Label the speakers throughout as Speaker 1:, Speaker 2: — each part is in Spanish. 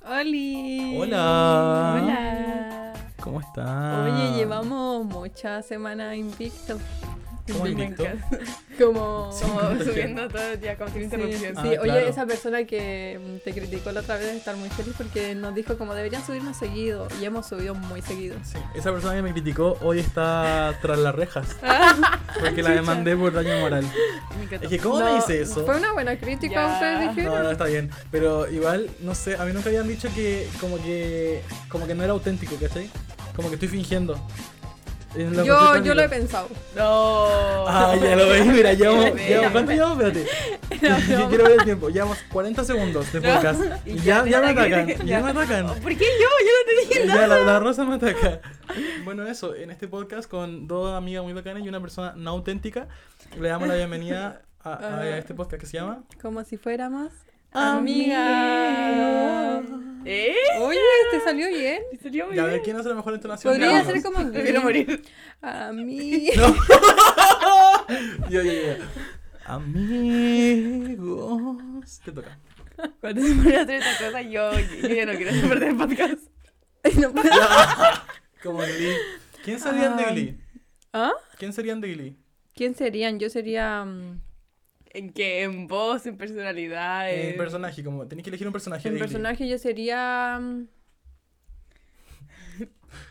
Speaker 1: Oli.
Speaker 2: Hola. Ah.
Speaker 1: Hola.
Speaker 2: ¿Cómo estás?
Speaker 1: Oye, llevamos muchas semanas invictos.
Speaker 2: ¿Cómo invicto?
Speaker 1: Como.
Speaker 2: Como
Speaker 3: subiendo todo el día, como sin
Speaker 1: Sí,
Speaker 3: interrupción.
Speaker 2: Ah,
Speaker 1: sí, oye,
Speaker 2: claro.
Speaker 1: esa persona que mm, te criticó la otra vez debe estar muy feliz porque nos dijo como deberían subirnos seguido y hemos subido muy seguido.
Speaker 2: Sí, esa persona que me criticó hoy está tras las rejas. Porque la demandé por daño moral. Es que, ¿cómo me
Speaker 1: Ah, No,
Speaker 2: dice eso?
Speaker 1: Fue una buena crítica,
Speaker 3: Ya.
Speaker 1: ustedes
Speaker 2: No,
Speaker 1: dijeron.
Speaker 2: no, está bien. Pero igual, no sé, a mí nunca habían dicho que como que como que no era auténtico, ¿cachai? Como que estoy fingiendo. En lo que
Speaker 1: yo,
Speaker 2: estoy
Speaker 1: yo lo he
Speaker 2: fingiendo.
Speaker 1: pensado.
Speaker 3: No.
Speaker 2: Ah, ya lo veis, mira, llevamos,
Speaker 3: Era
Speaker 2: llevamos-
Speaker 3: broma.
Speaker 2: ¿cuánto llevamos? Espérate. Yo quiero ver el tiempo. Llevamos 40 segundos de podcast. Y ya, ya me atacan, ya me atacan.
Speaker 3: ¿Por qué yo? Yo no te dije.
Speaker 2: Ya, la, la rosa me ataca. Bueno, eso, en este podcast con dos amigas muy bacanas y una persona no auténtica, le damos la bienvenida a, a-
Speaker 1: Ah.
Speaker 2: a este podcast que se llama.
Speaker 1: Como si fuéramos
Speaker 3: Amiga.
Speaker 1: amigas.
Speaker 3: ¿Eh?
Speaker 1: Oye, te salió bien.
Speaker 3: Me salió muy
Speaker 2: este Ya, a ver
Speaker 3: bien.
Speaker 2: quién hace la mejor entonación.
Speaker 1: Podría
Speaker 2: Vamos.
Speaker 1: ser como un
Speaker 3: Prefiero morir.
Speaker 1: Amigo.
Speaker 2: Ya, ya, ya. Amigos. Te toca.
Speaker 3: Cuando se pone a hacer estas cosas, yo, yo ya no quiero perder el podcast.
Speaker 1: No puedo.
Speaker 2: Como Glee. ¿Quién serían de
Speaker 1: Ah.
Speaker 2: Glee?
Speaker 1: ¿Ah?
Speaker 2: ¿Quién serían de Glee?
Speaker 1: ¿Quién serían? Yo sería. mm,
Speaker 3: En que en voz, en personalidad.
Speaker 2: En
Speaker 3: en-
Speaker 2: personaje, como tenéis que elegir un personaje
Speaker 1: En
Speaker 2: de Glee.
Speaker 1: Eh, personaje, yo sería. mm,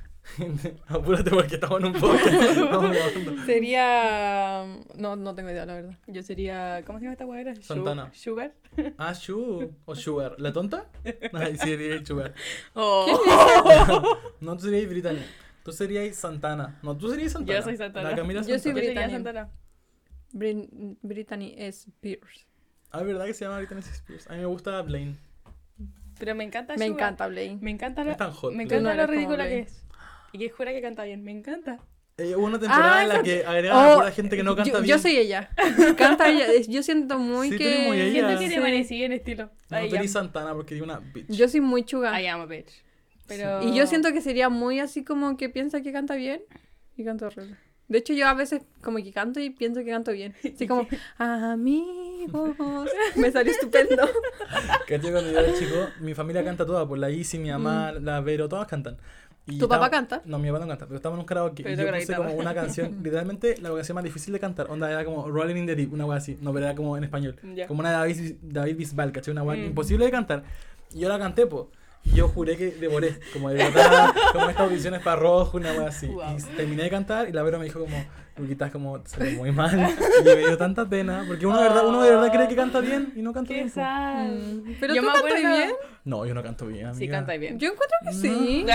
Speaker 2: Apúrate porque estamos en un podcast. Estamos grabando.
Speaker 1: Sería.
Speaker 3: mm,
Speaker 1: No, no tengo idea, la verdad.
Speaker 3: Yo sería. ¿Cómo se llama esta hueá?
Speaker 2: Santana.
Speaker 3: Sugar.
Speaker 2: Ah, Shu o Sugar. ¿La tonta? Ay, sí, sería Sugar.
Speaker 3: Oh.
Speaker 2: No, tú serías Britannia. Tú serías Santana. No, tú serías Santana.
Speaker 3: Yo soy Santana.
Speaker 2: La Camila es
Speaker 1: Yo soy
Speaker 2: Santana.
Speaker 1: Brit-
Speaker 3: sería
Speaker 1: Britannia.
Speaker 3: Santana.
Speaker 1: Brin- Brittany S. Spears.
Speaker 2: Ah, ¿verdad que se llama Britannia Spears? A mí me gusta Blaine.
Speaker 3: Pero me encanta
Speaker 1: Me
Speaker 3: Ah, Sugar.
Speaker 1: encanta Blaine.
Speaker 3: Me encanta la,
Speaker 2: Es tan hot.
Speaker 3: me
Speaker 1: Tú no
Speaker 3: encanta
Speaker 1: eres
Speaker 3: lo
Speaker 1: como
Speaker 3: ridícula que
Speaker 1: Blaine.
Speaker 3: es. Y que jura que canta bien, me encanta.
Speaker 2: Eh, hubo una temporada
Speaker 1: Ah,
Speaker 2: en la
Speaker 1: esa-
Speaker 2: que agregaban a
Speaker 1: Oh,
Speaker 2: pura gente que no canta
Speaker 1: yo,
Speaker 2: bien.
Speaker 1: yo soy ella. Canta ella. Es- Yo siento muy
Speaker 2: Sí, tú eres
Speaker 1: que.
Speaker 2: muy ella.
Speaker 3: Siento que
Speaker 2: Sí.
Speaker 3: te merecí en estilo.
Speaker 2: No,
Speaker 3: I
Speaker 2: tú eres
Speaker 3: am,
Speaker 2: Santana porque digo una bitch.
Speaker 1: Yo soy muy chuga.
Speaker 3: I am a bitch. Pero...
Speaker 1: Y yo siento que sería muy así como que piensa que canta bien y canta horrible. De hecho, yo a veces como que canto y pienso que canto bien. Así como, amigos, me salió estupendo.
Speaker 2: Cacho, cuando yo era chico, mi familia canta toda, por la Isi, mi mamá,
Speaker 3: Mm.
Speaker 2: la Vero, todas cantan. Y
Speaker 1: ¿Tu papá
Speaker 2: estaba-
Speaker 1: canta?
Speaker 2: No, mi papá no canta, pero estábamos en un karaoke
Speaker 3: Pero
Speaker 2: y yo
Speaker 3: toca la
Speaker 2: puse
Speaker 3: guitarra.
Speaker 2: como una canción, literalmente la canción más difícil de cantar, onda era como Rolling in the Deep, una wea así, no, pero era como en español,
Speaker 3: Ya.
Speaker 2: como una de David, David Bisbal, ¿cachai? Una wea
Speaker 3: Mm.
Speaker 2: imposible de cantar. Y yo la canté, po. Y yo juré que devoré, como de verdad, como estas audiciones para rojo, una wea así.
Speaker 3: Wow.
Speaker 2: Y terminé de cantar y la Vero me dijo como, Luquitas, como, te salió muy mal. Y me dio tanta pena, porque uno de verdad, uno de verdad cree que canta bien y no canta
Speaker 3: Qué
Speaker 2: bien. po.
Speaker 3: sad.
Speaker 1: Mm, pero
Speaker 3: Yo
Speaker 1: tú
Speaker 3: me
Speaker 1: cantas
Speaker 3: acuerdo-
Speaker 1: bien.
Speaker 2: No, yo no canto bien, amiga.
Speaker 3: Sí, canta bien.
Speaker 1: Yo encuentro que sí.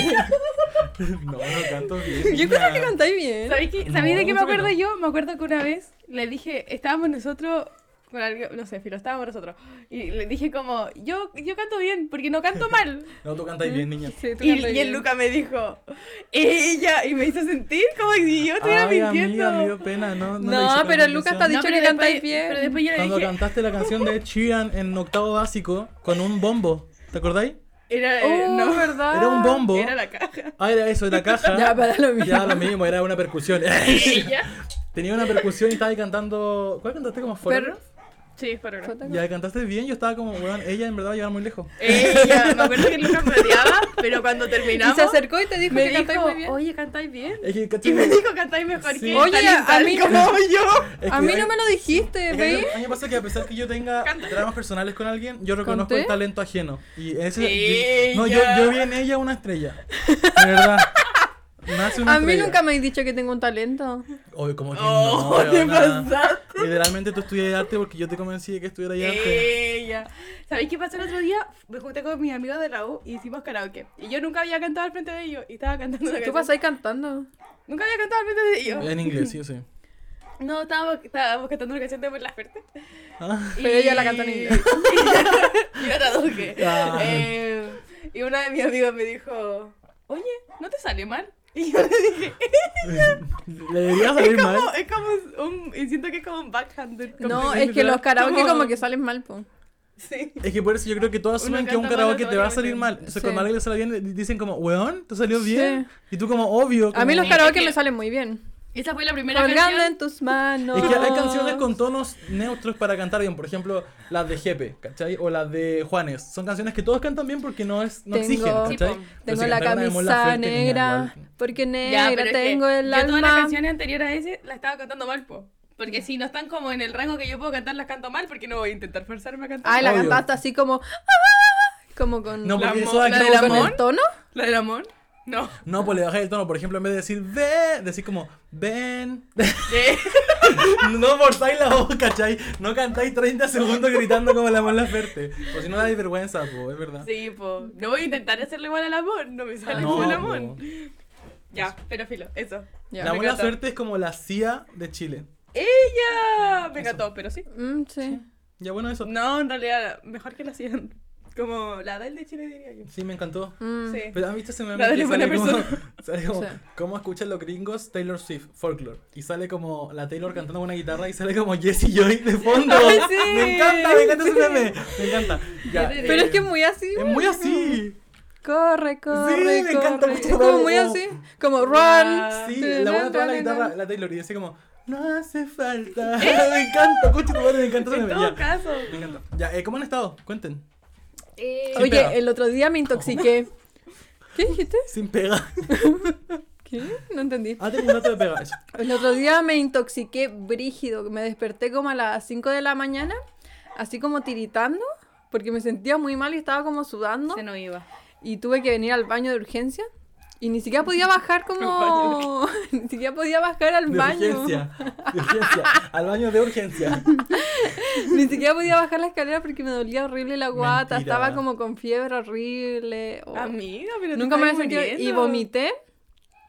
Speaker 2: No, no canto bien. creo
Speaker 1: Yo encuentro que cantáis bien.
Speaker 3: ¿Sabéis qué- sabéis de
Speaker 2: No,
Speaker 3: qué me
Speaker 2: no creo.
Speaker 3: acuerdo yo? Me acuerdo que una vez le dije, estábamos nosotros con alguien, no sé, filo, estábamos nosotros. Y le dije como, yo, yo canto bien, porque no canto mal.
Speaker 2: No, tú cantas bien, niña.
Speaker 1: Sí, tú
Speaker 3: Y,
Speaker 1: cantas
Speaker 3: y
Speaker 1: bien.
Speaker 3: el Luca me dijo, ella, y me hizo sentir como si yo estuviera
Speaker 2: Ay,
Speaker 3: mintiendo.
Speaker 2: amiga, me dio pena, ¿no?
Speaker 1: No,
Speaker 2: le hice la
Speaker 1: pero el Lucas
Speaker 2: impresión.
Speaker 1: está dicho que
Speaker 3: después-
Speaker 1: cantáis bien.
Speaker 3: Pero después yo le
Speaker 2: Cuando
Speaker 3: dije,
Speaker 2: cantaste la canción de Chian en octavo básico con un bombo, ¿te acordáis?
Speaker 3: era, eh,
Speaker 1: Oh,
Speaker 3: no,
Speaker 1: ¿verdad?
Speaker 2: Era un bombo.
Speaker 3: era la caja.
Speaker 2: Ah, era eso, de la caja.
Speaker 1: Ya, para lo mismo.
Speaker 2: Ya, lo mismo, era una percusión.
Speaker 3: Ella.
Speaker 2: Tenía una percusión y estaba ahí cantando. ¿Cuál cantaste como fuera?
Speaker 1: Pero-
Speaker 3: Sí, es para ahora.
Speaker 2: Ya cantaste bien, yo estaba como, weón, ella en verdad va a llegar muy lejos.
Speaker 3: Ella, me acuerdo que Lucas me odiaba, pero cuando
Speaker 1: Y
Speaker 3: terminamos,
Speaker 1: se acercó y te dijo
Speaker 3: me
Speaker 1: que cantáis
Speaker 3: dijo,
Speaker 1: muy bien.
Speaker 3: oye, cantáis bien.
Speaker 2: Es que,
Speaker 3: Y
Speaker 2: ¿cachai?
Speaker 3: me dijo, cantáis mejor
Speaker 2: Sí.
Speaker 3: que
Speaker 1: Oye,
Speaker 3: tal y
Speaker 1: a
Speaker 3: tal",
Speaker 1: mí-
Speaker 3: como yo.
Speaker 2: Es
Speaker 1: A
Speaker 2: que
Speaker 1: mí
Speaker 2: hay-
Speaker 1: no me lo dijiste,
Speaker 2: Es que
Speaker 1: ¿veis?
Speaker 2: A mí me pasa que a pesar que yo tenga dramas personales con alguien, yo reconozco
Speaker 1: ¿Conté?
Speaker 2: el talento ajeno. Y ese,
Speaker 3: Ella.
Speaker 2: yo- no, yo, yo vi en ella una estrella. De verdad. Nace una
Speaker 1: A mí
Speaker 2: estrella.
Speaker 1: nunca me has dicho que tengo un talento.
Speaker 2: Obvio, como que
Speaker 3: Oh,
Speaker 2: no,
Speaker 3: te
Speaker 2: weona.
Speaker 3: pasaste.
Speaker 2: Literalmente tú estudias arte porque yo te convencí de que estudiara arte.
Speaker 3: Ella. ¿Sabéis qué pasó el otro día? Me junté con mis amigos de la U y hicimos karaoke. Y yo nunca había cantado al frente de ellos. Y estaba cantando una
Speaker 1: Tú
Speaker 3: canción.
Speaker 1: vas ahí cantando.
Speaker 3: Nunca había cantado al frente de ellos.
Speaker 2: En inglés, sí, sí.
Speaker 3: No, estábamos, estábamos cantando una canción de Por la Ferte.
Speaker 2: Ah,
Speaker 3: Y-
Speaker 1: Pero ella la cantó en inglés.
Speaker 3: y yo traduje.
Speaker 2: Ah.
Speaker 3: Eh, y una de mis amigas me dijo, oye, ¿no te salió mal? Y yo le dije,
Speaker 2: Le debería salir
Speaker 3: es
Speaker 2: mal.
Speaker 3: como, es como un, y siento que es como un backhander.
Speaker 1: No,
Speaker 2: Sí,
Speaker 1: es que
Speaker 2: literal.
Speaker 1: los karaoke
Speaker 3: Como-
Speaker 1: como que salen mal, po.
Speaker 3: Sí.
Speaker 2: Es que por eso yo creo que todos
Speaker 3: Uno
Speaker 2: asumen que un
Speaker 3: canta mal,
Speaker 2: karaoke
Speaker 3: otro
Speaker 2: te va a
Speaker 3: vale,
Speaker 2: salir
Speaker 3: vale.
Speaker 2: mal. Entonces
Speaker 1: Sí.
Speaker 2: cuando a alguien le sale bien, di- dicen como, weón, ¿te salió bien? Y tú como, obvio.
Speaker 1: A mí
Speaker 2: como-
Speaker 1: los karaoke
Speaker 3: que-
Speaker 1: me salen muy bien.
Speaker 3: Esa fue la primera
Speaker 1: Colgando
Speaker 3: canción.
Speaker 1: en tus manos.
Speaker 2: Es que hay canciones con tonos neutros para cantar bien, por ejemplo, las de Jepe, ¿cachai? O las de Juanes. Son canciones que todos cantan bien porque no, es, no
Speaker 1: Tengo-
Speaker 2: exigen,
Speaker 3: Sí,
Speaker 2: ¿cachai?
Speaker 3: po.
Speaker 2: Pero
Speaker 1: Tengo
Speaker 2: si
Speaker 1: la
Speaker 2: cantaran Amor, la
Speaker 1: camisa
Speaker 2: Fuerte, niña,
Speaker 1: negra,
Speaker 2: igual.
Speaker 1: porque negra
Speaker 3: Ya, pero es que
Speaker 1: tengo el
Speaker 3: yo todas las
Speaker 1: alma.
Speaker 3: canciones anteriores a ese la estaba cantando mal, po. Porque si no están como en el rango que yo puedo cantar, las canto mal, porque no voy a intentar forzarme a cantar.
Speaker 1: Ay, la
Speaker 2: Obvio.
Speaker 1: cantaste así como... ah, Como con,
Speaker 2: No,
Speaker 3: La
Speaker 2: porque
Speaker 3: mo-
Speaker 2: eso da
Speaker 3: la del
Speaker 2: como-
Speaker 1: con
Speaker 3: amor.
Speaker 1: el tono.
Speaker 3: ¿La del amor? No.
Speaker 2: No, pues le bajé el tono. Por ejemplo, en vez de decir ven, decir como ven.
Speaker 3: De-
Speaker 2: no forzáis la voz, ¿cachai? No cantáis 30 segundos gritando como la mala Ferte. O si no, dais vergüenza, po, es verdad.
Speaker 3: Sí, po. No voy a intentar hacerle igual al amor. No me sale
Speaker 1: Ah, No,
Speaker 3: como el
Speaker 2: po.
Speaker 3: amor. Ya, pero filo, eso.
Speaker 1: Ya.
Speaker 2: la
Speaker 3: me
Speaker 2: mala
Speaker 3: encanta.
Speaker 2: suerte es como la CIA de Chile.
Speaker 3: ¡Ella! Me encantó, pero sí.
Speaker 1: Mm, sí.
Speaker 2: Ya bueno, eso.
Speaker 3: No, en realidad, mejor que la hacían. Como la del de Chile, diría yo.
Speaker 2: Sí, me encantó.
Speaker 1: Mm.
Speaker 3: Sí.
Speaker 2: Pero han visto ese meme
Speaker 3: La de
Speaker 2: que
Speaker 3: la buena
Speaker 2: sale como,
Speaker 3: persona.
Speaker 2: sale como,
Speaker 1: Sí.
Speaker 2: ¿Cómo escuchan los gringos Taylor Swift, folklore? Y sale como la Taylor cantando con una guitarra y sale como Jesse Joy de fondo.
Speaker 3: Ay, sí.
Speaker 2: Me encanta, me encanta ese meme. Me encanta. Ya,
Speaker 3: Pero
Speaker 1: Pero
Speaker 2: eh,
Speaker 1: es que muy así.
Speaker 2: es muy así.
Speaker 1: Corre, corre,
Speaker 2: Sí, me encanta
Speaker 1: corre.
Speaker 2: mucho
Speaker 1: Es como
Speaker 2: como-
Speaker 1: muy así. Como run.
Speaker 3: Ah.
Speaker 2: Sí, la buena toda la guitarra, la Taylor, y dice como, no hace falta. me encanta, coche, tu madre, me encanta. ese
Speaker 3: En
Speaker 2: meme.
Speaker 3: todo
Speaker 2: Ya,
Speaker 3: caso.
Speaker 2: me encanta. Ya, eh, ¿cómo han estado? Cuenten.
Speaker 3: Eh,
Speaker 2: Sí, pega.
Speaker 1: Oye, el otro día me intoxiqué. ¿Qué dijiste?
Speaker 2: Sin pega.
Speaker 1: ¿Qué? No entendí.
Speaker 2: Ah, tengo un dato de pega. Eso.
Speaker 1: El otro día me intoxiqué brígido. Me desperté como a las 5 de la mañana, así como tiritando, porque me sentía muy mal y estaba como sudando.
Speaker 3: Se no iba.
Speaker 1: Y tuve que venir al baño de urgencia. Y ni siquiera podía bajar como... ni siquiera podía bajar al
Speaker 2: De
Speaker 1: baño.
Speaker 2: urgencia. De urgencia. Al baño de urgencia.
Speaker 1: Ni siquiera podía bajar la escalera porque me dolía horrible la
Speaker 2: Mentira.
Speaker 1: guata.
Speaker 2: Ah,
Speaker 1: Estaba como con fiebre horrible. Oh.
Speaker 3: Amiga, pero te
Speaker 1: Nunca me
Speaker 3: estabas
Speaker 1: había sentido. Y
Speaker 3: muriendo.
Speaker 1: vomité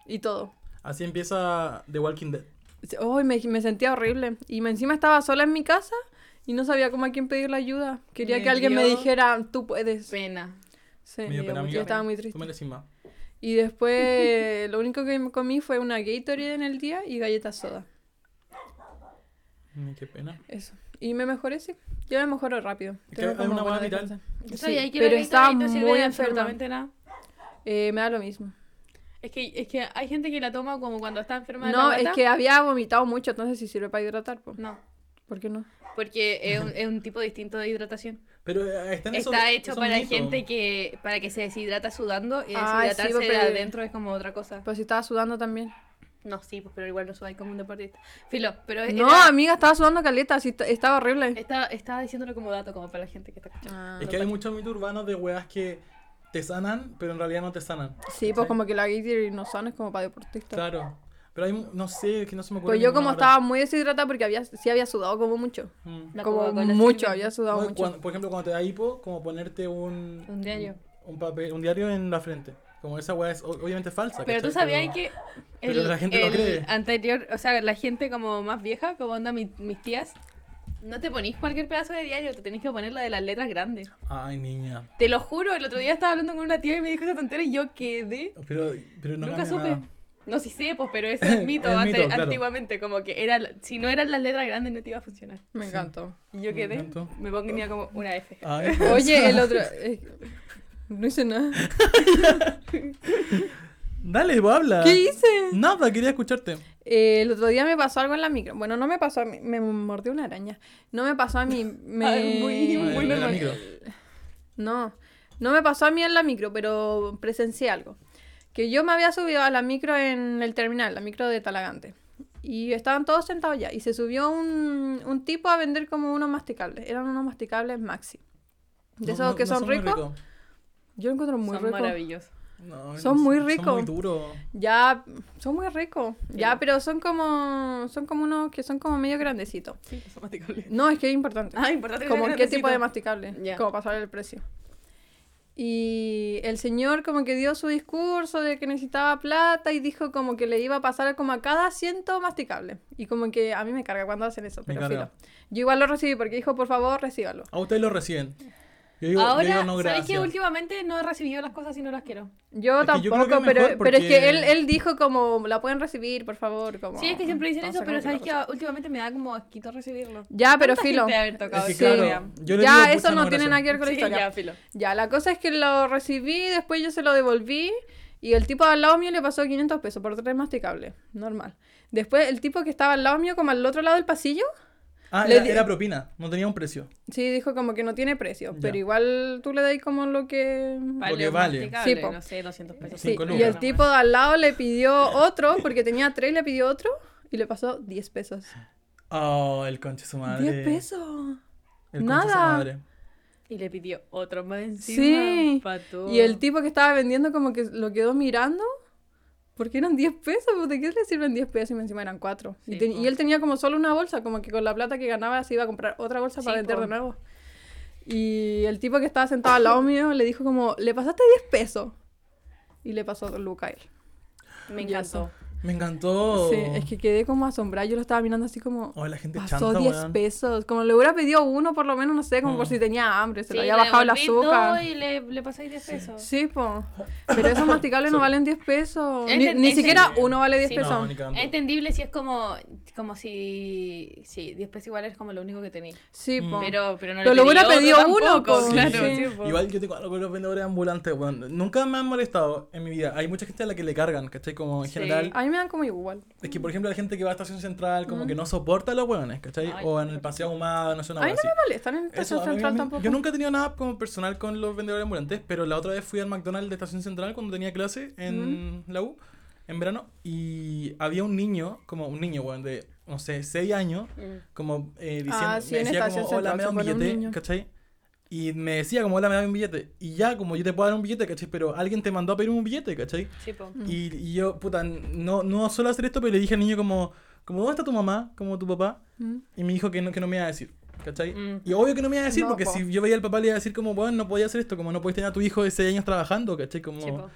Speaker 1: y todo.
Speaker 2: Así empieza The Walking Dead.
Speaker 1: Ay, me, me sentía horrible. Y me- encima estaba sola en mi casa y no sabía cómo a quién pedir la ayuda. Quería
Speaker 3: Me
Speaker 1: que alguien me
Speaker 3: dio
Speaker 1: dijera, tú puedes.
Speaker 3: Pena.
Speaker 1: Sí,
Speaker 2: Me dio
Speaker 1: y
Speaker 2: pena,
Speaker 1: yo
Speaker 2: amiga.
Speaker 1: estaba muy
Speaker 2: Tú me
Speaker 1: triste.
Speaker 2: decís más.
Speaker 1: Y después lo único que me comí fue una Gatorade en el día y galletas soda.
Speaker 2: Mm, Qué pena.
Speaker 1: Eso. Y me mejoré, sí. Yo me mejoro rápido.
Speaker 2: Es que
Speaker 1: Tengo
Speaker 2: hay
Speaker 1: como
Speaker 2: una
Speaker 1: buena
Speaker 2: hueá viral.
Speaker 1: defensa.
Speaker 3: Yo
Speaker 1: Sí,
Speaker 3: sabía que
Speaker 1: pero
Speaker 3: la
Speaker 1: estaba
Speaker 3: Gatorade no sirve
Speaker 1: muy
Speaker 3: de
Speaker 1: enferma.
Speaker 3: absolutamente nada.
Speaker 1: Eh, me da lo mismo.
Speaker 3: Es que, es que hay gente que la toma como cuando está enferma de la
Speaker 1: No, es
Speaker 3: guata.
Speaker 1: que había vomitado mucho, entonces si sirve para hidratar, po.
Speaker 3: No,
Speaker 1: ¿por qué no?
Speaker 3: porque es un, es un tipo distinto de hidratación.
Speaker 2: Pero eh, están esos-
Speaker 3: Está hecho
Speaker 2: esos
Speaker 3: para
Speaker 2: mitos.
Speaker 3: gente que para que se deshidrata sudando y
Speaker 1: Ay, sí,
Speaker 3: deshidratarse
Speaker 1: pues,
Speaker 3: de
Speaker 1: pero-
Speaker 3: adentro es como otra cosa.
Speaker 1: Pues si estaba sudando también.
Speaker 3: No, sí, pues, pero igual no sudáis como un deportista. Filo, pero es-
Speaker 1: No,
Speaker 3: Eh, era-
Speaker 1: amiga, estaba sudando caleta, sí, est- estaba horrible.
Speaker 3: estaba, estaba diciéndolo como dato como para la gente que está escuchando.
Speaker 1: Ah.
Speaker 2: Es que hay muchos mitos urbanos de weas que te sanan, pero en realidad no te sanan.
Speaker 1: Sí, pues como que la Gatorade no sana es como para deportistas.
Speaker 2: Claro. Pero hay, mu- no sé, es que no se me ocurre.
Speaker 1: Pues yo
Speaker 2: ninguna
Speaker 1: como
Speaker 2: ahora.
Speaker 1: estaba muy deshidratada porque había, sí había sudado como mucho.
Speaker 2: Mm.
Speaker 3: La
Speaker 1: Ah, como
Speaker 3: Coca-Cola
Speaker 1: mucho,
Speaker 3: sirve.
Speaker 1: había sudado
Speaker 2: No,
Speaker 1: mucho.
Speaker 2: cuando- por ejemplo, cuando te da hipo, como ponerte un,
Speaker 3: Un diario.
Speaker 2: un papel, un diario en la frente. Como esa wea es o- obviamente falsa.
Speaker 3: Pero tú
Speaker 2: ¿cachai?
Speaker 3: sabías que
Speaker 2: pero la gente no
Speaker 3: el
Speaker 2: cree.
Speaker 3: anterior, o sea, la gente como más vieja, como onda mi- mis tías, no te ponís cualquier pedazo de diario, te tenés que poner la de las letras grandes.
Speaker 2: Ay, niña.
Speaker 3: Te lo juro, el otro día estaba hablando con una tía y me dijo esa tontera y yo quedé.
Speaker 2: Pero, pero no
Speaker 3: Nunca
Speaker 2: cambia
Speaker 3: supe.
Speaker 2: nada.
Speaker 3: No, sí sé, pues, pero ese es el mito,
Speaker 2: El
Speaker 3: ante-
Speaker 2: mito, claro.
Speaker 3: antiguamente, como que era, la- si no eran las letras grandes no te iba a funcionar.
Speaker 1: Me encantó.
Speaker 3: Y yo quedé,
Speaker 2: encantó. Ah,
Speaker 3: me ponía como una F.
Speaker 2: Ay,
Speaker 1: Oye, el otro... eh, no hice nada.
Speaker 2: Dale, vos habla.
Speaker 1: ¿Qué hice?
Speaker 2: Nada, quería escucharte.
Speaker 1: Eh, el otro día me pasó algo en la micro. Bueno, no me pasó a mí, me mordió una araña. No me pasó a mí, me...
Speaker 3: Ay, muy-
Speaker 2: muy
Speaker 1: me-
Speaker 2: en la micro.
Speaker 1: No, no me pasó a mí en la micro, pero presencié algo. Que yo me había subido a la micro en el terminal, la micro de Talagante. Y estaban todos sentados ya. Y se subió un, un tipo a vender como unos masticables. Eran unos masticables maxi. De
Speaker 2: No-
Speaker 1: esos
Speaker 2: no-
Speaker 1: que
Speaker 2: no
Speaker 1: son,
Speaker 2: muy
Speaker 1: ricos. Yo los encuentro muy
Speaker 3: Son
Speaker 1: ricos.
Speaker 3: maravillosos.
Speaker 2: No,
Speaker 1: Son muy ricos.
Speaker 2: Son muy duros.
Speaker 1: Ya, son muy ricos. Ya,
Speaker 3: Sí.
Speaker 1: pero son como, son como unos que son como medio grandecitos.
Speaker 3: Sí, son masticables.
Speaker 1: No, es que es importante.
Speaker 3: Ah, importante. que
Speaker 1: como
Speaker 3: sean
Speaker 1: qué tipo de
Speaker 3: grandecitos.
Speaker 1: masticable,
Speaker 3: Ya.
Speaker 1: como pasar el precio. Y el señor como que dio su discurso de que necesitaba plata y dijo como que le iba a pasar como a cada ciento masticable. Y como que a mí me carga cuando hacen eso,
Speaker 2: Me
Speaker 1: pero
Speaker 2: carga.
Speaker 1: filo. Yo igual lo recibí porque dijo, por favor, recíbalo.
Speaker 2: A ustedes lo reciben. Yo digo, yo digo
Speaker 3: Ahora,
Speaker 2: no
Speaker 3: ¿sabes qué?
Speaker 2: gracias.
Speaker 3: últimamente no he recibido las cosas y no las quiero?
Speaker 1: Yo
Speaker 2: Es que yo creo
Speaker 1: tampoco,
Speaker 2: que
Speaker 1: pero,
Speaker 2: mejor
Speaker 1: pero es que
Speaker 2: porque-
Speaker 1: él, él dijo como, la pueden recibir, por favor. Como,
Speaker 3: Sí, es que siempre dicen
Speaker 1: no
Speaker 3: eso,
Speaker 1: sé,
Speaker 3: pero
Speaker 1: como
Speaker 3: ¿sabes
Speaker 1: que
Speaker 3: qué?
Speaker 1: la
Speaker 3: Últimamente me da como asquito recibirlo.
Speaker 1: cosa. Ya, pero
Speaker 3: ¿Cuánta
Speaker 1: filo.
Speaker 3: gente haber tocado
Speaker 2: Es que
Speaker 3: esa
Speaker 2: claro,
Speaker 3: idea?
Speaker 2: yo le
Speaker 1: ya,
Speaker 2: digo,
Speaker 1: eso
Speaker 2: pucha,
Speaker 1: no,
Speaker 2: no,
Speaker 1: tiene
Speaker 2: gracias.
Speaker 1: nada que ver con la
Speaker 3: Sí,
Speaker 1: historia.
Speaker 3: ya, filo.
Speaker 1: Ya, la cosa es que lo recibí, después yo se lo devolví Y el tipo al lado mío le pasó 500 pesos por tres masticables, normal. Después el tipo que estaba al lado mío, como al otro lado del pasillo,
Speaker 2: Ah,
Speaker 1: Le
Speaker 2: era,
Speaker 1: di-
Speaker 2: era propina, no tenía un precio.
Speaker 1: sí dijo como que no tiene precio,
Speaker 2: Ya.
Speaker 1: pero igual tú le das como lo que...
Speaker 2: Porque
Speaker 3: un
Speaker 2: vale.
Speaker 3: masticable,
Speaker 1: Sí, po.
Speaker 3: no sé, 200 pesos.
Speaker 1: Sí,
Speaker 2: Cinco
Speaker 1: y
Speaker 2: lucas.
Speaker 1: el tipo de al lado le pidió otro, porque tenía tres, le pidió otro y le pasó 10 pesos.
Speaker 2: Oh, el conche su madre.
Speaker 1: ¿10 pesos?
Speaker 2: El conche
Speaker 1: Nada.
Speaker 2: su madre.
Speaker 3: Y le pidió otro más encima.
Speaker 1: Sí.
Speaker 3: pa' todo.
Speaker 1: Y el tipo que estaba vendiendo como que lo quedó mirando. Porque eran 10 pesos, pues, ¿de qué le sirven 10 pesos? Y encima eran 4. y,
Speaker 3: Sí,
Speaker 1: ten-
Speaker 3: po.
Speaker 1: y él tenía como solo una bolsa, como que con la plata que ganaba se iba a comprar otra bolsa para
Speaker 3: Sí,
Speaker 1: vender
Speaker 3: po.
Speaker 1: de nuevo. Y el tipo que estaba sentado al lado mío le dijo como, le pasaste 10 pesos. Y le pasó Luca a él.
Speaker 3: Me
Speaker 1: y eso.
Speaker 3: encantó.
Speaker 2: Me
Speaker 3: Oh.
Speaker 2: encantó.
Speaker 1: Sí, es que quedé como asombrada, yo lo estaba mirando así como...
Speaker 2: Oh, la gente
Speaker 1: Pasó
Speaker 2: chanta,
Speaker 1: 10
Speaker 2: weón.
Speaker 1: pesos. Como le hubiera pedido uno, por lo menos, no sé, como por
Speaker 2: Mm.
Speaker 1: si tenía hambre, se
Speaker 3: Oh. Sí,
Speaker 1: le había
Speaker 3: le
Speaker 1: bajado el
Speaker 3: devolví dos
Speaker 1: azúcar.
Speaker 3: Y le, le pasáis 10 pesos.
Speaker 1: Sí, po. Pero esos masticables no
Speaker 2: Sí.
Speaker 1: valen 10 pesos. Ni,
Speaker 3: Enten-
Speaker 1: ni
Speaker 3: enten-
Speaker 1: siquiera uno vale 10
Speaker 3: Sí.
Speaker 1: pesos.
Speaker 2: No, ni cagando.
Speaker 3: Este Es entendible si es como, como si. Sí, 10 pesos igual es como lo único que tenía.
Speaker 1: Sí,
Speaker 2: Mm.
Speaker 1: po.
Speaker 3: Pero, pero no
Speaker 1: Pero
Speaker 3: le
Speaker 1: lo hubiera
Speaker 3: pedí
Speaker 1: pedido
Speaker 3: otro
Speaker 1: uno,
Speaker 3: tampoco,
Speaker 1: pues,
Speaker 3: claro.
Speaker 1: sí.
Speaker 3: sí, pues.
Speaker 2: Igual yo tengo algo con los vendedores ambulantes, weón. Nunca me han molestado en mi vida. Hay mucha gente a la que le cargan, ¿cachai? Como en
Speaker 3: Sí.
Speaker 2: general.
Speaker 1: A mí me dan como igual.
Speaker 2: Es que, por ejemplo, la gente que va a Estación Central como
Speaker 1: Mm.
Speaker 2: que no soporta a los weones, ¿cachai?
Speaker 3: Ay,
Speaker 2: o en el paseo ahumado, no sé, una
Speaker 1: a mí
Speaker 2: wea
Speaker 1: no
Speaker 2: así.
Speaker 1: me molestan en
Speaker 2: Eso,
Speaker 1: Estación
Speaker 2: a mí- a
Speaker 1: Central
Speaker 2: mí-
Speaker 1: tampoco.
Speaker 2: Yo nunca he tenido nada como personal con los vendedores ambulantes, pero la otra vez fui al McDonald's de Estación Central cuando tenía clase en la U, en verano, y había un niño, como un niño, weón, de, no sé, 6 años,
Speaker 3: Mm.
Speaker 2: como eh, diciendo,
Speaker 1: Ah, sí,
Speaker 2: me
Speaker 1: en
Speaker 2: decía como,
Speaker 1: Estación
Speaker 2: hola, me da
Speaker 1: Central se
Speaker 2: un
Speaker 1: pone un
Speaker 2: billete,
Speaker 1: niño.
Speaker 2: ¿cachai? Y me decía como, hola, me da un billete. Y ya, como yo te puedo dar un billete, ¿cachai? Pero alguien te mandó a pedir un billete, ¿cachai?
Speaker 3: Sí, po.
Speaker 1: Mm.
Speaker 2: Y, y yo, puta, no, no suelo hacer esto, pero le dije al niño como, como ¿dónde está tu mamá? Como tu papá.
Speaker 1: Mm.
Speaker 2: Y me dijo que no, que no me iba a decir. ¿Cachai?
Speaker 3: Mm.
Speaker 2: Y obvio que no me iba a decir,
Speaker 1: No,
Speaker 2: porque
Speaker 1: po.
Speaker 2: si yo veía al papá le iba a decir como, bueno, no podía hacer esto, como no podías tener a tu hijo de 6 años trabajando, ¿cachai? Como...
Speaker 3: Sí, po.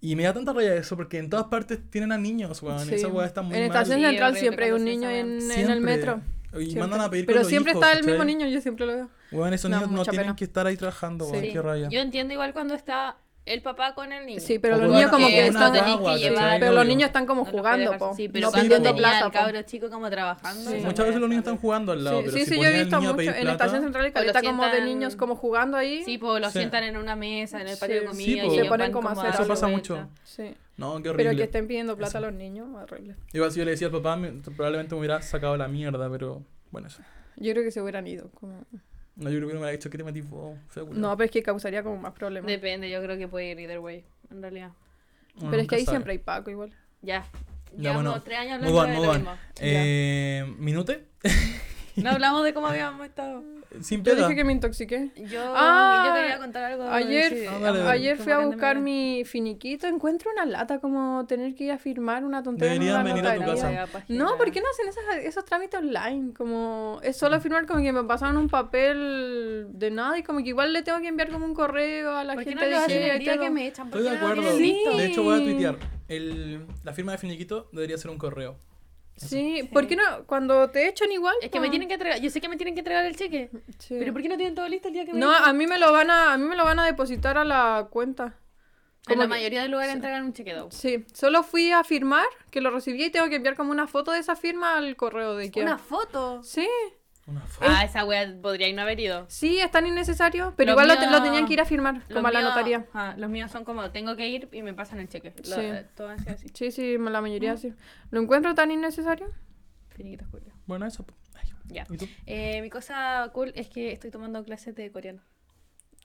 Speaker 2: y me da tanta raya eso, porque en todas partes tienen a niños, weón.
Speaker 1: Sí.
Speaker 2: Esa weá está muy
Speaker 1: en
Speaker 2: mal.
Speaker 1: Estación
Speaker 3: Sí,
Speaker 1: Central
Speaker 3: horrible
Speaker 1: siempre hay un
Speaker 3: cuando
Speaker 1: niño
Speaker 3: haces esa
Speaker 1: en, en
Speaker 2: Siempre.
Speaker 1: el metro.
Speaker 2: Y
Speaker 1: Siempre.
Speaker 2: mandan a pedir con
Speaker 1: Pero
Speaker 2: los
Speaker 1: siempre
Speaker 2: hijos,
Speaker 1: está el
Speaker 2: ¿cachai?
Speaker 1: mismo niño, yo siempre lo veo.
Speaker 2: Weón, esos
Speaker 1: Da
Speaker 2: niños no
Speaker 1: mucha
Speaker 2: tienen
Speaker 1: pena.
Speaker 2: que estar ahí trabajando, weón.
Speaker 1: Sí.
Speaker 2: Qué raya.
Speaker 3: Yo entiendo igual cuando está el papá con el niño.
Speaker 1: Sí, pero
Speaker 2: O
Speaker 1: los
Speaker 2: cuando
Speaker 1: niños como
Speaker 2: van a
Speaker 1: que
Speaker 2: una
Speaker 1: están...
Speaker 3: tenés
Speaker 2: guagua,
Speaker 3: que llevar.
Speaker 2: ¿cachai?
Speaker 1: Pero los
Speaker 2: Obvio.
Speaker 1: niños están como
Speaker 3: no los
Speaker 1: jugando,
Speaker 3: puedes
Speaker 1: po.
Speaker 3: dejar- Sí, pero
Speaker 1: no
Speaker 3: cuando
Speaker 1: pidiendo
Speaker 3: tenía
Speaker 1: plaza,
Speaker 3: al
Speaker 1: po.
Speaker 3: cabro chico como trabajando.
Speaker 1: Sí.
Speaker 3: esa
Speaker 2: Muchas veces
Speaker 3: weá
Speaker 2: los niños
Speaker 3: está
Speaker 2: están jugando al lado,
Speaker 1: Sí,
Speaker 2: pero
Speaker 1: sí,
Speaker 2: si
Speaker 1: sí, yo
Speaker 2: ponían
Speaker 1: he
Speaker 2: al
Speaker 1: visto
Speaker 2: niño
Speaker 1: mucho.
Speaker 2: a pedir
Speaker 1: En
Speaker 2: plata-
Speaker 1: Estación Central hay
Speaker 3: O lo
Speaker 1: caleta como de
Speaker 3: sientan-
Speaker 1: niños como jugando ahí.
Speaker 3: Sí, pues lo
Speaker 2: Sí.
Speaker 3: sientan en una mesa, en el
Speaker 1: Sí.
Speaker 3: patio de comida.
Speaker 2: Sí, po.
Speaker 3: y
Speaker 2: Se
Speaker 3: ellos
Speaker 1: ponen
Speaker 3: van
Speaker 1: como a hacer
Speaker 3: a
Speaker 2: Eso
Speaker 1: algo.
Speaker 3: darle
Speaker 2: pasa
Speaker 3: vuelta.
Speaker 2: mucho.
Speaker 1: Sí.
Speaker 2: No, qué horrible.
Speaker 1: Pero que estén pidiendo
Speaker 2: Eso.
Speaker 1: plata a los niños, horrible.
Speaker 2: Igual si yo le decía al papá, me- probablemente me hubiera sacado la mierda, pero bueno, eso.
Speaker 1: Yo creo que se hubieran ido. Como...
Speaker 2: No, yo creo que no me hubiera dicho que te metí vos, fea culiao".
Speaker 1: No, pero es que causaría como más problemas.
Speaker 3: Depende, yo creo que puede ir either way, en realidad.
Speaker 2: Uno
Speaker 1: pero es
Speaker 2: nunca
Speaker 1: que ahí
Speaker 2: sabe.
Speaker 1: siempre hay Paco igual.
Speaker 3: Ya.
Speaker 2: Ya,
Speaker 3: Llevamos
Speaker 2: bueno.
Speaker 3: tres años
Speaker 2: Move
Speaker 3: hablando
Speaker 2: on,
Speaker 3: de
Speaker 2: move
Speaker 3: lo
Speaker 2: on.
Speaker 3: mismo.
Speaker 2: Eh, ¿Minute?
Speaker 3: No hablamos de cómo habíamos estado.
Speaker 2: Sin
Speaker 1: Yo
Speaker 2: peda.
Speaker 1: dije que me intoxiqué.
Speaker 3: Yo,
Speaker 1: Ah,
Speaker 3: yo quería contar algo. de
Speaker 1: Ayer,
Speaker 3: Chile.
Speaker 2: Ah, dale, dale.
Speaker 1: ayer
Speaker 3: Como
Speaker 1: fui a
Speaker 3: grande
Speaker 1: buscar
Speaker 3: mía.
Speaker 1: mi finiquito, encuentro una lata como tener que ir a firmar una tontería. en
Speaker 2: Deberían
Speaker 1: una
Speaker 2: venir a tu
Speaker 1: notaría.
Speaker 2: casa.
Speaker 3: Vaya pajera.
Speaker 1: No, ¿por qué no hacen esas- esos trámites online? Como es
Speaker 2: Mm.
Speaker 1: solo firmar como que me pasaron un papel de nada y como que igual le tengo que enviar como un correo a la
Speaker 3: ¿Por qué
Speaker 1: gente
Speaker 3: no lo
Speaker 1: de
Speaker 3: hacen
Speaker 1: Chile
Speaker 3: el
Speaker 1: y
Speaker 3: día
Speaker 1: todo.
Speaker 3: que me echan? ¿Por
Speaker 2: Estoy de
Speaker 3: qué no lo
Speaker 2: acuerdo.
Speaker 3: tienen
Speaker 1: Sí.
Speaker 3: listo?
Speaker 2: De hecho, voy a tuitear. El, la firma de finiquito debería ser un correo.
Speaker 1: Sí, ¿por qué no? Cuando te echan igual.
Speaker 3: Es que me tienen que entregar, yo sé que me tienen que entregar el cheque, pero ¿por qué no tienen todo listo el día que me
Speaker 1: No,
Speaker 3: echan?
Speaker 1: a mí me lo van a, a mí me lo van a depositar a la cuenta.
Speaker 3: En
Speaker 1: como
Speaker 3: la
Speaker 1: que-
Speaker 3: mayoría de lugares entregan un cheque dado.
Speaker 1: Sí, solo fui a firmar que lo recibí y tengo que enviar como una foto de esa firma al correo de IKEA.
Speaker 3: Una foto.
Speaker 1: Sí,
Speaker 2: Una f-
Speaker 3: Ah, esa wea podría no haber ido.
Speaker 1: sí, es tan innecesario, pero
Speaker 3: Lo
Speaker 1: igual lo, te-
Speaker 3: mío-
Speaker 1: lo tenían que ir a firmar,
Speaker 3: Los
Speaker 1: como a la
Speaker 3: míos-
Speaker 1: notaría.
Speaker 3: ajá, los míos son como, tengo que ir y me pasan el cheque. Lo- eh,
Speaker 1: Sí.
Speaker 3: todo así, así.
Speaker 1: Sí, sí, la mayoría
Speaker 3: Mm.
Speaker 1: sí. ¿Lo encuentro tan innecesario?
Speaker 3: Finiquitos culiao.
Speaker 2: Bueno, eso. po. Ay,
Speaker 3: Ya.
Speaker 2: ¿Y tú?
Speaker 3: Eh, mi cosa cool es que estoy tomando clases de coreano.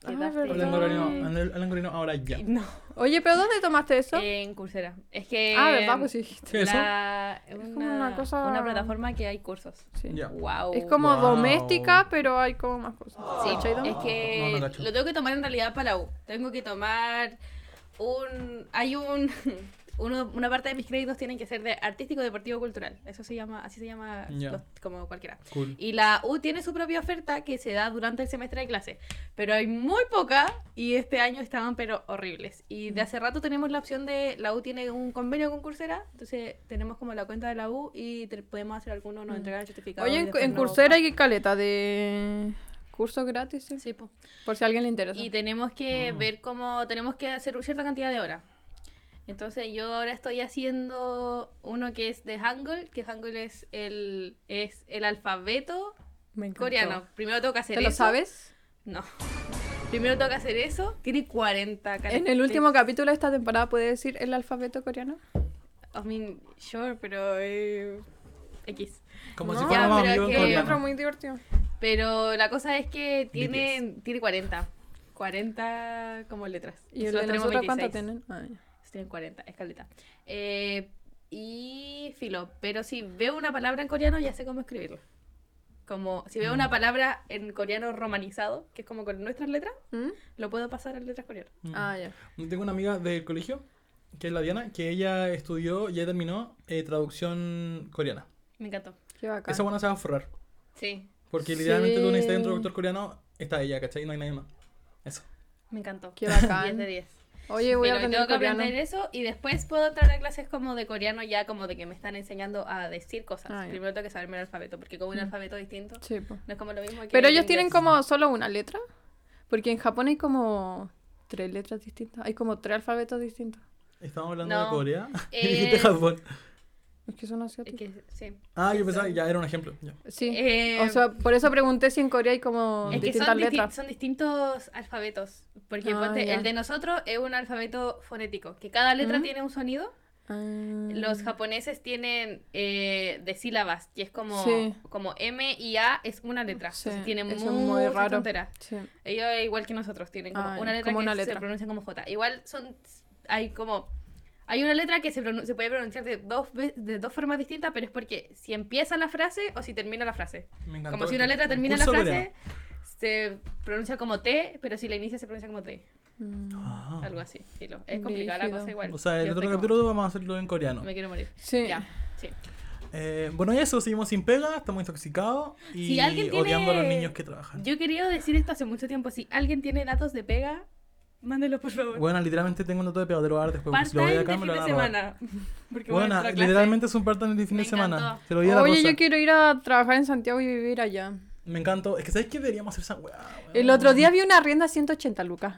Speaker 1: Ah,
Speaker 3: De darte-
Speaker 1: verdad.
Speaker 2: Hablan
Speaker 1: Ay.
Speaker 2: coreano, hablan- hablan coreano ahora ya.
Speaker 3: No,
Speaker 1: Oye, pero ¿dónde tomaste eso?
Speaker 3: en Coursera. Es que...
Speaker 1: ah, ¿verdad? Pues sí. dijiste.
Speaker 2: ¿Qué es eso?
Speaker 3: la- una,
Speaker 1: como una cosa-
Speaker 3: una plataforma que hay cursos.
Speaker 1: Sí.
Speaker 2: Ya.
Speaker 3: Wow.
Speaker 1: Es como
Speaker 2: Wow.
Speaker 1: doméstica, pero hay como más cosas.
Speaker 3: Sí,
Speaker 1: ¿Cachai, Dom?
Speaker 3: es que
Speaker 2: No, no cacho.
Speaker 3: lo tengo que tomar en realidad para la U. Tengo que tomar un... Hay un... uno- una parte de mis créditos tienen que ser de artístico, deportivo, cultural. Eso se llama... Así se llama
Speaker 2: Ya.
Speaker 3: los- como cualquiera.
Speaker 2: Cool.
Speaker 3: Y la U tiene su propia oferta que se da durante el semestre de clase, pero hay muy poca y este año estaban pero horribles. Y de hace rato tenemos la opción de la U tiene un convenio con Coursera, entonces tenemos como la cuenta de la U y te- podemos hacer algunos, nos entregan el certificado.
Speaker 1: Mm. Oye,
Speaker 3: y
Speaker 1: en,
Speaker 3: después
Speaker 1: en
Speaker 3: nos-
Speaker 1: Coursera hay caleta de cursos gratis, sí,
Speaker 3: Sí, po.
Speaker 1: por si a alguien le interesa.
Speaker 3: Y tenemos que ver cómo tenemos que hacer cierta cantidad de horas. Entonces yo ahora estoy haciendo uno que es de Hangul, que Hangul es el es el alfabeto
Speaker 1: Me encantó.
Speaker 3: coreano. Primero tengo que hacer
Speaker 1: ¿Te lo
Speaker 3: eso.
Speaker 1: sabes?
Speaker 3: No. Primero toca hacer eso. Tiene 40
Speaker 1: En el último capítulo de esta temporada, ¿puede decir el alfabeto coreano?
Speaker 3: I mean, sure, pero. eh, X.
Speaker 2: Como
Speaker 1: No,
Speaker 2: si
Speaker 3: ya,
Speaker 2: fuéramos
Speaker 3: pero
Speaker 2: amigos
Speaker 3: que-
Speaker 1: Yo lo encuentro
Speaker 2: coreanos.
Speaker 1: muy divertido.
Speaker 3: Pero la cosa es que tiene, tiene 40. 40 como letras.
Speaker 1: ¿Y el
Speaker 3: Nosotros
Speaker 1: de
Speaker 3: tenemos
Speaker 1: nosotros cuánto
Speaker 3: 26.
Speaker 1: tienen? Ah, ya.
Speaker 3: Ellos Tienen 40, escaleta. Eh, y filo. Pero si veo una palabra en coreano, ya sé cómo escribirla. Como si veo una
Speaker 1: Mm.
Speaker 3: palabra en coreano romanizado, que es como con nuestras letras,
Speaker 1: ¿Mm?
Speaker 3: lo puedo pasar a letras coreanas.
Speaker 2: Mm.
Speaker 1: Ah, ya.
Speaker 2: Tengo una amiga del colegio, que es la Diana, que ella estudió, ya terminó eh, traducción coreana.
Speaker 3: Me encantó.
Speaker 1: Qué bacán.
Speaker 2: Esa buena se va a forrar.
Speaker 3: Sí,
Speaker 2: Porque literalmente tú necesitas un
Speaker 1: Sí.
Speaker 2: traductor coreano, está ella, ¿cachai? No hay nadie más. Eso.
Speaker 3: me encantó.
Speaker 1: Qué bacán.
Speaker 3: 10 de 10.
Speaker 1: Oye, voy a
Speaker 3: Pero
Speaker 1: aprender
Speaker 3: tengo que
Speaker 1: coreano.
Speaker 3: aprender eso y después puedo entrar a clases como de coreano ya como de que me están enseñando a decir cosas.
Speaker 1: Ah, ya.
Speaker 3: Primero tengo que saberme el alfabeto porque como un alfabeto distinto
Speaker 1: Sí, po.
Speaker 3: no es como lo mismo que
Speaker 1: Pero
Speaker 3: el
Speaker 1: ellos tienen
Speaker 3: inglés.
Speaker 1: como solo una letra. Porque en Japón hay como tres letras distintas. Hay como tres alfabetos distintos.
Speaker 2: Estamos hablando
Speaker 3: No.
Speaker 2: de Corea.
Speaker 3: Eh,
Speaker 2: Y de Japón.
Speaker 1: Es que son
Speaker 3: Es
Speaker 1: asiáticos.
Speaker 3: que, sí.
Speaker 2: Ah, yo pensaba, ya era un ejemplo. ya.
Speaker 1: Sí.
Speaker 3: Eh,
Speaker 1: o sea, por eso pregunté si en Corea hay como
Speaker 3: es que
Speaker 1: distintas
Speaker 3: son, disti-
Speaker 1: letras.
Speaker 3: son distintos alfabetos. Porque
Speaker 1: Ah,
Speaker 3: ponte,
Speaker 1: ya.
Speaker 3: el de nosotros es un alfabeto fonético, que cada letra
Speaker 1: Ujú.
Speaker 3: tiene un sonido.
Speaker 1: Ah.
Speaker 3: Los japoneses tienen eh, de sílabas, que es como,
Speaker 1: Sí.
Speaker 3: como M y A es una letra.
Speaker 1: Sí,
Speaker 3: Entonces tienen
Speaker 1: eso es muy
Speaker 3: muy
Speaker 1: raro.
Speaker 3: tonteras.
Speaker 1: Sí.
Speaker 3: Ellos igual que nosotros tienen como
Speaker 1: Ah,
Speaker 3: una letra
Speaker 1: como
Speaker 3: que
Speaker 1: una
Speaker 3: se
Speaker 1: letra.
Speaker 3: pronuncia como J. Igual son hay como hay una letra que se, pronun- se puede pronunciar de dos ve- de dos formas distintas, pero es porque si empieza la frase o si termina la frase.
Speaker 2: Me encantó
Speaker 3: Como si
Speaker 2: esto.
Speaker 3: una letra termina la
Speaker 2: Curso
Speaker 3: frase
Speaker 2: coreano.
Speaker 3: se pronuncia como T, pero si la inicia se pronuncia como T,
Speaker 1: Mm.
Speaker 2: Ah.
Speaker 3: algo así. filo. Es complicada la
Speaker 1: Brígido.
Speaker 3: cosa igual.
Speaker 2: O sea, el
Speaker 3: Yo
Speaker 2: otro
Speaker 3: estoy como,
Speaker 2: capítulo vamos a hacerlo en coreano.
Speaker 3: me quiero morir.
Speaker 1: Sí.
Speaker 3: Ya. Sí.
Speaker 2: Eh, bueno, y eso, seguimos sin pega, estamos intoxicados y
Speaker 3: Si alguien tiene-
Speaker 2: odiando a los niños que trabajan.
Speaker 3: Yo quería decir esto hace mucho tiempo, si alguien tiene datos de pega, mándelo por favor.
Speaker 2: Bueno, literalmente tengo un dato de pega, te lo voy a dar después. porque si lo voy
Speaker 3: Part-time
Speaker 2: acá,
Speaker 3: de
Speaker 2: me
Speaker 3: fin
Speaker 2: lo
Speaker 3: de
Speaker 2: van a robar.
Speaker 3: semana. Porque voy a
Speaker 2: Bueno,
Speaker 3: entrar a clase.
Speaker 2: literalmente es un part-time de fin
Speaker 3: Me
Speaker 2: de semana.
Speaker 3: encantó.
Speaker 2: Te lo voy a dar.
Speaker 1: Oye, yo quiero ir a trabajar en Santiago y vivir allá.
Speaker 2: Me encantó. Es que ¿sabes qué deberíamos hacer esa weá? weón?
Speaker 1: El otro día vi una rienda a 180 lucas.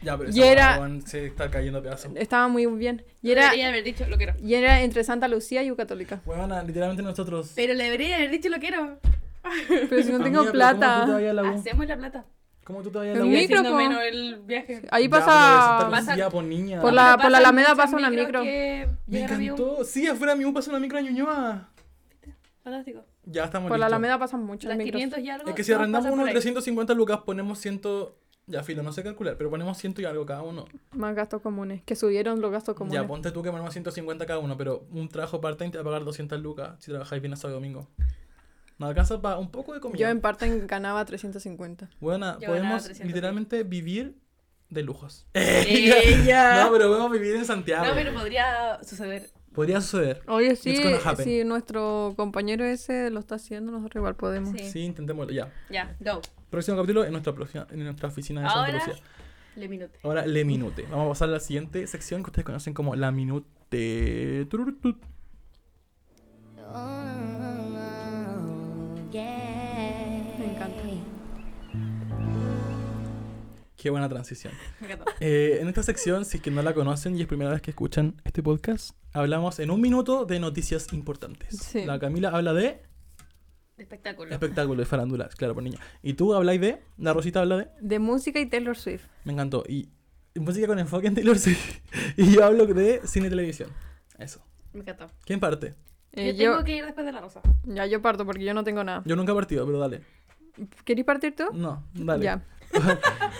Speaker 2: Ya, pero
Speaker 1: y
Speaker 2: esa weá,
Speaker 1: era-
Speaker 2: weón, se está cayendo a pedazos.
Speaker 1: Estaba muy bien. Y
Speaker 3: Le
Speaker 1: era,
Speaker 3: debería haber dicho lo quiero.
Speaker 1: y era entre Santa Lucía y Ucatólica.
Speaker 2: Weona, literalmente nosotros.
Speaker 3: Pero le debería haber dicho lo quiero.
Speaker 1: Pero si no
Speaker 2: Amiga, Ah,
Speaker 1: tengo
Speaker 2: pero ¿Cómo tú te
Speaker 1: plata.
Speaker 2: vayas a la U?
Speaker 3: Hacemos la plata.
Speaker 2: ¿Cómo tú te vayas a la
Speaker 1: En
Speaker 2: U?
Speaker 1: micro,
Speaker 3: Haciendo
Speaker 1: po.
Speaker 3: menos el
Speaker 1: Ahí
Speaker 3: viaje.
Speaker 2: Ya, pero de
Speaker 1: pasa.
Speaker 2: Santa Lucía, po, niña.
Speaker 1: por la- por la
Speaker 3: Pasan
Speaker 1: Alameda
Speaker 3: muchas
Speaker 1: pasa una
Speaker 3: micros
Speaker 1: micro.
Speaker 3: que
Speaker 2: Me
Speaker 3: llegan a Biu.
Speaker 2: encantó. Sí, afuera mi U pasa una micro a Ñuñoa.
Speaker 3: Fantástico.
Speaker 2: Ya estamos
Speaker 1: Por la
Speaker 2: listos.
Speaker 1: Alameda pasan muchos
Speaker 3: Las
Speaker 1: micros.
Speaker 3: 500 y algo.
Speaker 2: Es que si
Speaker 3: todos
Speaker 2: arrendamos
Speaker 3: pasan
Speaker 2: uno
Speaker 3: por
Speaker 2: de
Speaker 3: ahí.
Speaker 2: 350 lucas, ponemos 100. Ya, filo, no sé calcular, pero ponemos 100 y algo cada uno.
Speaker 1: Más gastos comunes. Que subieron los gastos
Speaker 2: Ya,
Speaker 1: comunes.
Speaker 2: ponte tú que ponemos 150 cada uno, pero un trabajo part-time te va a pagar 200 lucas si trabajáis bien sábado y domingo. No alcanza para un poco de
Speaker 1: Yo
Speaker 2: comida.
Speaker 1: en parte ganaba 350.
Speaker 2: Bueno,
Speaker 3: Yo ganaba
Speaker 2: podemos
Speaker 3: 300
Speaker 2: literalmente vivir de lujos.
Speaker 3: Ella.
Speaker 2: No, pero podemos vivir en Santiago.
Speaker 3: Eh. No, pero podría suceder.
Speaker 2: Podría suceder.
Speaker 1: Oye, sí,
Speaker 2: It's gonna happen.
Speaker 1: si nuestro compañero ese lo está haciendo, nosotros igual podemos.
Speaker 3: Sí.
Speaker 2: Sí, intentémoslo. Ya.
Speaker 3: Ya, go.
Speaker 2: Próximo capítulo en nuestra, próxima- en nuestra oficina de Ah, Santa
Speaker 3: Ahora-
Speaker 2: Lucía.
Speaker 3: Le minute.
Speaker 2: Ahora, Le Minute. Vamos a pasar a la siguiente sección que ustedes conocen como La Minute. Tururutut.
Speaker 1: Me encanta.
Speaker 2: Qué buena transición.
Speaker 3: Me encantó.
Speaker 2: Eh, en esta sección, si es que no la conocen y es primera vez que escuchan este podcast, hablamos en un minuto de noticias importantes.
Speaker 1: Sí.
Speaker 2: La Camila habla de
Speaker 3: De espectáculo.
Speaker 2: espectáculo de farándulas, claro, por niña. Y tú habláis de, la Rosita habla de,
Speaker 1: De música y Taylor Swift.
Speaker 2: me encantó. Y y música con enfoque en Taylor Swift. Y yo hablo de cine y televisión. Eso.
Speaker 3: Me encantó.
Speaker 2: ¿Quién parte?
Speaker 1: Eh,
Speaker 3: yo
Speaker 1: yo,
Speaker 3: tengo que ir después de la rosa.
Speaker 1: Ya, yo parto porque yo no tengo nada.
Speaker 2: Yo nunca he partido, pero dale.
Speaker 1: ¿Querés partir tú?
Speaker 2: No, dale.
Speaker 1: Ya.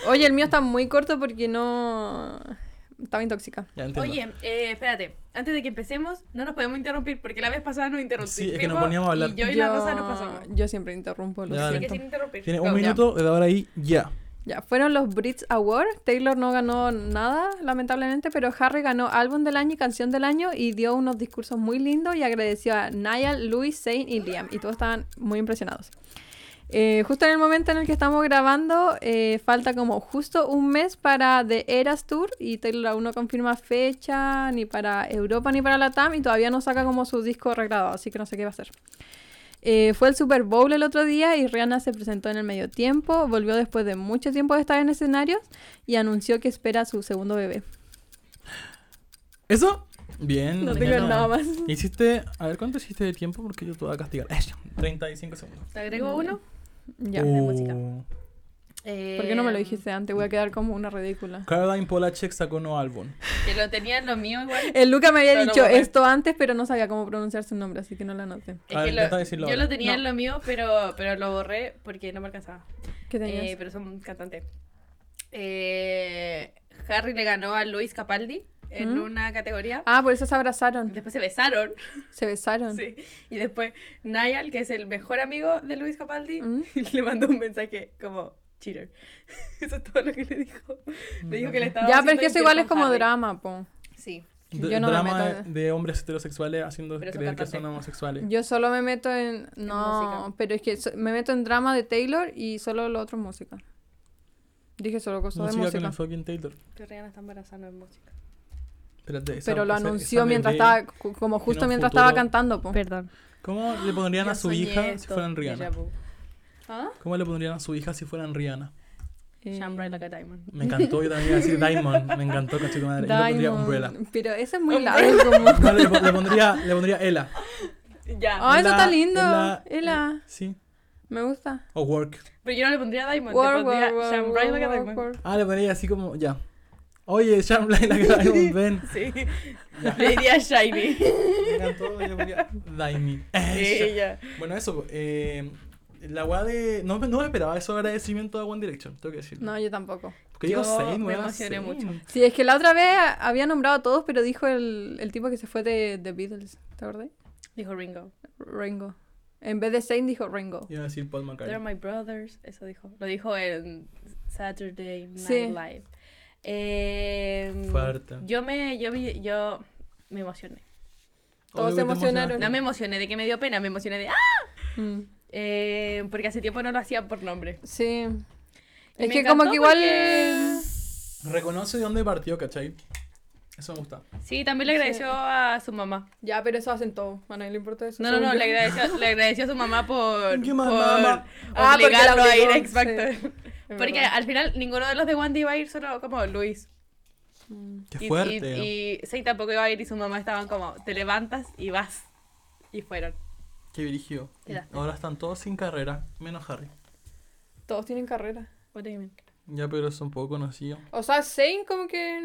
Speaker 1: Oye, el mío está muy corto porque no. Estaba intoxicada.
Speaker 2: Ya entiendo.
Speaker 3: Oye, eh, espérate. Antes de que empecemos, no nos podemos interrumpir porque la vez pasada nos interrumpimos.
Speaker 2: Sí, es que nos poníamos a hablar.
Speaker 3: Y yo y la rosa nos pasamos.
Speaker 1: Yo siempre interrumpo, lo
Speaker 2: Ya,
Speaker 3: Así
Speaker 2: dale.
Speaker 3: que
Speaker 1: siento.
Speaker 3: sin interrumpir.
Speaker 2: Tiene
Speaker 3: Go.
Speaker 2: un minuto de ahora ahí ya.
Speaker 1: Ya, fueron los Brits Awards. Taylor no ganó nada, lamentablemente, pero Harry ganó álbum del año y canción del año y dio unos discursos muy lindos y agradeció a Niall, Louis, Zane y Liam. Y todos estaban muy impresionados. Eh, justo en el momento en el que estamos grabando, eh, falta como justo un mes para The Eras Tour y Taylor aún no confirma fecha ni para Europa ni para la TAM y todavía no saca como su disco regrabado, así que no sé qué va a hacer. Eh, fue el Super Bowl el otro día y Rihanna se presentó en el medio tiempo, volvió después de mucho tiempo de estar en escenarios y anunció que espera a su segundo bebé.
Speaker 2: ¿Eso?
Speaker 3: Mm,
Speaker 2: Bien.
Speaker 1: No
Speaker 2: bien,
Speaker 1: tengo
Speaker 2: no.
Speaker 1: nada más.
Speaker 2: Hiciste, a ver, ¿cuánto hiciste de tiempo? Porque yo te voy a castigar. 35 segundos.
Speaker 3: ¿Te agrego uno?
Speaker 1: Ya.
Speaker 2: Oh.
Speaker 3: música.
Speaker 1: ¿Por qué no me lo dijiste antes? Voy a quedar como una ridícula.
Speaker 2: Caroline Polachek sacó nuevo álbum.
Speaker 3: Que lo tenían lo mío igual.
Speaker 1: El Luca me había
Speaker 3: Solo
Speaker 1: dicho
Speaker 3: mujer.
Speaker 1: esto antes, pero no sabía cómo pronunciar su nombre, así que no la anoté.
Speaker 3: Es
Speaker 2: A
Speaker 3: que
Speaker 2: ver,
Speaker 3: lo-
Speaker 2: intenta decirlo
Speaker 3: yo
Speaker 2: ahora.
Speaker 3: lo tenía
Speaker 1: No.
Speaker 3: en lo mío, pero, pero lo borré porque no me alcanzaba.
Speaker 1: ¿Qué tenías?
Speaker 3: Eh, pero son cantantes. Eh, Harry le ganó a Luis Capaldi en
Speaker 1: ¿Mm?
Speaker 3: una categoría.
Speaker 1: Ah, por eso se abrazaron.
Speaker 3: Después se besaron.
Speaker 1: Se besaron.
Speaker 3: Sí. Y después Niall, que es el mejor amigo de Luis Capaldi,
Speaker 1: ¿Mm?
Speaker 3: le mandó un mensaje como cheater. Eso es todo lo que le dijo. Le dijo que le estaba
Speaker 1: Ya, pero es
Speaker 3: haciendo
Speaker 1: que eso igual es
Speaker 3: infiel con
Speaker 1: como
Speaker 3: Harry.
Speaker 1: drama, po.
Speaker 3: Sí.
Speaker 1: Yo
Speaker 2: D-
Speaker 1: no me
Speaker 2: drama
Speaker 1: meto
Speaker 2: de- de hombres heterosexuales haciendo
Speaker 3: Pero son
Speaker 2: creer que
Speaker 3: cantantes.
Speaker 2: son homosexuales.
Speaker 1: Yo solo me meto en... No,
Speaker 3: música.
Speaker 1: pero es que so- me meto en drama de Taylor y solo lo otro es música. Dije solo cosas de
Speaker 2: Música con
Speaker 1: música.
Speaker 2: el fucking Taylor.
Speaker 3: Que Rihanna está embarazada en música.
Speaker 2: Espérate, esa-
Speaker 1: Pero lo
Speaker 2: esa-
Speaker 1: anunció
Speaker 2: esa
Speaker 1: mientras
Speaker 2: bebé-
Speaker 1: estaba, cu- como justo
Speaker 2: un
Speaker 1: mientras
Speaker 2: futuro-
Speaker 1: estaba cantando, po.
Speaker 3: Perdón.
Speaker 2: ¿Cómo le pondrían a su hija si fueran Rihanna?
Speaker 3: ¿Ah?
Speaker 2: ¿Cómo le pondrían a su hija si fueran Rihanna?
Speaker 1: Eh,
Speaker 3: Umbrella Cat Diamond.
Speaker 2: Me encantó, yo también iba a decir Diamond. Me encantó con tu madre. Yo le pondría
Speaker 1: Diamond.
Speaker 2: Umbrella.
Speaker 1: Pero eso es muy largo, como... Oh,
Speaker 2: No, le, le pondría, le pondría Ella.
Speaker 3: Ya.
Speaker 1: Ah, eso está
Speaker 2: La-
Speaker 1: lindo.
Speaker 2: la-
Speaker 1: Ela.
Speaker 2: Sí.
Speaker 1: Me gusta.
Speaker 2: O Work.
Speaker 3: Pero yo no le pondría Diamond,
Speaker 1: War,
Speaker 3: le
Speaker 1: war,
Speaker 3: pondría
Speaker 1: war,
Speaker 3: Umbrella
Speaker 1: war,
Speaker 3: Cat
Speaker 1: war,
Speaker 3: Diamond.
Speaker 1: war.
Speaker 2: Ah, le pondría así como, ya. Oye, Shambhala, la que Diamond, ven.
Speaker 3: Sí. Le diría Shiny.
Speaker 2: Me encantó, yo le pondría Daimi.
Speaker 3: Sí, ya.
Speaker 2: Bueno, eso. Eh, la weá de. No, me- no me esperaba eso de agradecimiento a One Direction, tengo que decirlo.
Speaker 1: No, yo tampoco.
Speaker 2: Porque digo
Speaker 3: yo
Speaker 2: Zayn,
Speaker 3: me
Speaker 2: weá,
Speaker 3: emocioné
Speaker 2: Zayn.
Speaker 3: mucho.
Speaker 1: Sí, es que la otra vez había nombrado a todos, pero dijo el, el tipo que se fue de The Beatles, ¿te acordás?
Speaker 3: Dijo Ringo.
Speaker 1: Ringo. En vez de Zayn dijo Ringo.
Speaker 2: Iba a decir Paul McCartney.
Speaker 3: They're my brothers. Eso dijo. Lo dijo en Saturday Night
Speaker 1: Sí.
Speaker 3: Live. Eh,
Speaker 2: Fuerte.
Speaker 3: Yo me, yo, vi- yo me emocioné.
Speaker 1: Todos
Speaker 2: Obvio que
Speaker 1: se
Speaker 2: te
Speaker 1: emocionaron.
Speaker 2: emocionaste.
Speaker 3: No me emocioné de que me dio pena, me emocioné de ¡ah!
Speaker 1: Mm,
Speaker 3: Eh, porque hace tiempo no lo hacía por nombre.
Speaker 1: Sí.
Speaker 3: Y
Speaker 1: Es
Speaker 3: me
Speaker 1: que como
Speaker 3: encantó
Speaker 1: que igual...
Speaker 3: porque-
Speaker 2: Reconoce de dónde partió, ¿cachai? Eso me gusta.
Speaker 3: Sí, también le agradeció a su mamá.
Speaker 1: Ya, pero eso hacen todos. A nadie le importa eso.
Speaker 3: No, no, no,
Speaker 1: según
Speaker 3: le
Speaker 1: yo.
Speaker 3: agradeció, le agradeció a su mamá por,
Speaker 2: Thank you, my
Speaker 3: por
Speaker 2: mama.
Speaker 1: Ah, porque la
Speaker 3: obligarlo a ir
Speaker 1: obligó,
Speaker 3: a X Factor.
Speaker 1: Es
Speaker 3: Porque
Speaker 1: verdad.
Speaker 3: al final ninguno de los de Wandy iba a ir, solo como Luis.
Speaker 2: Qué
Speaker 1: Mm.
Speaker 3: Y-
Speaker 2: fuerte.
Speaker 3: Y, y Zayn tampoco iba a ir y su mamá estaban como, te levantas y vas. Y fueron.
Speaker 2: Qué dirigido.
Speaker 3: Qué lástima.
Speaker 2: Ahora están todos sin carrera, menos Harry.
Speaker 1: Todos tienen carrera.
Speaker 2: Ya, pero es un poco conocido.
Speaker 1: O sea, Zayn como que...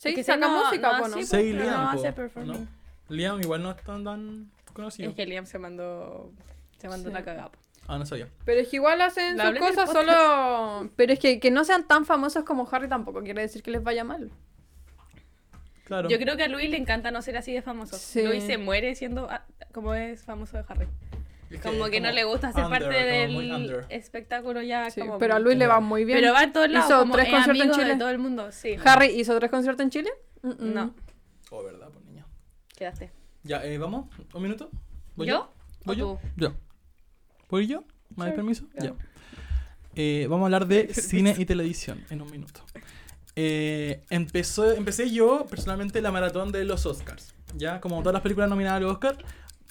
Speaker 1: Zayn
Speaker 3: que Zayn
Speaker 1: saca
Speaker 3: no-
Speaker 1: música,
Speaker 3: no
Speaker 1: po, ¿no?
Speaker 3: hace- Sí,
Speaker 2: Sei y
Speaker 3: pues, pero
Speaker 2: Liam,
Speaker 3: no
Speaker 2: po,
Speaker 3: hace performing.
Speaker 2: ¿no? Liam igual no es tan, tan conocido.
Speaker 3: Es que Liam se mandó, se mandó
Speaker 1: Sí.
Speaker 3: la cagada. po.
Speaker 2: Ah, no sabía.
Speaker 1: Pero es que igual hacen
Speaker 3: La
Speaker 1: sus
Speaker 3: hablé en el
Speaker 1: cosas solo... Pero es que que no sean tan famosos como Harry tampoco quiere decir que les vaya mal.
Speaker 2: Claro.
Speaker 3: Yo creo que a Luis le encanta no ser así de famoso.
Speaker 1: Sí.
Speaker 3: Luis se muere siendo ah, como es famoso de Harry.
Speaker 2: Es
Speaker 3: Como que no
Speaker 2: como
Speaker 3: le gusta ser
Speaker 2: under,
Speaker 3: parte
Speaker 2: como muy
Speaker 3: del
Speaker 2: under.
Speaker 3: espectáculo ya.
Speaker 1: Sí,
Speaker 3: Ah, como
Speaker 1: pero a Luis le va muy bien.
Speaker 3: Pero va a todos lados.
Speaker 1: Hizo
Speaker 3: como
Speaker 1: tres
Speaker 3: es
Speaker 1: conciertos en
Speaker 3: amigo
Speaker 1: Chile. mm.
Speaker 3: de todo el mundo, sí.
Speaker 1: Harry hizo tres conciertos en Chile. Mm-mm.
Speaker 3: No,
Speaker 2: Oh, verdad, por niña.
Speaker 3: quedaste.
Speaker 2: Ya, eh, vamos. ¿Un minuto? ¿Voy
Speaker 3: ¿Yo? ¿O
Speaker 2: ¿Voy
Speaker 3: tú?
Speaker 2: yo? Yo. ¿Voy yo? ¿Me dais
Speaker 1: Sure,
Speaker 2: permiso?
Speaker 1: claro.
Speaker 2: Ya. Eh, vamos a hablar de cine y televisión en un minuto. Eh, empezó, empecé yo personalmente la maratón de los Oscars. Ya, como todas las películas nominadas a los Oscars,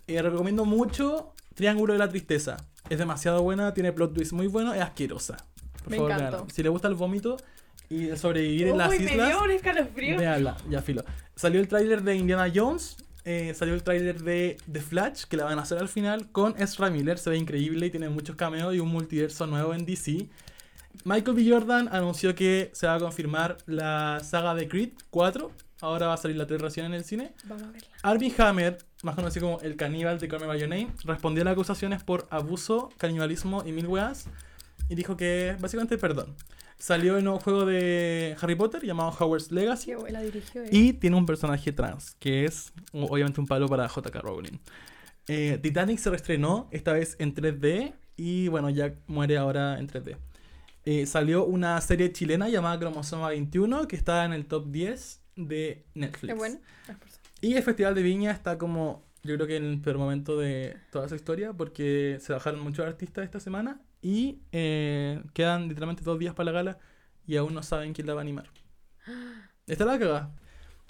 Speaker 2: eh, recomiendo mucho Triángulo de la Tristeza. Es demasiado buena, tiene plot twist muy bueno, es asquerosa. Por
Speaker 1: Me
Speaker 2: favor,
Speaker 1: encantó.
Speaker 2: véanla. Si le gusta el vómito y el sobrevivir en las
Speaker 3: Uy,
Speaker 2: islas.
Speaker 3: me dio un escalofrío.
Speaker 2: Véala, ya filo. Salió el tráiler de Indiana Jones, eh, salió el tráiler de The Flash, que la van a hacer al final, con Ezra Miller, se ve increíble y tiene muchos cameos y un multiverso nuevo en DC. Michael B. Jordan anunció que se va a confirmar la saga de Creed 4, ahora va a salir la 3 recién en el cine.
Speaker 3: Vamos a verla.
Speaker 2: Armie Hammer, más conocido como el caníbal de Call Me By Your Name, respondió a las acusaciones por abuso, canibalismo y mil weas. Y dijo que, básicamente, perdón. Salió el nuevo juego de Harry Potter llamado Howard's Legacy.
Speaker 1: la dirigió él.
Speaker 2: Y tiene un personaje trans, que es o- obviamente un palo para JK Rowling. Eh, Titanic se reestrenó, esta vez en 3D, y bueno, Jack muere ahora en 3D. Eh, salió una serie chilena llamada Cromosoma 21, que está en el top 10 de Netflix.
Speaker 1: Es bueno.
Speaker 2: Y el Festival de Viña está como, yo creo que en el peor momento de toda su historia, porque se bajaron muchos artistas esta semana y eh, quedan literalmente dos días para la gala y aún no saben quién la va a animar. Está la cagada.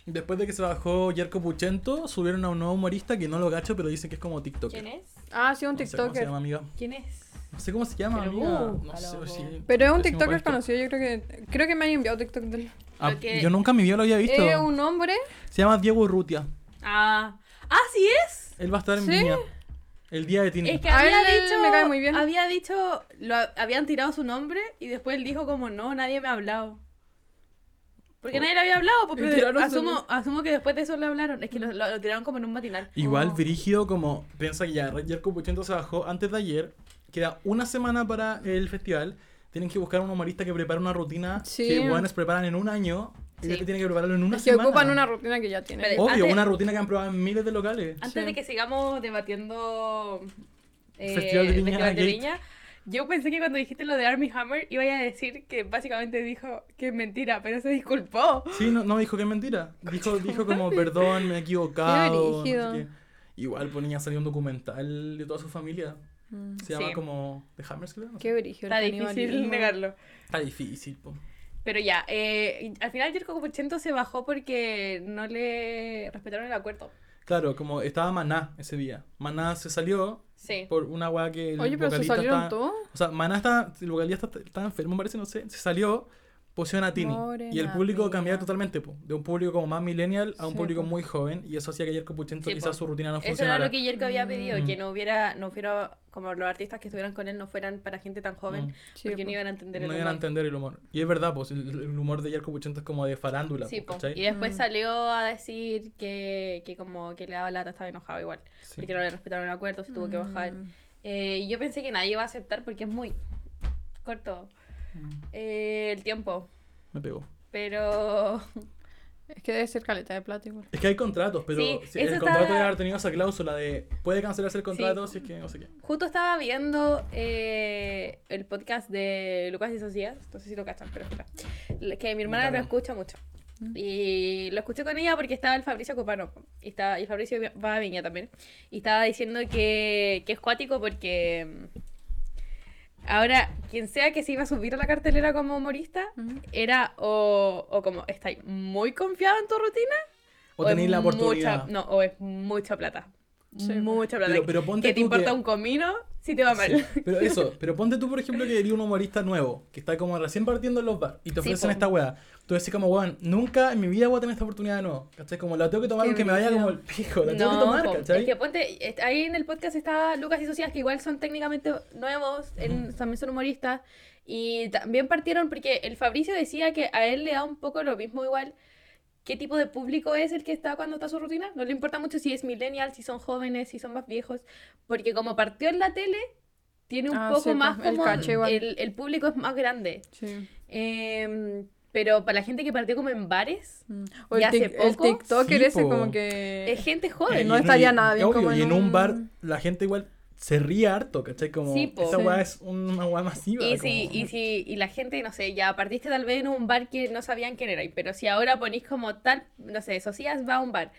Speaker 2: Después de que se bajó Jerko Puchento, subieron a un nuevo humorista que no lo gacho, pero dicen que es como TikTok.
Speaker 3: ¿Quién es?
Speaker 1: Ah, sí, un
Speaker 2: No sé cómo se
Speaker 1: TikToker.
Speaker 2: llama, amiga.
Speaker 3: ¿Quién es?
Speaker 2: No sé cómo se llama,
Speaker 3: Pero uh,
Speaker 2: amiga. No
Speaker 3: búscalo,
Speaker 2: sé,
Speaker 3: vos.
Speaker 2: sí.
Speaker 1: Pero es
Speaker 2: Pésimo
Speaker 1: un TikToker
Speaker 2: para esto.
Speaker 1: conocido, yo creo que... Creo que me han enviado TikTok de él.
Speaker 2: Ah,
Speaker 3: Lo que-
Speaker 2: Yo nunca en mi vida lo había visto.
Speaker 1: Es un hombre
Speaker 2: Se llama Diego Urrutia.
Speaker 3: Ah, ah sí es.
Speaker 2: Él va a estar en
Speaker 1: ¿Sí?
Speaker 2: Viña. El día de Tini.
Speaker 3: Es que
Speaker 1: A
Speaker 3: había
Speaker 1: él
Speaker 3: dicho,
Speaker 1: me cae muy bien.
Speaker 3: había dicho, lo ha- habían tirado su nombre y después él dijo como no, nadie me ha hablado.
Speaker 2: Oh.
Speaker 3: Porque nadie le había hablado, pues,
Speaker 1: Y
Speaker 3: pero
Speaker 1: tiraron su
Speaker 3: asumo, asumo que después de eso le hablaron. Es que lo, lo- lo tiraron como en un matinal.
Speaker 2: Igual
Speaker 1: Oh.
Speaker 2: Virigio, como piensa que ya Red Jerko Puchento se bajó antes de ayer, queda una semana para el festival. Tienen que buscar a un humorista que prepare una rutina
Speaker 1: Sí.
Speaker 2: que buenas preparan en un año. Y este
Speaker 3: Sí.
Speaker 2: tiene que prepararlo en una
Speaker 1: Es que
Speaker 2: semana.
Speaker 1: ocupan una rutina que ya tienen.
Speaker 3: Pero-
Speaker 2: Obvio,
Speaker 3: Antes-
Speaker 2: una rutina que han probado en miles de locales.
Speaker 3: Antes
Speaker 1: Sí.
Speaker 3: de que sigamos debatiendo eh,
Speaker 2: Festival de
Speaker 3: el
Speaker 2: Viña
Speaker 3: Festival de
Speaker 2: Gate.
Speaker 3: Viña, yo pensé que cuando dijiste lo de Army Hammer iba a decir que básicamente dijo que es mentira, pero se disculpó.
Speaker 2: Sí, no, no dijo que es mentira. Dijo, dijo como, perdón, me he equivocado.
Speaker 1: Qué brígido.
Speaker 2: no sé qué. Igual, por niña salió un documental de toda su familia.
Speaker 1: Mm.
Speaker 2: Se llama
Speaker 3: Sí.
Speaker 2: como The Hammers, creo. no sé.
Speaker 1: Qué brillo.
Speaker 3: Está difícil negarlo.
Speaker 2: Está difícil, po.
Speaker 3: Pero ya, eh, al final Jerko Puchento se bajó porque no le respetaron el acuerdo.
Speaker 2: Claro, como estaba Maná ese día. Maná se salió
Speaker 3: Sí.
Speaker 2: por una weá que el
Speaker 1: Oye, pero se
Speaker 2: vocalista
Speaker 1: salieron
Speaker 2: está-
Speaker 1: todos.
Speaker 2: O sea, Maná está, el vocalista está, está enfermo, parece, no sé, se salió, pusieron a Tini.
Speaker 1: Morena
Speaker 2: y el público
Speaker 1: mía.
Speaker 2: cambiaba totalmente, po, de un público como más millennial a un
Speaker 1: Sí,
Speaker 2: público
Speaker 1: po.
Speaker 2: muy joven, y eso hacía que ayer Copuchento
Speaker 3: Sí, po.
Speaker 2: quizás su rutina no
Speaker 3: Eso era
Speaker 2: funcionara.
Speaker 3: lo que Jerko había pedido,
Speaker 2: Mm.
Speaker 3: que no hubiera, no fuera, como los artistas que estuvieran con él no fueran para gente tan joven,
Speaker 2: Mm.
Speaker 1: Sí, pues. po.
Speaker 3: porque no iban a entender el
Speaker 2: No iban a
Speaker 3: humor.
Speaker 2: entender el humor. Y es verdad, pues, el, el humor de Yerko Puchento es como de farándula,
Speaker 3: Sí,
Speaker 2: po,
Speaker 3: po.
Speaker 2: ¿cachai?
Speaker 3: Y después
Speaker 1: Mm.
Speaker 3: salió a decir que, que como que le daba lata, estaba enojado igual,
Speaker 2: Sí.
Speaker 3: porque no le respetaron el acuerdo, se tuvo que bajar.
Speaker 1: Mm.
Speaker 3: Eh, y yo pensé que nadie iba a aceptar porque es muy corto eh, el tiempo,
Speaker 2: Me pegó.
Speaker 3: pero...
Speaker 1: Es que debe ser caleta de plata igual.
Speaker 2: Es que hay contratos, pero
Speaker 3: Sí,
Speaker 2: si-
Speaker 3: eso
Speaker 2: el contrato
Speaker 3: estaba-
Speaker 2: debe haber tenido esa cláusula de puede cancelarse el contrato si es que no sé qué.
Speaker 3: Justo estaba viendo eh, el podcast de Lucas y Socias, no sé si lo cachan, pero escucha. Le- que mi hermana lo
Speaker 2: Claro.
Speaker 3: escucha mucho.
Speaker 1: Mm.
Speaker 3: Y lo escuché con ella porque estaba el Fabricio Copano, y, estaba, y Fabricio vi- va a Viña también, y estaba diciendo que, que es cuático porque mm, ahora quien sea que se iba a subir a la cartelera como humorista,
Speaker 1: Mm.
Speaker 3: era o, o como estáis muy confiado en tu rutina,
Speaker 2: O tenéis
Speaker 3: es
Speaker 2: la
Speaker 3: mucha-
Speaker 2: oportunidad.
Speaker 3: no, o es mucha plata.
Speaker 1: Sí.
Speaker 3: Mucha plata.
Speaker 2: Pero, pero ponte
Speaker 3: que te
Speaker 2: tú
Speaker 3: importa
Speaker 2: que-
Speaker 3: un comino si te va mal.
Speaker 2: Sí, pero eso, pero ponte tú, por ejemplo, que eres un humorista nuevo, que está como recién partiendo en los bars y te
Speaker 3: Sí,
Speaker 2: ofrecen
Speaker 3: po.
Speaker 2: esta weá. Tú decís como, weón, nunca en mi vida voy a tener esta oportunidad de nuevo. ¿Cachai? Como la tengo que tomar
Speaker 1: Qué
Speaker 2: aunque me vaya
Speaker 1: brillo.
Speaker 2: como el pijo, la tengo que
Speaker 3: No,
Speaker 2: tomar,
Speaker 3: po,
Speaker 2: ¿cachai?
Speaker 3: es que ponte, est- ahí en el podcast está Lucas y Socias, que igual son técnicamente nuevos, en- también son humoristas, y también partieron porque el Fabricio decía que a él le da un poco lo mismo igual qué tipo de público es el que está cuando está su rutina, no le importa mucho si es millennial, si son jóvenes, si son más viejos, porque como partió en la tele, tiene un
Speaker 1: Ah,
Speaker 3: poco
Speaker 1: sí, po,
Speaker 3: más
Speaker 1: el
Speaker 3: como
Speaker 1: caché igual.
Speaker 3: el- el público es más grande.
Speaker 1: Sí.
Speaker 3: Em, pero para la gente que partió como en bares,
Speaker 1: Mm. O el,
Speaker 3: Y hace
Speaker 1: tic- el
Speaker 3: poco-
Speaker 1: TikToker
Speaker 2: Sí,
Speaker 1: ese
Speaker 2: po.
Speaker 1: como que...
Speaker 3: es gente
Speaker 2: Eh,
Speaker 3: joven.
Speaker 1: no
Speaker 2: y-
Speaker 1: estaría
Speaker 2: y-
Speaker 1: nada bien
Speaker 2: obvio,
Speaker 1: como
Speaker 2: y en
Speaker 1: en
Speaker 2: un
Speaker 1: un-
Speaker 2: bar la gente igual se ríe harto, ¿cachai? Como
Speaker 3: Sí, po.
Speaker 2: esa
Speaker 1: Sí.
Speaker 2: weá es una weá masiva.
Speaker 3: Y
Speaker 2: como-
Speaker 3: si, y si, y la gente, no sé, ya partiste tal vez en un bar que no sabían quién era, y- pero si ahora ponís como tal, no sé, Socias va a un bar,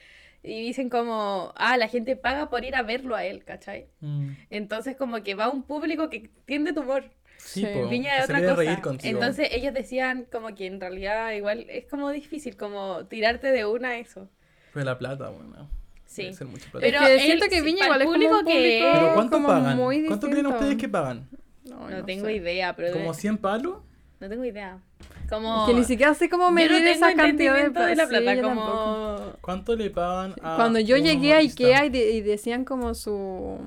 Speaker 3: y dicen como, ah, la gente paga por ir a verlo a él, ¿cachai?
Speaker 2: Mm.
Speaker 3: Entonces como que va un público que tiende tu humor,
Speaker 2: Sí,
Speaker 1: Sí.
Speaker 2: po,
Speaker 3: viña
Speaker 2: que
Speaker 3: de
Speaker 2: se
Speaker 3: otra
Speaker 2: quiere
Speaker 3: cosa.
Speaker 2: reír contigo.
Speaker 3: Entonces ellos decían como que en realidad igual es como difícil como tirarte de una a eso.
Speaker 2: Pero la plata, bueno.
Speaker 3: Sí.
Speaker 2: Debe ser mucha plata.
Speaker 1: Es
Speaker 3: Pero
Speaker 1: que
Speaker 3: él-
Speaker 1: siento que
Speaker 3: sí,
Speaker 1: Viña igual
Speaker 3: para el
Speaker 1: es como un
Speaker 3: público que
Speaker 1: público
Speaker 3: es-
Speaker 2: Pero ¿cuánto
Speaker 1: como
Speaker 2: pagan?
Speaker 1: muy
Speaker 2: ¿Cuánto creen
Speaker 1: distinto.
Speaker 2: ustedes que pagan?
Speaker 1: No,
Speaker 3: No,
Speaker 1: no
Speaker 3: tengo
Speaker 1: sé.
Speaker 3: idea, pero...
Speaker 2: ¿Como
Speaker 3: de-
Speaker 2: 100 palos?
Speaker 3: No tengo idea.
Speaker 1: Es
Speaker 3: Como...
Speaker 1: que ni siquiera sé cómo
Speaker 3: Yo no
Speaker 1: medir
Speaker 3: tengo
Speaker 1: esa cantidad de,
Speaker 3: entendimiento de la
Speaker 1: sí,
Speaker 3: plata,
Speaker 1: yo tampoco.
Speaker 3: como...
Speaker 2: ¿Cuánto le pagan a
Speaker 1: Cuando yo
Speaker 2: un
Speaker 1: llegué a
Speaker 2: humorista?
Speaker 1: Ikea y, de- y decían como su...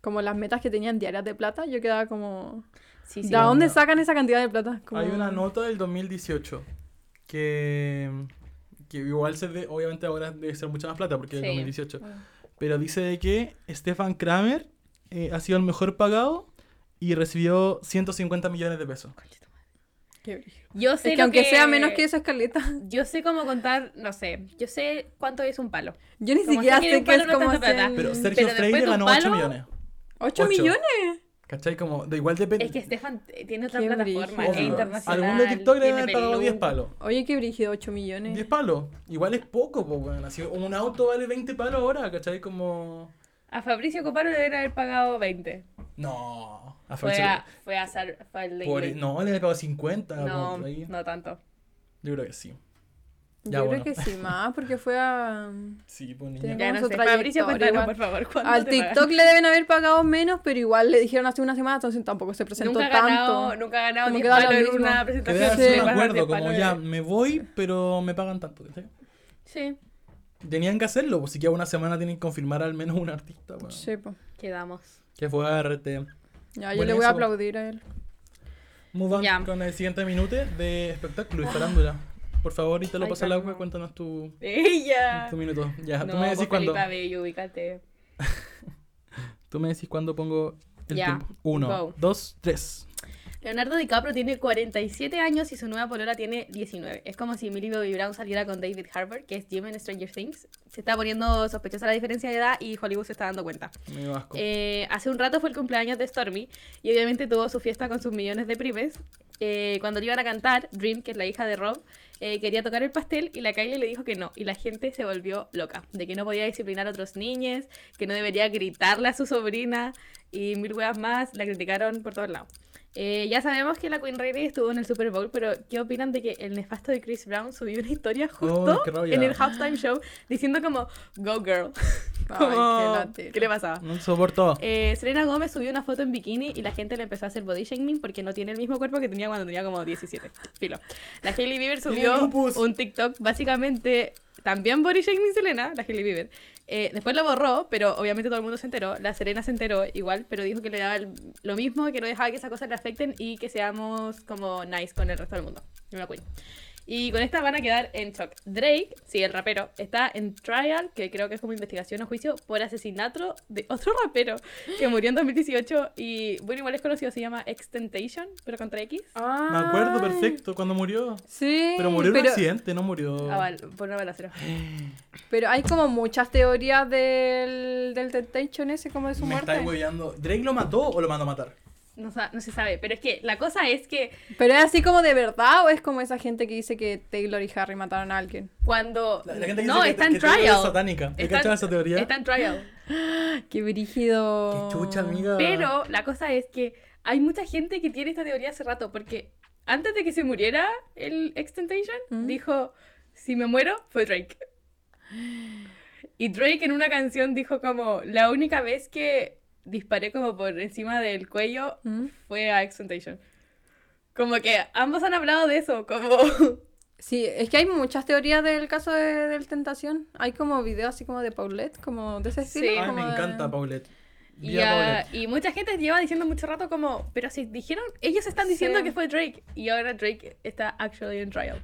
Speaker 1: Como las metas que tenían diarias de plata, yo quedaba como...
Speaker 3: Sí,
Speaker 1: ¿De
Speaker 3: sí.
Speaker 2: Da-
Speaker 1: dónde
Speaker 2: obvio.
Speaker 1: sacan esa cantidad de plata? Como-
Speaker 2: Hay una nota del 2018 que, que igual se de- obviamente ahora debe ser mucha más plata porque es
Speaker 3: Sí.
Speaker 2: del 2018.
Speaker 1: Ah.
Speaker 2: Pero dice de que Stefan Kramer eh, ha sido el mejor pagado y recibió 150 millones de pesos.
Speaker 1: Qué brillo.
Speaker 3: Yo sé
Speaker 1: Es que
Speaker 3: lo
Speaker 1: aunque sea menos que eso es caleta.
Speaker 3: Yo sé cómo contar, no sé, yo sé cuánto es un palo.
Speaker 1: Yo ni
Speaker 3: Como
Speaker 1: siquiera
Speaker 3: sé que de
Speaker 1: sé
Speaker 3: un
Speaker 1: qué es
Speaker 3: palo no
Speaker 1: como
Speaker 3: tanta plata.
Speaker 1: hacer-
Speaker 2: Pero Sergio
Speaker 3: Mm, después
Speaker 2: Freire
Speaker 3: de un
Speaker 2: ganó
Speaker 3: palo-
Speaker 2: 8 millones.
Speaker 1: ¿Ocho
Speaker 2: Ocho.
Speaker 1: millones?
Speaker 2: ¿Cachai? Como, de igual depende.
Speaker 3: Es que Estefan eh, tiene otra
Speaker 1: Qué
Speaker 3: plataforma,
Speaker 1: brillo.
Speaker 3: es
Speaker 2: Obvio.
Speaker 3: internacional.
Speaker 2: Algún de TikTok le
Speaker 3: tiene
Speaker 2: haber pagado
Speaker 3: Perú. Eh.
Speaker 2: 10 palos.
Speaker 1: Oye, qué brígido, 8 millones.
Speaker 2: 10 palos. Igual es poco, pues, bueno. Así, un auto vale 20 palos ahora, ¿cachai? Como.
Speaker 3: A Fabricio Coparo le deben haber pagado 20.
Speaker 2: No. A
Speaker 3: Fue
Speaker 2: Francia-
Speaker 3: a, fue a Sar- fue al de
Speaker 2: Pobre-
Speaker 3: Ingrid.
Speaker 2: no, le he pagado 50.
Speaker 3: no,
Speaker 2: por ahí.
Speaker 3: no tanto.
Speaker 2: Yo creo que sí.
Speaker 1: Yo
Speaker 2: Ya,
Speaker 1: creo
Speaker 2: bueno.
Speaker 1: que sí, más, porque fue a...
Speaker 2: Sí, pues niña.
Speaker 1: Tengo-
Speaker 3: Ya
Speaker 1: Como
Speaker 3: no
Speaker 1: su
Speaker 3: sé, Fabricio
Speaker 1: trayectoria,
Speaker 3: Coparo,
Speaker 1: igual.
Speaker 3: por favor, ¿cuánto
Speaker 1: Al
Speaker 3: te pagan?
Speaker 1: TikTok le deben haber pagado menos, pero igual le dijeron hace una semana, entonces tampoco se presentó
Speaker 3: Nunca ha ganado,
Speaker 1: tanto.
Speaker 3: nunca ha ganado
Speaker 1: Como
Speaker 3: 10
Speaker 1: que da lo
Speaker 3: palos en
Speaker 1: mismo.
Speaker 3: una
Speaker 2: Que debe
Speaker 3: presentación.
Speaker 1: Sí.
Speaker 2: hacer un
Speaker 3: le pagan 10
Speaker 2: acuerdo, como
Speaker 3: palos.
Speaker 2: ya me voy, pero me pagan tanto. ¿cachai?
Speaker 3: Sí.
Speaker 2: Tenían que hacerlo, pues si queda una semana tienen que confirmar al menos un artista, weón.
Speaker 1: Sí, pues.
Speaker 3: Quedamos.
Speaker 2: Qué fuerte.
Speaker 1: Ya, yo
Speaker 2: Bueno,
Speaker 1: le voy a
Speaker 2: eso.
Speaker 1: aplaudir a él.
Speaker 2: Move on
Speaker 3: Ya.
Speaker 2: con el siguiente minuto de espectáculo y farándula. Por favor, y te lo
Speaker 3: Ay,
Speaker 2: pasa el agua,
Speaker 3: calma.
Speaker 2: cuéntanos tu,
Speaker 3: ¡Ella!
Speaker 2: tu minuto. Ya,
Speaker 3: no, pues,
Speaker 2: tú me decís
Speaker 3: vos,
Speaker 2: cuándo.
Speaker 3: Felipa Bello, ubícate.
Speaker 2: Tú me decís cuándo pongo el
Speaker 3: Ya,
Speaker 2: tiempo. Uno,
Speaker 3: go.
Speaker 2: dos, tres.
Speaker 3: Leonardo DiCaprio tiene 47 años y su nueva polola tiene 19. Es como si Millie Bobby Brown saliera con David Harbour, que es Jim en Stranger Things. Se está poniendo sospechosa la diferencia de edad y Hollywood se está dando cuenta.
Speaker 2: Me dio asco.
Speaker 3: Eh, hace un rato fue el cumpleaños de Stormy y obviamente tuvo su fiesta con sus millones de primes. Eh, cuando le iban a cantar, Dream, que es la hija de Rob, eh, quería tocar el pastel y la Kylie le dijo que no. Y la gente se volvió loca, de que no podía disciplinar a otros niños, que no debería gritarle a su sobrina y mil weas más. La criticaron por todos lados. Eh, ya sabemos que la Queen Rayleigh estuvo en el Super Bowl, pero ¿qué opinan de que el nefasto de Chris Brown subió una historia justo
Speaker 2: Oh, qué rabia.
Speaker 3: en el halftime show diciendo como, go girl?
Speaker 1: Ay,
Speaker 3: Como,
Speaker 1: qué latero.
Speaker 3: ¿Qué le pasaba?
Speaker 2: No soporto.
Speaker 3: Eh, Selena Gómez subió una foto en bikini y la gente le empezó a hacer body shaming porque no tiene el mismo cuerpo que tenía cuando tenía como 17. Filo. La Hailey Bieber subió
Speaker 2: lupus.
Speaker 3: un TikTok básicamente también body shaming Selena, la Hailey Bieber. Eh, después la borró, pero obviamente todo el mundo se enteró. La Serena se enteró igual, pero dijo que le daba el- lo mismo, que no dejaba que esas cosas le afecten y que seamos como nice con el resto del mundo. Una queen. Y con esta van a quedar en shock. Drake, sí, el rapero, está en trial, que creo que es como investigación o juicio, por asesinato de otro rapero que murió en 2018. Y bueno, igual es conocido, se llama Extentation, pero contra X.
Speaker 2: Me acuerdo
Speaker 1: Ay.
Speaker 2: perfecto cuando murió.
Speaker 1: Sí.
Speaker 2: Pero murió en un
Speaker 1: pero,
Speaker 2: accidente, no murió.
Speaker 3: Mm, Ah, val- por una balacera.
Speaker 1: pero hay como muchas teorías del, del Temptation ese, como de su
Speaker 2: Me
Speaker 1: muerte.
Speaker 2: estáis hueveando. ¿Drake lo mató o lo mandó a matar?
Speaker 3: No, sa- no se sabe, pero es que la cosa es que
Speaker 1: Pero es así como de verdad o es como esa gente que dice que Taylor y Harry mataron a alguien.
Speaker 3: cuando.
Speaker 2: La, la gente que
Speaker 3: no,
Speaker 2: dice que-
Speaker 3: está en
Speaker 2: que Taylor es
Speaker 3: trial.
Speaker 2: satánica. ¿Te
Speaker 3: Está,
Speaker 2: cachas esa teoría?
Speaker 3: está en trial.
Speaker 1: Qué brígido.
Speaker 2: Qué chucha, amiga.
Speaker 3: Pero la cosa es que hay mucha gente que tiene esta teoría hace rato, porque antes de que se muriera el Extentation,
Speaker 1: ¿Mm?
Speaker 3: dijo, si me muero, fue Drake. Y Drake en una canción dijo como, la única vez que disparé como por encima del cuello
Speaker 1: ¿Mm?
Speaker 3: fue a Extentation. Como que ambos han hablado de eso, como...
Speaker 1: Sí, es que hay muchas teorías del caso de, del Tentación. Hay como videos así como de Paulette, como de ese
Speaker 3: Sí.
Speaker 1: estilo.
Speaker 2: Ay,
Speaker 1: como
Speaker 2: me
Speaker 1: de-
Speaker 2: encanta Paulette.
Speaker 3: Y,
Speaker 2: Viva
Speaker 3: ah,
Speaker 2: Paulette.
Speaker 3: y mucha gente lleva diciendo mucho rato como, pero si dijeron, ellos están diciendo
Speaker 1: Sí.
Speaker 3: que fue Drake y ahora Drake está actually en trial.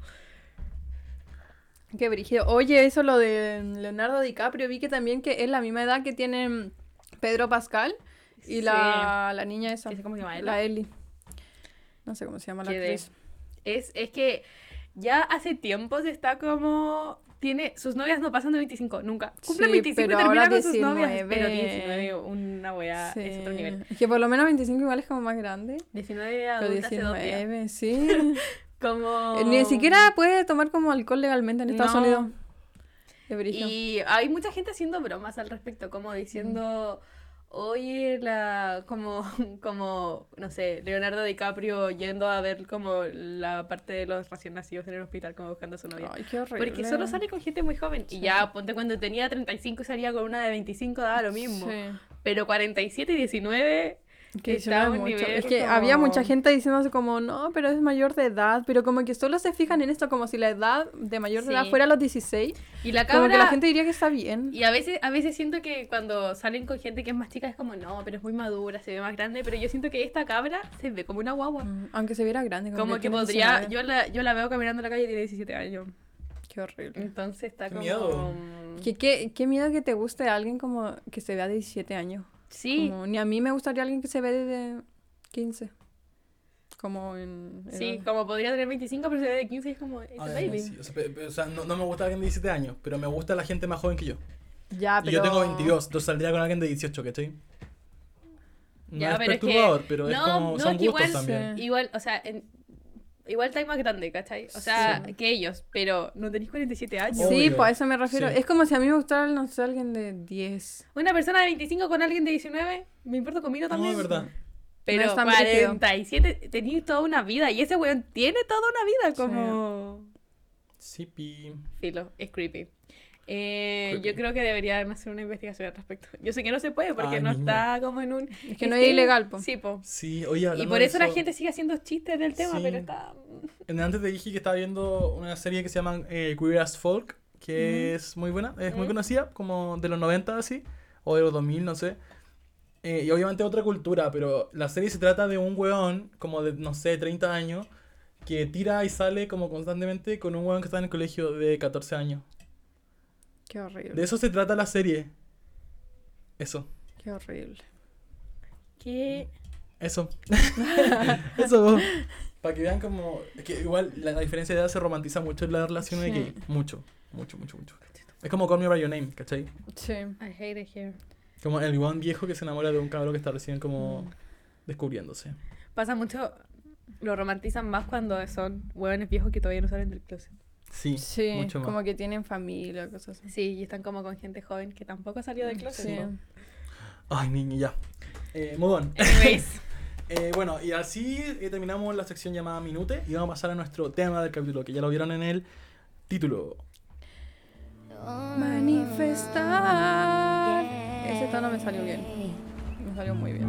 Speaker 1: Qué brígido. Oye, eso lo de Leonardo DiCaprio, vi que también que es la misma edad que tienen Pedro Pascal y
Speaker 3: Sí.
Speaker 1: la, la niña esa.
Speaker 3: Que sé cómo se llama, Ella.
Speaker 1: La Ellie. No sé cómo se llama la
Speaker 3: Que de-
Speaker 1: actriz.
Speaker 3: Es, es que ya hace tiempo se está como... Tiene, sus novias no pasan de 25, nunca. Cumplen
Speaker 1: Sí,
Speaker 3: 25 y
Speaker 1: pero
Speaker 3: terminan
Speaker 1: ahora
Speaker 3: con sus novias.
Speaker 1: 19.
Speaker 3: Pero 19, una weá, es otro nivel.
Speaker 1: Es que por lo menos 25 igual es como más grande.
Speaker 3: 19
Speaker 1: Pero
Speaker 3: adulta hace dos días.
Speaker 1: 19, sí.
Speaker 3: Como...
Speaker 1: Eh, Ni siquiera puede tomar como alcohol legalmente en Estados
Speaker 3: Um, No.
Speaker 1: Unidos. Qué brígido.
Speaker 3: Y hay mucha gente haciendo bromas al respecto, como diciendo, oye, la, como, como, no sé, Leonardo DiCaprio yendo a ver como la parte de los recién nacidos en el hospital, como buscando a su novia.
Speaker 1: Ay, qué horrible.
Speaker 3: Porque solo sale con gente muy joven. Y ya, ponte cuando tenía 35 y salía con una de 25, daba lo mismo.
Speaker 1: Sí.
Speaker 3: Pero 47 y 19,
Speaker 1: Que
Speaker 3: Está
Speaker 1: llora
Speaker 3: a un
Speaker 1: mucho.
Speaker 3: nivel
Speaker 1: Es que
Speaker 3: como-
Speaker 1: había mucha gente diciéndose como, no, pero es mayor de edad. Pero como que solo se fijan en esto, como si la edad de mayor de edad
Speaker 3: Sí.
Speaker 1: fuera a los 16.
Speaker 3: y la cabra...
Speaker 1: Como que la gente diría que está bien.
Speaker 3: Y a veces, a veces siento que cuando salen con gente que es más chica es como, no, pero es muy madura, se ve más grande, pero yo siento que esta cabra se ve como una guagua.
Speaker 1: Mm, Aunque se viera grande.
Speaker 3: Como que
Speaker 1: tiene
Speaker 3: podría,
Speaker 1: 19.
Speaker 3: yo la, yo la veo caminando en la calle y tiene 17 años.
Speaker 1: Qué horrible.
Speaker 3: Entonces está
Speaker 2: Qué
Speaker 3: como...
Speaker 2: miedo.
Speaker 3: Mm.
Speaker 1: Que- que- qué miedo que te guste alguien como que se vea de 17 años.
Speaker 3: Sí,
Speaker 1: Como, ni a mí me gustaría alguien que se ve de 15. Como en...
Speaker 3: sí,
Speaker 1: edad.
Speaker 3: como podría tener 25, pero se ve de 15 y es como... It's a
Speaker 2: Ay,
Speaker 3: baby.
Speaker 2: sí, o sea, pe- pe- o sea, no, no me gusta alguien de 17 años, pero me gusta la gente más joven que yo.
Speaker 3: Ah,
Speaker 1: Ya,
Speaker 2: Y
Speaker 1: pero...
Speaker 2: yo tengo 22, entonces saldría con alguien de 18, ¿cachai? No
Speaker 3: Ya,
Speaker 2: es
Speaker 3: pero es que-
Speaker 2: perturbador, pero es
Speaker 3: No,
Speaker 2: como
Speaker 3: no,
Speaker 2: son
Speaker 3: es que
Speaker 2: gustos
Speaker 3: igual
Speaker 2: también.
Speaker 1: se-
Speaker 3: Igual, o sea, en- igual está más grande, ¿cachai? O sea,
Speaker 1: Sí.
Speaker 3: que ellos, pero no tenéis 47 años.
Speaker 1: Sí,
Speaker 2: Obvio.
Speaker 1: pues a eso me refiero.
Speaker 2: Sí.
Speaker 1: Es como si a mí me gustara, no sé, alguien de 10.
Speaker 3: Una persona de 25 con alguien de 19, me importa comino
Speaker 2: Oh. No,
Speaker 3: también.
Speaker 2: Ah, es verdad.
Speaker 1: No
Speaker 3: Pero
Speaker 1: es tan brígido.
Speaker 3: 47, tenéis toda una vida. Y ese weón tiene toda una vida, como.
Speaker 2: Sí, pi.
Speaker 3: Filo, es creepy. Eh,
Speaker 2: Creepy.
Speaker 3: Yo creo que deberían hacer una investigación al respecto. Yo sé que no se puede porque
Speaker 2: Ay,
Speaker 3: no
Speaker 2: Ah, niña.
Speaker 3: está como en un.
Speaker 1: Es que no es ilegal, po.
Speaker 3: Sí, po.
Speaker 2: Sí, oye, hablando
Speaker 3: Y por
Speaker 2: de
Speaker 3: eso, la gente sigue haciendo chistes del tema,
Speaker 2: Sí.
Speaker 3: pero está.
Speaker 2: En- Antes te dije que estaba viendo una serie que se llama eh, Queer as Folk, que es muy buena, es muy conocida, como de los 90 así, o de los 2000, no sé. Eh, y obviamente otra cultura, pero la serie se trata de un weón, como de, no sé, 30 años, que tira y sale como constantemente con un weón que está en el colegio de 14 años.
Speaker 1: Qué horrible.
Speaker 2: De eso se trata la serie. Eso,
Speaker 1: Qué horrible.
Speaker 3: ¿Qué?
Speaker 2: eso. eso. Para que vean como... es que igual la, la diferencia de edad se romantiza mucho en la relación de
Speaker 1: Sí.
Speaker 2: que... Mucho, mucho, mucho, mucho. Es como Call Me By Your Name, ¿cachai?
Speaker 1: Sí.
Speaker 3: I hate it here.
Speaker 2: Como el weón viejo que se enamora de un cabrón que está recién
Speaker 1: Mm.
Speaker 2: como descubriéndose.
Speaker 3: Pasa mucho, lo romantizan más cuando son hueones viejos que todavía no salen del closet.
Speaker 2: Sí,
Speaker 1: Sí,
Speaker 2: mucho más.
Speaker 1: como que tienen familia, cosas así.
Speaker 3: Sí, y están como con gente joven que tampoco salió del closet.
Speaker 1: Sí.
Speaker 3: ¿no?
Speaker 2: Ay, niña, ya. Eh, move on.
Speaker 3: Anyways,
Speaker 2: Eh, bueno, y así eh, terminamos la sección llamada Minute y vamos a pasar a nuestro tema del capítulo, que ya lo vieron en el título.
Speaker 1: Manifestar. Ese tono me salió bien. Me salió muy bien.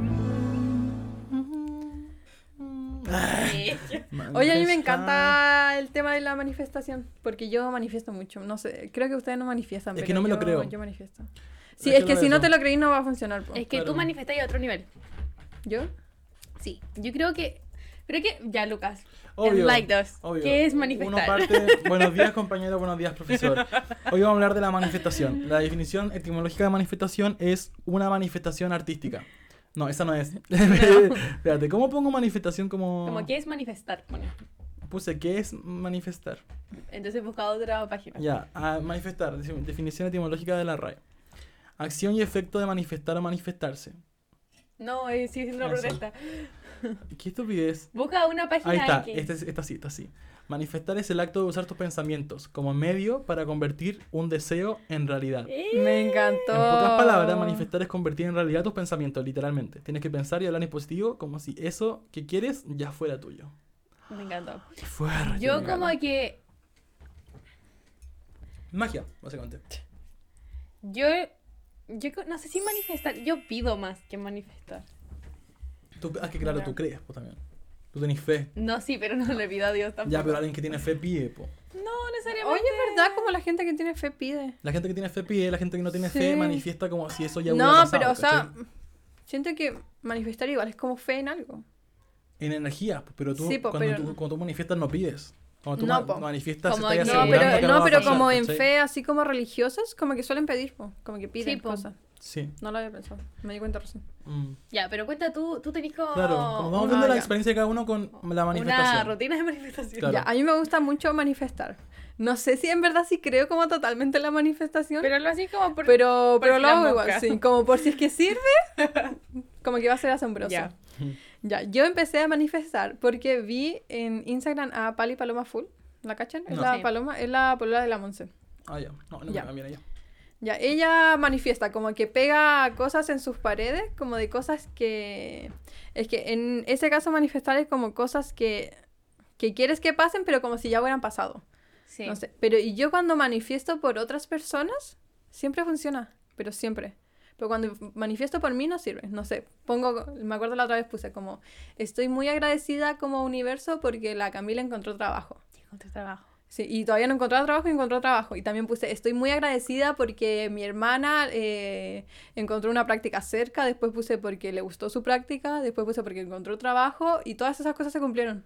Speaker 1: Oye, a mí me encanta el tema de la manifestación, porque yo manifiesto mucho. No sé, creo que ustedes no manifiestan.
Speaker 2: Es que
Speaker 1: pero
Speaker 2: no me lo
Speaker 1: yo-
Speaker 2: creo.
Speaker 1: Yo manifiesto. Sí,
Speaker 2: que
Speaker 1: es que
Speaker 2: no
Speaker 1: si no
Speaker 2: eso.
Speaker 1: te lo creí no va a funcionar. po.
Speaker 3: es que
Speaker 2: Claro.
Speaker 3: tú manifestas a otro nivel.
Speaker 1: ¿Yo?
Speaker 3: Sí, yo creo que, creo que, ya Lucas,
Speaker 2: Obvio,
Speaker 3: enlighten us.
Speaker 2: obvio.
Speaker 3: ¿Qué es
Speaker 2: Uno
Speaker 3: manifestar?
Speaker 2: parte, buenos días compañero, buenos días profesor. Hoy vamos a hablar de la manifestación. La definición etimológica de manifestación es una manifestación artística. No, esa no es. Espérate, ¿cómo pongo manifestación como...
Speaker 3: Como, ¿qué es manifestar? Bueno,
Speaker 2: Puse, ¿qué es manifestar?
Speaker 3: entonces busca otra página.
Speaker 2: Ya, a manifestar, deci- definición etimológica de la RAE. Acción y efecto de manifestar o manifestarse.
Speaker 3: No, eh, sigue siendo una
Speaker 2: Eso.
Speaker 3: protesta.
Speaker 2: ¿Qué estupidez?
Speaker 3: Busca una página
Speaker 2: Ahí está,
Speaker 3: que...
Speaker 2: este, es- esta sí, esta sí. Manifestar es el acto de usar tus pensamientos como medio para convertir un deseo en realidad.
Speaker 3: Eh,
Speaker 1: Me encantó.
Speaker 2: En pocas palabras, manifestar es convertir en realidad tus pensamientos, literalmente. Tienes que pensar y hablar en positivo como si eso que quieres ya fuera tuyo.
Speaker 3: Me encantó.
Speaker 2: Fuerte,
Speaker 3: Yo
Speaker 2: me
Speaker 3: como
Speaker 2: encanta.
Speaker 3: que...
Speaker 2: Magia, básicamente.
Speaker 3: Yo... Yo co- no sé si manifestar... Yo pido más que manifestar.
Speaker 2: Tú, ah, que claro,
Speaker 3: Ya.
Speaker 2: tú crees, pues también. Tú tenés fe.
Speaker 3: No, sí, pero no le pido a Dios tampoco.
Speaker 2: Ya, pero alguien que tiene fe pide, po.
Speaker 3: No necesariamente.
Speaker 1: Oye, es verdad, como la gente que tiene fe pide.
Speaker 2: La gente que tiene fe pide, la gente que no tiene
Speaker 1: Sí.
Speaker 2: fe manifiesta como si eso ya hubiera
Speaker 1: No,
Speaker 2: pasado,
Speaker 1: pero, o sea,
Speaker 2: ¿cachai?
Speaker 1: siento que manifestar igual es como fe en algo.
Speaker 2: En energía, pues, pero tú,
Speaker 1: Sí, po,
Speaker 2: cuando,
Speaker 1: pero-
Speaker 2: tú, cuando tú manifiestas no pides. Cuando tú
Speaker 1: No,
Speaker 2: ma-
Speaker 1: po.
Speaker 2: manifiestas
Speaker 3: Como
Speaker 2: estás
Speaker 3: que-
Speaker 1: No,
Speaker 2: asegurando que
Speaker 1: pero,
Speaker 2: va
Speaker 1: no,
Speaker 2: a
Speaker 1: pero
Speaker 2: pasar,
Speaker 1: como en
Speaker 2: ¿cachai?
Speaker 1: fe, así como religiosas, como que suelen pedir, po, como que piden
Speaker 3: Sí, po.
Speaker 1: cosas.
Speaker 2: Sí.
Speaker 1: No lo había pensado, me di cuenta recién.
Speaker 2: mm.
Speaker 3: Ya, pero cuenta tú, tú tenés como...
Speaker 2: Claro, como vamos
Speaker 3: una-
Speaker 2: viendo la
Speaker 1: ya.
Speaker 2: experiencia de cada uno con la
Speaker 3: Una
Speaker 2: manifestación.
Speaker 3: rutina de manifestación.
Speaker 2: Claro.
Speaker 1: Ya, a mí me gusta mucho manifestar. No sé si en verdad sí creo como totalmente en la manifestación, pero
Speaker 3: Pero lo así como por...
Speaker 1: pero,
Speaker 3: por si
Speaker 1: lo
Speaker 3: las
Speaker 1: hago igual,
Speaker 3: moscas.
Speaker 1: sí, como por si es que sirve, como que va a ser asombroso.
Speaker 3: Ya.
Speaker 1: Ya. yo empecé a manifestar porque vi en Instagram a Pali Paloma Full, ¿la cachan? Es
Speaker 2: No.
Speaker 1: la
Speaker 3: Sí.
Speaker 1: paloma, es la polola de la Monse.
Speaker 2: Ah, ya. No, no,
Speaker 1: Ya.
Speaker 2: mira, mira, ya.
Speaker 1: Ya, ella manifiesta como que pega cosas en sus paredes, como de cosas que... Es que en ese caso manifestar es como cosas que, que quieres que pasen, pero como si ya hubieran pasado.
Speaker 3: Sí.
Speaker 1: No sé. Pero y yo cuando manifiesto por otras personas, siempre funciona, pero siempre. Pero cuando f- manifiesto por mí no sirve, no sé. Pongo, me acuerdo la otra vez puse como, estoy muy agradecida como universo porque la Camila encontró trabajo.
Speaker 3: Encontré trabajo.
Speaker 1: Sí, y todavía no encontraba trabajo y encontró trabajo. Y también puse, estoy muy agradecida porque mi hermana eh, encontró una práctica cerca, después puse porque le gustó su práctica, después puse porque encontró trabajo y todas esas cosas se cumplieron.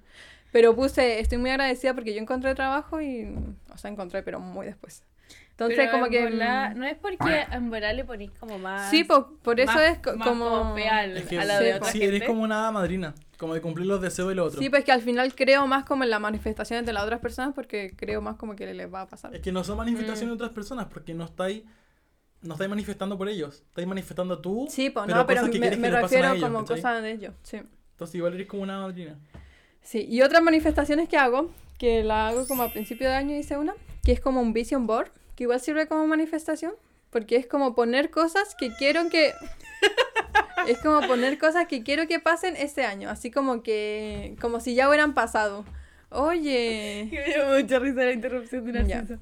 Speaker 1: Pero puse, estoy muy agradecida porque yo encontré trabajo y, o sea, encontré, pero muy después. Entonces,
Speaker 3: Pero
Speaker 1: como
Speaker 3: en
Speaker 1: que...
Speaker 3: volá-
Speaker 1: mm,
Speaker 3: no es porque en verdad le ponís como más...
Speaker 1: sí, po- por, eso
Speaker 3: más-
Speaker 1: es co-
Speaker 3: más
Speaker 1: como...
Speaker 3: fea al-
Speaker 2: Es que
Speaker 3: a la de
Speaker 1: sí,
Speaker 3: otra
Speaker 2: sí,
Speaker 3: gente.
Speaker 2: eres como una hada madrina, como de cumplir los deseos de los otros.
Speaker 1: Sí, pues que al final creo más como en las manifestaciones de las otras personas porque creo más como que les va a pasar.
Speaker 2: Es que no son
Speaker 1: Mm.
Speaker 2: manifestaciones de otras personas porque no estáis no estáis manifestando por ellos, estáis manifestando tú.
Speaker 1: Sí, pues no, pero
Speaker 2: cosas que
Speaker 1: me,
Speaker 2: quieres que
Speaker 1: me
Speaker 2: le pasen a
Speaker 1: refiero
Speaker 2: ellos,
Speaker 1: como
Speaker 2: ¿cachai?
Speaker 1: cosas de ellos, sí.
Speaker 2: Entonces igual eres como una madrina.
Speaker 1: Sí, y otras manifestaciones que hago, que la hago como a principio de año, hice una, que es como un vision board, que igual sirve como manifestación, porque es como poner cosas que quiero que... es como poner cosas que quiero que pasen este año, así como que... como si ya hubieran pasado. Oye...
Speaker 3: Que me dio mucha risa la interrupción de
Speaker 1: Ya.
Speaker 3: Narciso.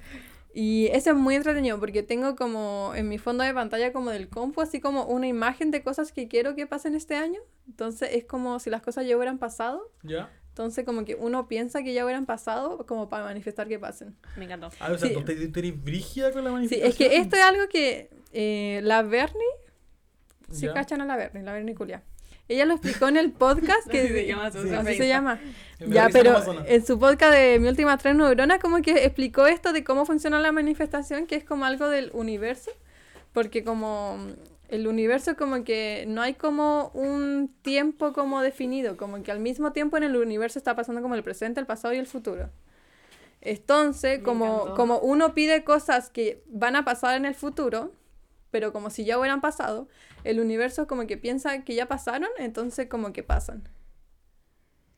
Speaker 1: Y eso es muy entretenido porque tengo como en mi fondo de pantalla como del compu, así como una imagen de cosas que quiero que pasen este año. Entonces es como si las cosas ya hubieran pasado
Speaker 2: ¿Ya?
Speaker 1: Entonces como que uno piensa que ya hubieran pasado como para manifestar que pasen.
Speaker 3: Me encantó.
Speaker 2: Ah, o sea,
Speaker 1: Sí.
Speaker 2: tú, te- tú eres brígida con la
Speaker 1: Sí,
Speaker 2: manifestación.
Speaker 1: es que esto es algo que eh, la Bernie, si
Speaker 2: Ya.
Speaker 1: cachan a la Bernie, la Bernie Culia. Ella lo explicó en el podcast que
Speaker 3: Así se llama su
Speaker 1: así
Speaker 3: sonrisa.
Speaker 1: se llama.
Speaker 2: Me
Speaker 1: Ya,
Speaker 2: parece
Speaker 1: pero
Speaker 2: Amazona.
Speaker 1: en su podcast de Mi Última Tres Neuronas, como que explicó esto de cómo funciona la manifestación, que es como algo del universo, porque como mm, el universo como que no hay como un tiempo como definido, como que al mismo tiempo en el universo está pasando como el presente, el pasado y el futuro. Entonces,
Speaker 3: Me
Speaker 1: como,
Speaker 3: encantó.
Speaker 1: como uno pide cosas que van a pasar en el futuro, pero como si ya hubieran pasado, el universo como que piensa que ya pasaron, entonces como que pasan.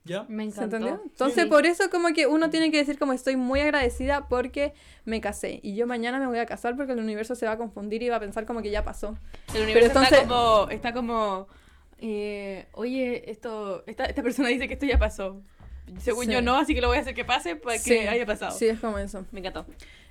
Speaker 2: Ya.
Speaker 3: Me
Speaker 1: ¿Se
Speaker 3: encantó. Mm.
Speaker 1: entendió? Entonces, por eso como que uno tiene que decir como estoy muy agradecida porque me casé y yo mañana me voy a casar porque el universo se va a confundir y va a pensar como que ya pasó.
Speaker 3: El universo
Speaker 1: Pero entonces-
Speaker 3: está como. Está como eh, Oye, esto, esta, esta persona dice que esto ya pasó. Según
Speaker 1: Sí.
Speaker 3: yo no, así que lo voy a hacer que pase para que
Speaker 1: Sí,
Speaker 3: haya pasado.
Speaker 1: Sí, es como eso.
Speaker 3: Me encantó.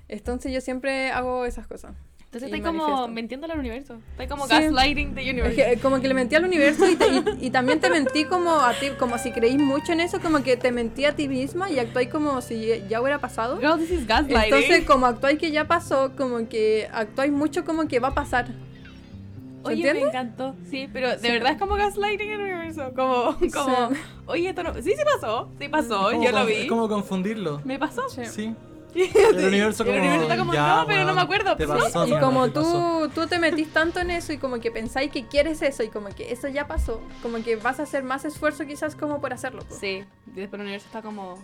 Speaker 1: Entonces yo siempre hago esas cosas.
Speaker 3: Entonces
Speaker 1: Y
Speaker 3: estoy como
Speaker 1: manifiesto.
Speaker 3: mintiendo al universo. Estoy como
Speaker 1: Sí.
Speaker 3: gaslighting the
Speaker 1: Es
Speaker 3: universe.
Speaker 1: que, eh, como que le mentí al universo y, te- y- y también te mentí como a ti, como si creís mucho en eso, como que te mentí a ti misma y actué como si ya hubiera pasado.
Speaker 3: Girl, this is gaslighting.
Speaker 1: Entonces, como actuáis que ya pasó, como que actuáis mucho como que va a pasar. ¿Se
Speaker 3: Oye,
Speaker 1: entiende?
Speaker 3: me encantó. Sí, pero de verdad es como gaslighting el universo. Como, como,
Speaker 1: Sí.
Speaker 3: oye, esto no. Sí, sí pasó. Sí pasó,
Speaker 2: Como
Speaker 3: yo lo
Speaker 2: con-
Speaker 3: vi.
Speaker 2: Es como confundirlo.
Speaker 3: Me pasó.
Speaker 1: Sí.
Speaker 2: Sí.
Speaker 3: Sí.
Speaker 2: El universo como.
Speaker 3: está como,
Speaker 2: ya,
Speaker 3: no, pero no
Speaker 2: weón,
Speaker 3: me acuerdo.
Speaker 2: te
Speaker 3: No.
Speaker 2: pasó,
Speaker 1: Y
Speaker 2: mierda,
Speaker 1: como
Speaker 2: te pasó.
Speaker 1: tú, tú te metís tanto en eso y como que pensáis que quieres eso y como que eso ya pasó, como que vas a hacer más esfuerzo quizás como por hacerlo. po.
Speaker 3: Sí, y después el universo está como,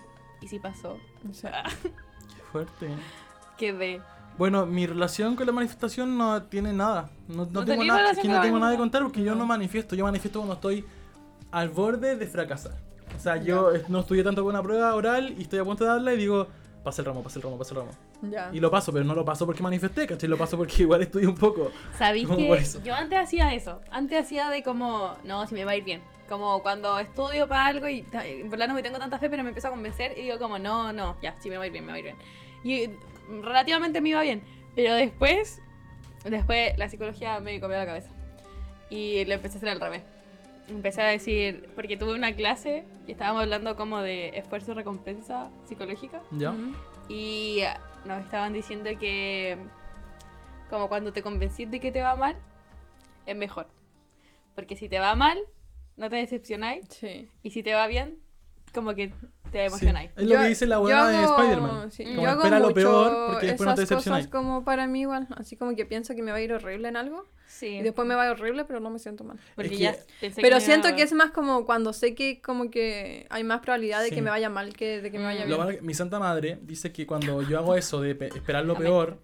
Speaker 3: ¿y si pasó?
Speaker 1: O sea,
Speaker 2: Qué fuerte.
Speaker 3: Quedé.
Speaker 2: Bueno, mi relación con la manifestación no tiene nada. No, no
Speaker 3: No
Speaker 2: tengo,
Speaker 3: tenía
Speaker 2: nada,
Speaker 3: relación
Speaker 2: es que
Speaker 3: con
Speaker 2: no
Speaker 3: la
Speaker 2: tengo nada de
Speaker 3: manifestación.
Speaker 2: contar porque
Speaker 1: Ah.
Speaker 2: yo no manifiesto. Yo manifiesto cuando estoy al borde de fracasar. O sea, yo eh, no estudié tanto con una prueba oral y estoy a punto de darla y digo, pasa el ramo, pasa el ramo, pasa el ramo.
Speaker 1: ya.
Speaker 2: Y lo paso, pero no lo paso porque manifesté, ¿cachai? Lo paso porque igual estudié un poco.
Speaker 3: ¿Sabéis
Speaker 2: Como
Speaker 3: que
Speaker 2: por eso.
Speaker 3: yo antes hacía eso? Antes hacía de como, no, si me va a ir bien. Como cuando estudio para algo y ta- en verdad no me tengo tanta fe, pero me empiezo a convencer y digo como, no, no, ya, si me va a ir bien, me va a ir bien. Y eh, relativamente me iba bien. Pero después, después la psicología me comió la cabeza. Y lo empecé a hacer al revés. Empecé a decir, porque tuve una clase y estábamos hablando como de esfuerzo-recompensa psicológica.
Speaker 2: ¿Ya?
Speaker 1: Mm.
Speaker 3: Y ah, nos estaban diciendo que como cuando te convencís de que te va mal, es mejor. Porque si te va mal, no te decepcionáis.
Speaker 1: Sí.
Speaker 3: Y si te va bien, como que
Speaker 2: Sí.
Speaker 3: te emocionáis.
Speaker 2: Es lo que dice la buena de
Speaker 1: hago-
Speaker 2: Spider-Man.
Speaker 1: sí,
Speaker 2: como
Speaker 1: yo hago
Speaker 2: espera lo
Speaker 1: mucho
Speaker 2: peor porque después no te
Speaker 1: esas
Speaker 2: decepcionáis.
Speaker 1: cosas como para mí igual, así como que pienso que me va a ir horrible en algo
Speaker 3: Sí.
Speaker 1: y después me va a ir horrible pero no me siento mal.
Speaker 3: porque
Speaker 2: Es que-
Speaker 3: ya pensé
Speaker 1: Pero
Speaker 3: me
Speaker 1: siento
Speaker 3: iba-
Speaker 1: que es más como cuando sé que como que hay más probabilidad de
Speaker 2: Sí.
Speaker 1: que me vaya mal que de que me
Speaker 3: Mm.
Speaker 1: vaya
Speaker 2: Lo
Speaker 1: bien.
Speaker 2: malo que- mi santa madre dice que cuando yo hago eso de pe- esperar lo
Speaker 3: Amén.
Speaker 2: peor,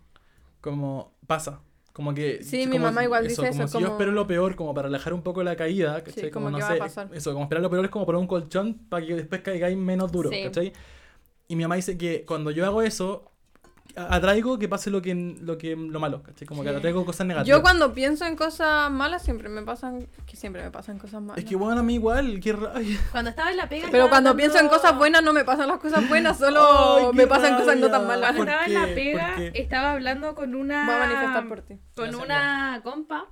Speaker 2: como pasa. Como que.
Speaker 1: Sí, mi
Speaker 2: como
Speaker 1: mamá
Speaker 2: si-
Speaker 1: igual dice
Speaker 2: Como
Speaker 1: eso,
Speaker 2: si yo
Speaker 1: como-
Speaker 2: espero lo peor, como para relajar un poco la caída, ¿cachai?
Speaker 1: como que
Speaker 2: no
Speaker 1: va a
Speaker 2: sé.
Speaker 1: pasar.
Speaker 2: Eso, como esperar lo peor es como poner un colchón para que después caigáis menos duro,
Speaker 3: Sí.
Speaker 2: ¿cachai? Y mi mamá dice que cuando yo hago eso, a- atraigo que pase lo que lo, que, lo malo, ¿cachai? Como que
Speaker 3: Sí.
Speaker 2: atraigo cosas negativas.
Speaker 1: Yo cuando pienso en cosas malas siempre me pasan que siempre me pasan cosas malas.
Speaker 2: Es que bueno, a mí igual, qué rabia.
Speaker 3: Cuando estaba en la pega.
Speaker 1: Pero
Speaker 3: estaba
Speaker 1: cuando
Speaker 3: hablando-
Speaker 1: pienso en cosas buenas, no me pasan las cosas buenas, solo
Speaker 2: Ay, qué
Speaker 1: me pasan cosas no
Speaker 2: rabia.
Speaker 1: tan malas.
Speaker 3: Cuando
Speaker 1: Voy
Speaker 2: ¿Por
Speaker 3: estaba en la
Speaker 2: qué?
Speaker 3: pega,
Speaker 2: ¿Por qué?
Speaker 3: estaba hablando con una.
Speaker 1: a manifestar por ti.
Speaker 3: con
Speaker 2: Gracias,
Speaker 3: una compa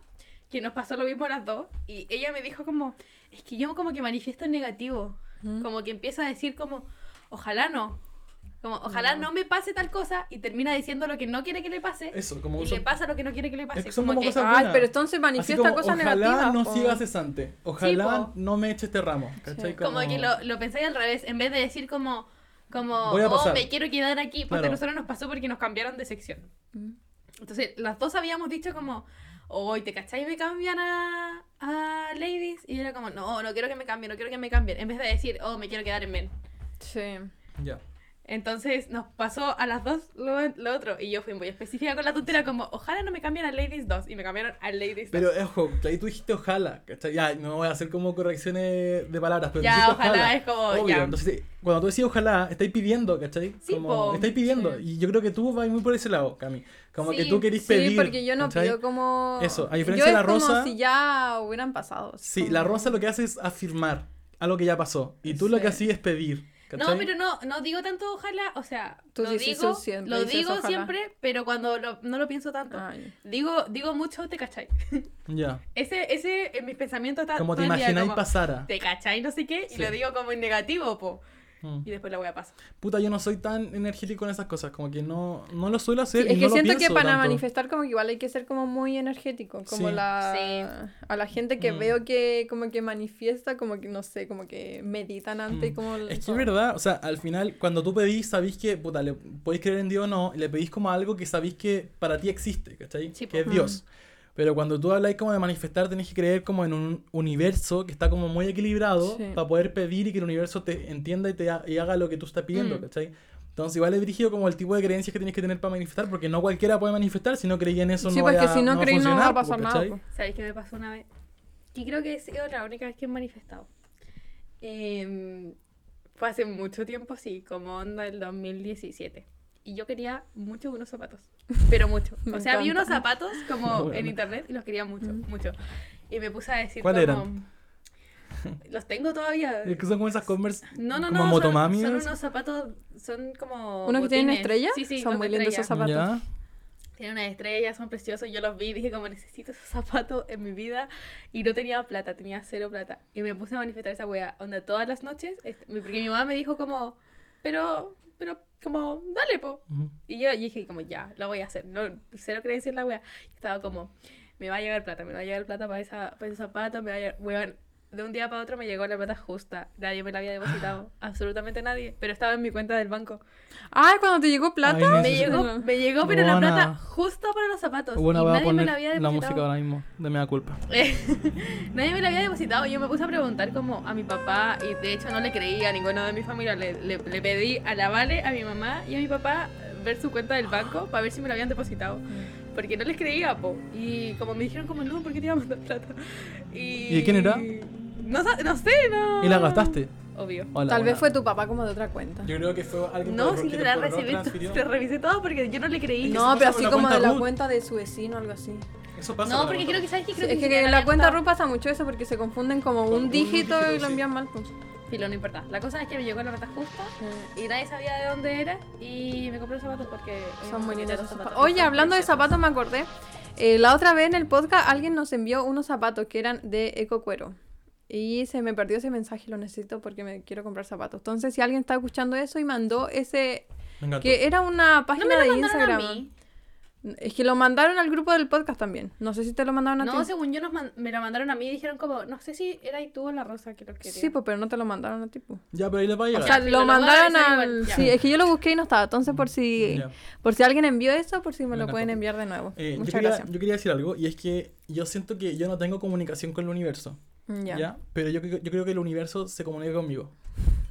Speaker 3: que nos pasó lo mismo a las dos y ella me dijo como, es que yo como que manifiesto en negativo,
Speaker 2: ¿Mm?
Speaker 1: Ujú.
Speaker 3: como que empieza a decir como, ojalá no, como ojalá no. me pase tal cosa y termina diciendo lo que no quiere que le pase
Speaker 2: Eso, como
Speaker 3: y
Speaker 2: son-
Speaker 3: le pasa lo que no quiere que le pase.
Speaker 2: Es que son
Speaker 3: como
Speaker 2: como
Speaker 3: que-
Speaker 2: cosas
Speaker 1: Ay,
Speaker 2: buenas.
Speaker 1: pero entonces manifiesta
Speaker 2: Así como,
Speaker 1: cosas
Speaker 2: ojalá
Speaker 1: negativas.
Speaker 2: no
Speaker 1: po.
Speaker 2: siga cesante. Ojalá
Speaker 3: po.
Speaker 2: no me eche este ramo. ¿cachai?
Speaker 1: Sí.
Speaker 3: como que lo, lo pensáis al revés, en vez de decir como, como
Speaker 2: Voy a
Speaker 3: oh,
Speaker 2: pasar".
Speaker 3: me quiero quedar aquí, porque
Speaker 2: Claro.
Speaker 3: a nosotros nos pasó porque nos cambiaron de sección.
Speaker 1: Mm.
Speaker 3: Entonces, las dos habíamos dicho como, hoy te cacháis, me cambian a, a ladies. Y yo era como, no, no quiero que me cambien, no quiero que me cambien. En vez de decir, oh, me quiero quedar en men.
Speaker 1: Sí.
Speaker 2: Ya.
Speaker 3: Entonces nos pasó a las dos lo, lo otro. Y yo fui muy específica con la tontera, como, ojalá no me cambien a Ladies 2. Y me cambiaron a Ladies 2.
Speaker 2: Pero ojo, que ahí tú dijiste ojalá. ¿cachai? Ya, no voy a hacer como correcciones de palabras. Pero
Speaker 3: Ya,
Speaker 2: dijiste
Speaker 3: ojalá es como,
Speaker 2: Obvio,
Speaker 3: ya.
Speaker 2: Entonces, cuando tú decís ojalá, estáis pidiendo, ¿cachai?
Speaker 3: Sí,
Speaker 2: como,
Speaker 3: po.
Speaker 2: estáis pidiendo.
Speaker 1: Sí.
Speaker 2: Y yo creo que tú vas muy por ese lado, Cami. Como que
Speaker 3: Sí,
Speaker 2: tú querís
Speaker 1: Sí,
Speaker 2: pedir.
Speaker 1: porque yo no
Speaker 2: ¿cachai?
Speaker 1: pido como...
Speaker 2: Eso, a
Speaker 1: Yo
Speaker 2: diferencia de
Speaker 1: es
Speaker 2: la rosa-
Speaker 1: como si ya hubieran pasado. así
Speaker 2: Sí,
Speaker 1: como-
Speaker 2: la rosa lo que hace es afirmar algo que ya pasó. Y tú lo
Speaker 1: Sí.
Speaker 2: que hacías es pedir.
Speaker 3: No,
Speaker 2: ¿cachai?
Speaker 3: pero no, no digo tanto ojalá, o sea,
Speaker 1: Tú
Speaker 3: lo
Speaker 1: dices
Speaker 3: digo,
Speaker 1: eso siempre,
Speaker 3: lo
Speaker 1: dices
Speaker 3: digo
Speaker 1: ojalá. Ah.
Speaker 3: siempre, pero cuando lo- no lo pienso tanto.
Speaker 1: Ay.
Speaker 3: Digo, digo mucho, te cachai.
Speaker 2: Ya.
Speaker 3: Ese, ese en mis pensamientos está
Speaker 2: Como te
Speaker 3: todo el día
Speaker 2: imagináis
Speaker 3: como,
Speaker 2: pasara.
Speaker 3: te cachai, no sé qué,
Speaker 2: Sí.
Speaker 3: y lo digo como en negativo, po.
Speaker 2: Mm.
Speaker 3: y después la wea pasa.
Speaker 2: Puta, yo no soy tan energético en esas cosas, como que no, no lo suelo hacer.
Speaker 1: Sí,
Speaker 2: y
Speaker 1: es que
Speaker 2: no lo
Speaker 1: siento que
Speaker 2: pienso
Speaker 1: para
Speaker 2: tanto.
Speaker 1: manifestar como que igual hay que ser como muy energético, como
Speaker 2: Sí.
Speaker 1: la a la gente que
Speaker 2: Mm.
Speaker 1: veo que como que manifiesta, como que no sé, como que meditan antes
Speaker 2: Mm.
Speaker 1: como
Speaker 2: Es que es verdad, o sea, al final, cuando tú pedís, sabís que, puta, le podéis creer en Dios o no, y le pedís como algo que sabís que para ti existe, ¿cachai?
Speaker 3: Sí,
Speaker 2: que es
Speaker 3: po.
Speaker 2: Dios. Pero cuando tú habláis como de manifestar, tenés que creer como en un universo que está como muy equilibrado
Speaker 1: Sí.
Speaker 2: para poder pedir y que el universo te entienda y te ha- y haga lo que tú estás pidiendo,
Speaker 3: Mm.
Speaker 2: ¿cachai? Entonces igual es dirigido como el tipo de creencias que tienes que tener para manifestar, porque no cualquiera puede manifestar, si no creí en eso
Speaker 1: Sí,
Speaker 2: no,
Speaker 1: porque
Speaker 2: vaya-
Speaker 1: si no creí no va
Speaker 2: funcionar,
Speaker 1: a pasar nada,
Speaker 2: ¿cachai?
Speaker 1: po.
Speaker 3: ¿Sabéis qué me pasó una vez? Y creo que es la única vez que he manifestado. Em, fue hace mucho tiempo, sí, como onda el 2017. Y yo quería mucho unos zapatos, pero mucho.
Speaker 1: Me
Speaker 3: O sea, vi unos
Speaker 1: encanta.
Speaker 3: zapatos como
Speaker 2: No, bueno.
Speaker 3: en internet y los quería mucho, mucho. Y me puse a decir
Speaker 2: ¿Cuál
Speaker 3: como, Los tengo todavía.
Speaker 2: Es que son como esas Converse
Speaker 3: No, no,
Speaker 2: como
Speaker 3: no, son-
Speaker 2: motomami.
Speaker 3: son,
Speaker 2: ¿no?
Speaker 3: unos zapatos, son como
Speaker 1: ¿Unos que tienen
Speaker 3: botines.
Speaker 1: estrella?
Speaker 3: Sí, sí,
Speaker 1: Son
Speaker 3: los
Speaker 1: muy
Speaker 3: de
Speaker 1: lindos
Speaker 3: estrella.
Speaker 1: esos zapatos.
Speaker 2: Ya.
Speaker 3: Tienen una estrella, son preciosos. Yo los vi y dije, como necesito esos zapatos en mi vida. Y no tenía plata, tenía cero plata. Y me puse a manifestar esa wea. Onda, todas las noches. este, mi- Porque mi mamá me dijo, como, pero, pero, como, dale, po.
Speaker 2: Ujú.
Speaker 3: Y yo dije, como, ya, lo voy a hacer. No, cero creencia en la wea. Y estaba como, me va a llegar plata, me va a llegar plata para, esa, para esos zapatos, me va a llegar. Weón, de un día para otro me llegó la plata justa. Nadie me la había depositado. absolutamente nadie. Pero estaba en mi cuenta del banco.
Speaker 1: Ah, cuando te llegó
Speaker 2: Ay,
Speaker 1: plata.
Speaker 3: Me
Speaker 2: Sí, sí, sí.
Speaker 3: llegó, me llegó, pero
Speaker 2: Buena.
Speaker 3: la plata justo para los zapatos.
Speaker 2: Bueno,
Speaker 3: y
Speaker 2: voy a
Speaker 3: nadie
Speaker 2: poner
Speaker 3: me la había
Speaker 2: la
Speaker 3: depositado.
Speaker 2: música ahora mismo, de mea culpa.
Speaker 3: nadie me la había depositado. Yo me puse a preguntar como a mi papá y de hecho no le creía a ninguno de mi familia. Le, le- le pedí a la Vale, a mi mamá y a mi papá ver su cuenta del banco para ver si me la habían depositado. Porque no les creía, po. Y como me dijeron como, no, ¿por qué te iba a mandar plata? Y...
Speaker 2: ¿Y de quién era?
Speaker 3: No, sa- no sé, no.
Speaker 2: ¿Y la gastaste?
Speaker 3: Obvio.
Speaker 2: Hola,
Speaker 1: Tal
Speaker 2: buena.
Speaker 1: vez fue tu papá como de otra cuenta.
Speaker 2: Yo creo que fue alguien
Speaker 3: No,
Speaker 2: por-
Speaker 3: sí,
Speaker 2: que
Speaker 3: la
Speaker 2: por error
Speaker 3: recibí,
Speaker 2: transfirió.
Speaker 3: te revisé todo porque yo no le creí.
Speaker 1: No,
Speaker 2: pasa
Speaker 1: pero así
Speaker 2: con la
Speaker 1: como
Speaker 2: cuenta
Speaker 1: de la
Speaker 2: Ruth.
Speaker 1: cuenta de su vecino o algo así.
Speaker 2: Eso pasa.
Speaker 3: No,
Speaker 2: con la
Speaker 3: porque
Speaker 2: cuenta.
Speaker 3: creo que sabes que creo
Speaker 1: es
Speaker 3: ni
Speaker 1: que,
Speaker 3: siquiera
Speaker 1: en
Speaker 3: le
Speaker 1: la
Speaker 3: había
Speaker 1: cuenta
Speaker 3: contado.
Speaker 1: RU pasa mucho eso porque se confunden como
Speaker 2: Con
Speaker 1: un
Speaker 2: un
Speaker 1: dígito
Speaker 2: dígito,
Speaker 1: y lo
Speaker 2: sí.
Speaker 1: envían mal. pues.
Speaker 3: Filo, no importa. La cosa es que me llegó la plata justa y nadie sabía de dónde era y me compré los zapatos porque eh,
Speaker 1: Son muy lindos
Speaker 3: bonitos
Speaker 1: esos zapatos. Oye, hablando de zapatos, me acordé. eh, la otra vez en el podcast alguien nos envió unos zapatos que eran de eco cuero. Y se me perdió ese mensaje, lo necesito porque me quiero comprar zapatos. Entonces, si alguien está escuchando eso y mandó ese.
Speaker 2: Me encantó.
Speaker 1: que era una
Speaker 3: No
Speaker 1: página
Speaker 3: me
Speaker 1: de
Speaker 3: lo mandaron a
Speaker 1: Instagram.
Speaker 3: mí.
Speaker 1: Es que lo mandaron al grupo del podcast también. No sé si te lo mandaron a
Speaker 3: No,
Speaker 1: ti.
Speaker 3: según yo nos man- me lo mandaron a mí y dijeron como, no sé si era y tú o la Rosa que lo quería.
Speaker 1: Sí, pues, pero no te lo mandaron a ti. pues.
Speaker 2: Ya, pero ahí les va a llegar.
Speaker 1: O sea, lo
Speaker 3: filo, lo voy a
Speaker 1: mandaron
Speaker 3: revisar
Speaker 1: al.
Speaker 3: igual, ya.
Speaker 1: Sí, es que yo lo busqué y no estaba. Entonces, por si
Speaker 2: Ya.
Speaker 1: por si alguien envió eso, por si me
Speaker 2: Me
Speaker 1: lo
Speaker 2: encantó.
Speaker 1: pueden enviar de nuevo.
Speaker 2: Eh, yo,
Speaker 1: Muchas
Speaker 2: quería,
Speaker 1: gracias.
Speaker 2: yo quería decir algo, y es que yo siento que yo no tengo comunicación con el universo.
Speaker 1: Ya.
Speaker 2: Ya. Pero yo, creo- yo creo que el universo se comunica conmigo.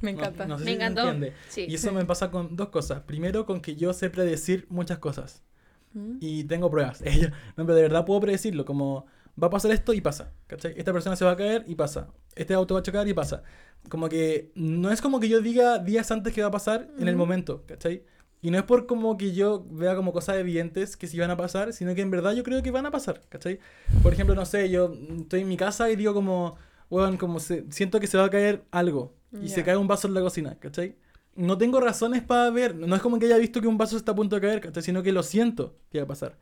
Speaker 1: Me
Speaker 2: No-
Speaker 1: encanta.
Speaker 2: No, sé
Speaker 3: Me
Speaker 2: si se
Speaker 3: encantó.
Speaker 2: entiende.
Speaker 3: Sí.
Speaker 2: Y eso me pasa con dos cosas. Primero, con que yo sé predecir muchas cosas.
Speaker 1: Mm.
Speaker 2: Y tengo pruebas. Ella- no, pero de verdad puedo predecirlo. Como va a pasar esto y pasa. ¿Cachai? Esta persona se va a caer y pasa. Este auto va a chocar y pasa. Como que no es como que yo diga días antes que va a pasar en el
Speaker 1: Ujú.
Speaker 2: momento. ¿Cachai? Y no es por como que yo vea como cosas evidentes que sí van a pasar, sino que en verdad yo creo que van a pasar. ¿Cachai? Por ejemplo, no sé, yo mm, estoy en mi casa y digo como, weón, como se, siento que se va a caer algo. Y
Speaker 1: Ya.
Speaker 2: se cae un vaso en la cocina, ¿cachai? No tengo razones para ver, no es como que haya visto que un vaso está a punto de caer, ¿cachai? Sino que lo siento que va a pasar.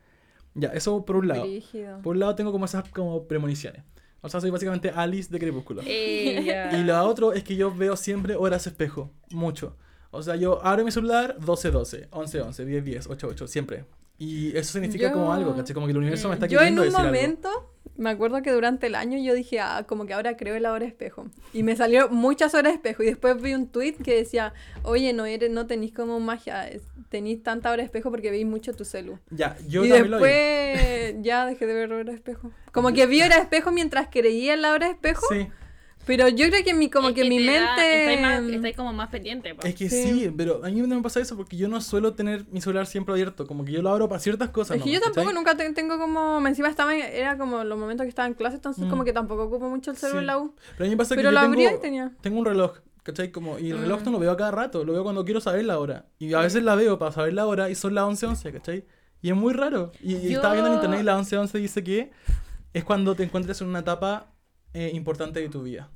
Speaker 2: Ya, eso por un lado.
Speaker 1: Brígido.
Speaker 2: Por un lado tengo como esas como premoniciones. O sea, soy básicamente Alice de Crepúsculo.
Speaker 1: Eh,
Speaker 3: Ella.
Speaker 2: Y lo otro es que yo veo siempre horas espejo, mucho. O sea, yo abro mi celular 12-12, 11-11, 10-10, 8-8, siempre. Y eso significa
Speaker 1: Yo- eh,
Speaker 2: como algo, ¿cachai? Como que el universo me está
Speaker 1: Yo en
Speaker 2: queriendo
Speaker 1: un
Speaker 2: decir algo.
Speaker 1: momento, me acuerdo que durante el año yo dije, ah, como que ahora creo en la hora espejo. Y me salieron muchas horas espejo. Y después vi un tweet que decía, oye, no eres, no tenéis como magia, es- tenéis tanta hora espejo porque veis mucho tu celu.
Speaker 2: Ya, yo
Speaker 1: y
Speaker 2: también lo vi.
Speaker 1: después ya dejé de ver hora espejo. Como que vi hora espejo mientras creía en la hora espejo.
Speaker 2: Sí.
Speaker 1: Pero yo creo que mi, como
Speaker 3: Es
Speaker 1: que, mi
Speaker 3: te da-
Speaker 1: mente... em,
Speaker 3: Estáis más- estáis como más pendiente. po.
Speaker 2: Es que
Speaker 1: Sí.
Speaker 2: sí. pero a mí no me pasa eso porque yo no suelo tener mi celular siempre abierto, como que yo lo abro para ciertas cosas.
Speaker 1: Es que yo
Speaker 2: nomás,
Speaker 1: tampoco
Speaker 2: ¿cachai?
Speaker 1: nunca te- tengo como... Encima estaba, en- era como los momentos que estaba en clase, entonces
Speaker 2: Mm.
Speaker 1: como que tampoco ocupo mucho el celular en
Speaker 2: Sí.
Speaker 1: la U.
Speaker 2: Pero a mí me pasa
Speaker 1: Pero
Speaker 2: que
Speaker 1: lo
Speaker 2: yo
Speaker 1: abría
Speaker 2: tengo,
Speaker 1: y tenía. Ah.
Speaker 2: tengo un reloj, ¿cachai? Como, y el reloj no lo veo a cada rato, lo veo cuando quiero saber la hora. Y a veces la veo para saber la hora y son las 11.11, ¿cachai? Y es muy raro. Y, y
Speaker 3: Yo-
Speaker 2: estaba viendo en internet y las 11.11 dice que es cuando te encuentras en una etapa eh, importante de tu vida.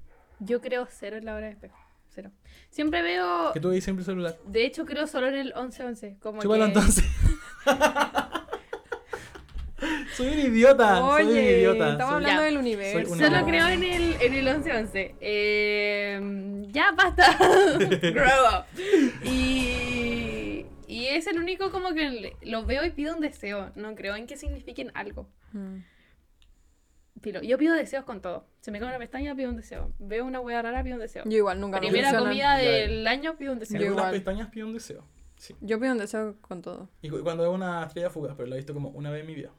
Speaker 3: Yo creo cero en la hora de espejo. Cero. Siempre veo.
Speaker 2: Que tú veis siempre el celular.
Speaker 3: De hecho, creo solo en el 11-11. Como
Speaker 2: Chúpalo
Speaker 3: que...
Speaker 2: entonces. soy un idiota, soy un
Speaker 1: Oye,
Speaker 2: idiota.
Speaker 1: estamos
Speaker 2: soy-
Speaker 1: hablando
Speaker 3: Ya.
Speaker 1: del universo.
Speaker 2: Soy un
Speaker 3: Solo
Speaker 2: idiota.
Speaker 3: creo en el, en el 11-11. Eh, ya basta. Grow up. Y, y es el único como que le- lo veo y pido un deseo. No creo en que signifiquen algo.
Speaker 1: Mm.
Speaker 3: Filo, yo pido deseos con todo. Se me cae una pestaña, pido un deseo. Veo una hueá rara, pido un deseo.
Speaker 1: Yo igual, nunca me
Speaker 3: Primera
Speaker 1: funcionan.
Speaker 3: comida del año, pido un
Speaker 2: Yo
Speaker 1: Yo
Speaker 3: deseo.
Speaker 2: con las
Speaker 1: igual.
Speaker 2: pestañas pido un deseo. Sí.
Speaker 1: Yo pido un deseo con todo.
Speaker 2: Y cu- cuando veo una estrella fugaz, pero la he visto como una vez en mi vida.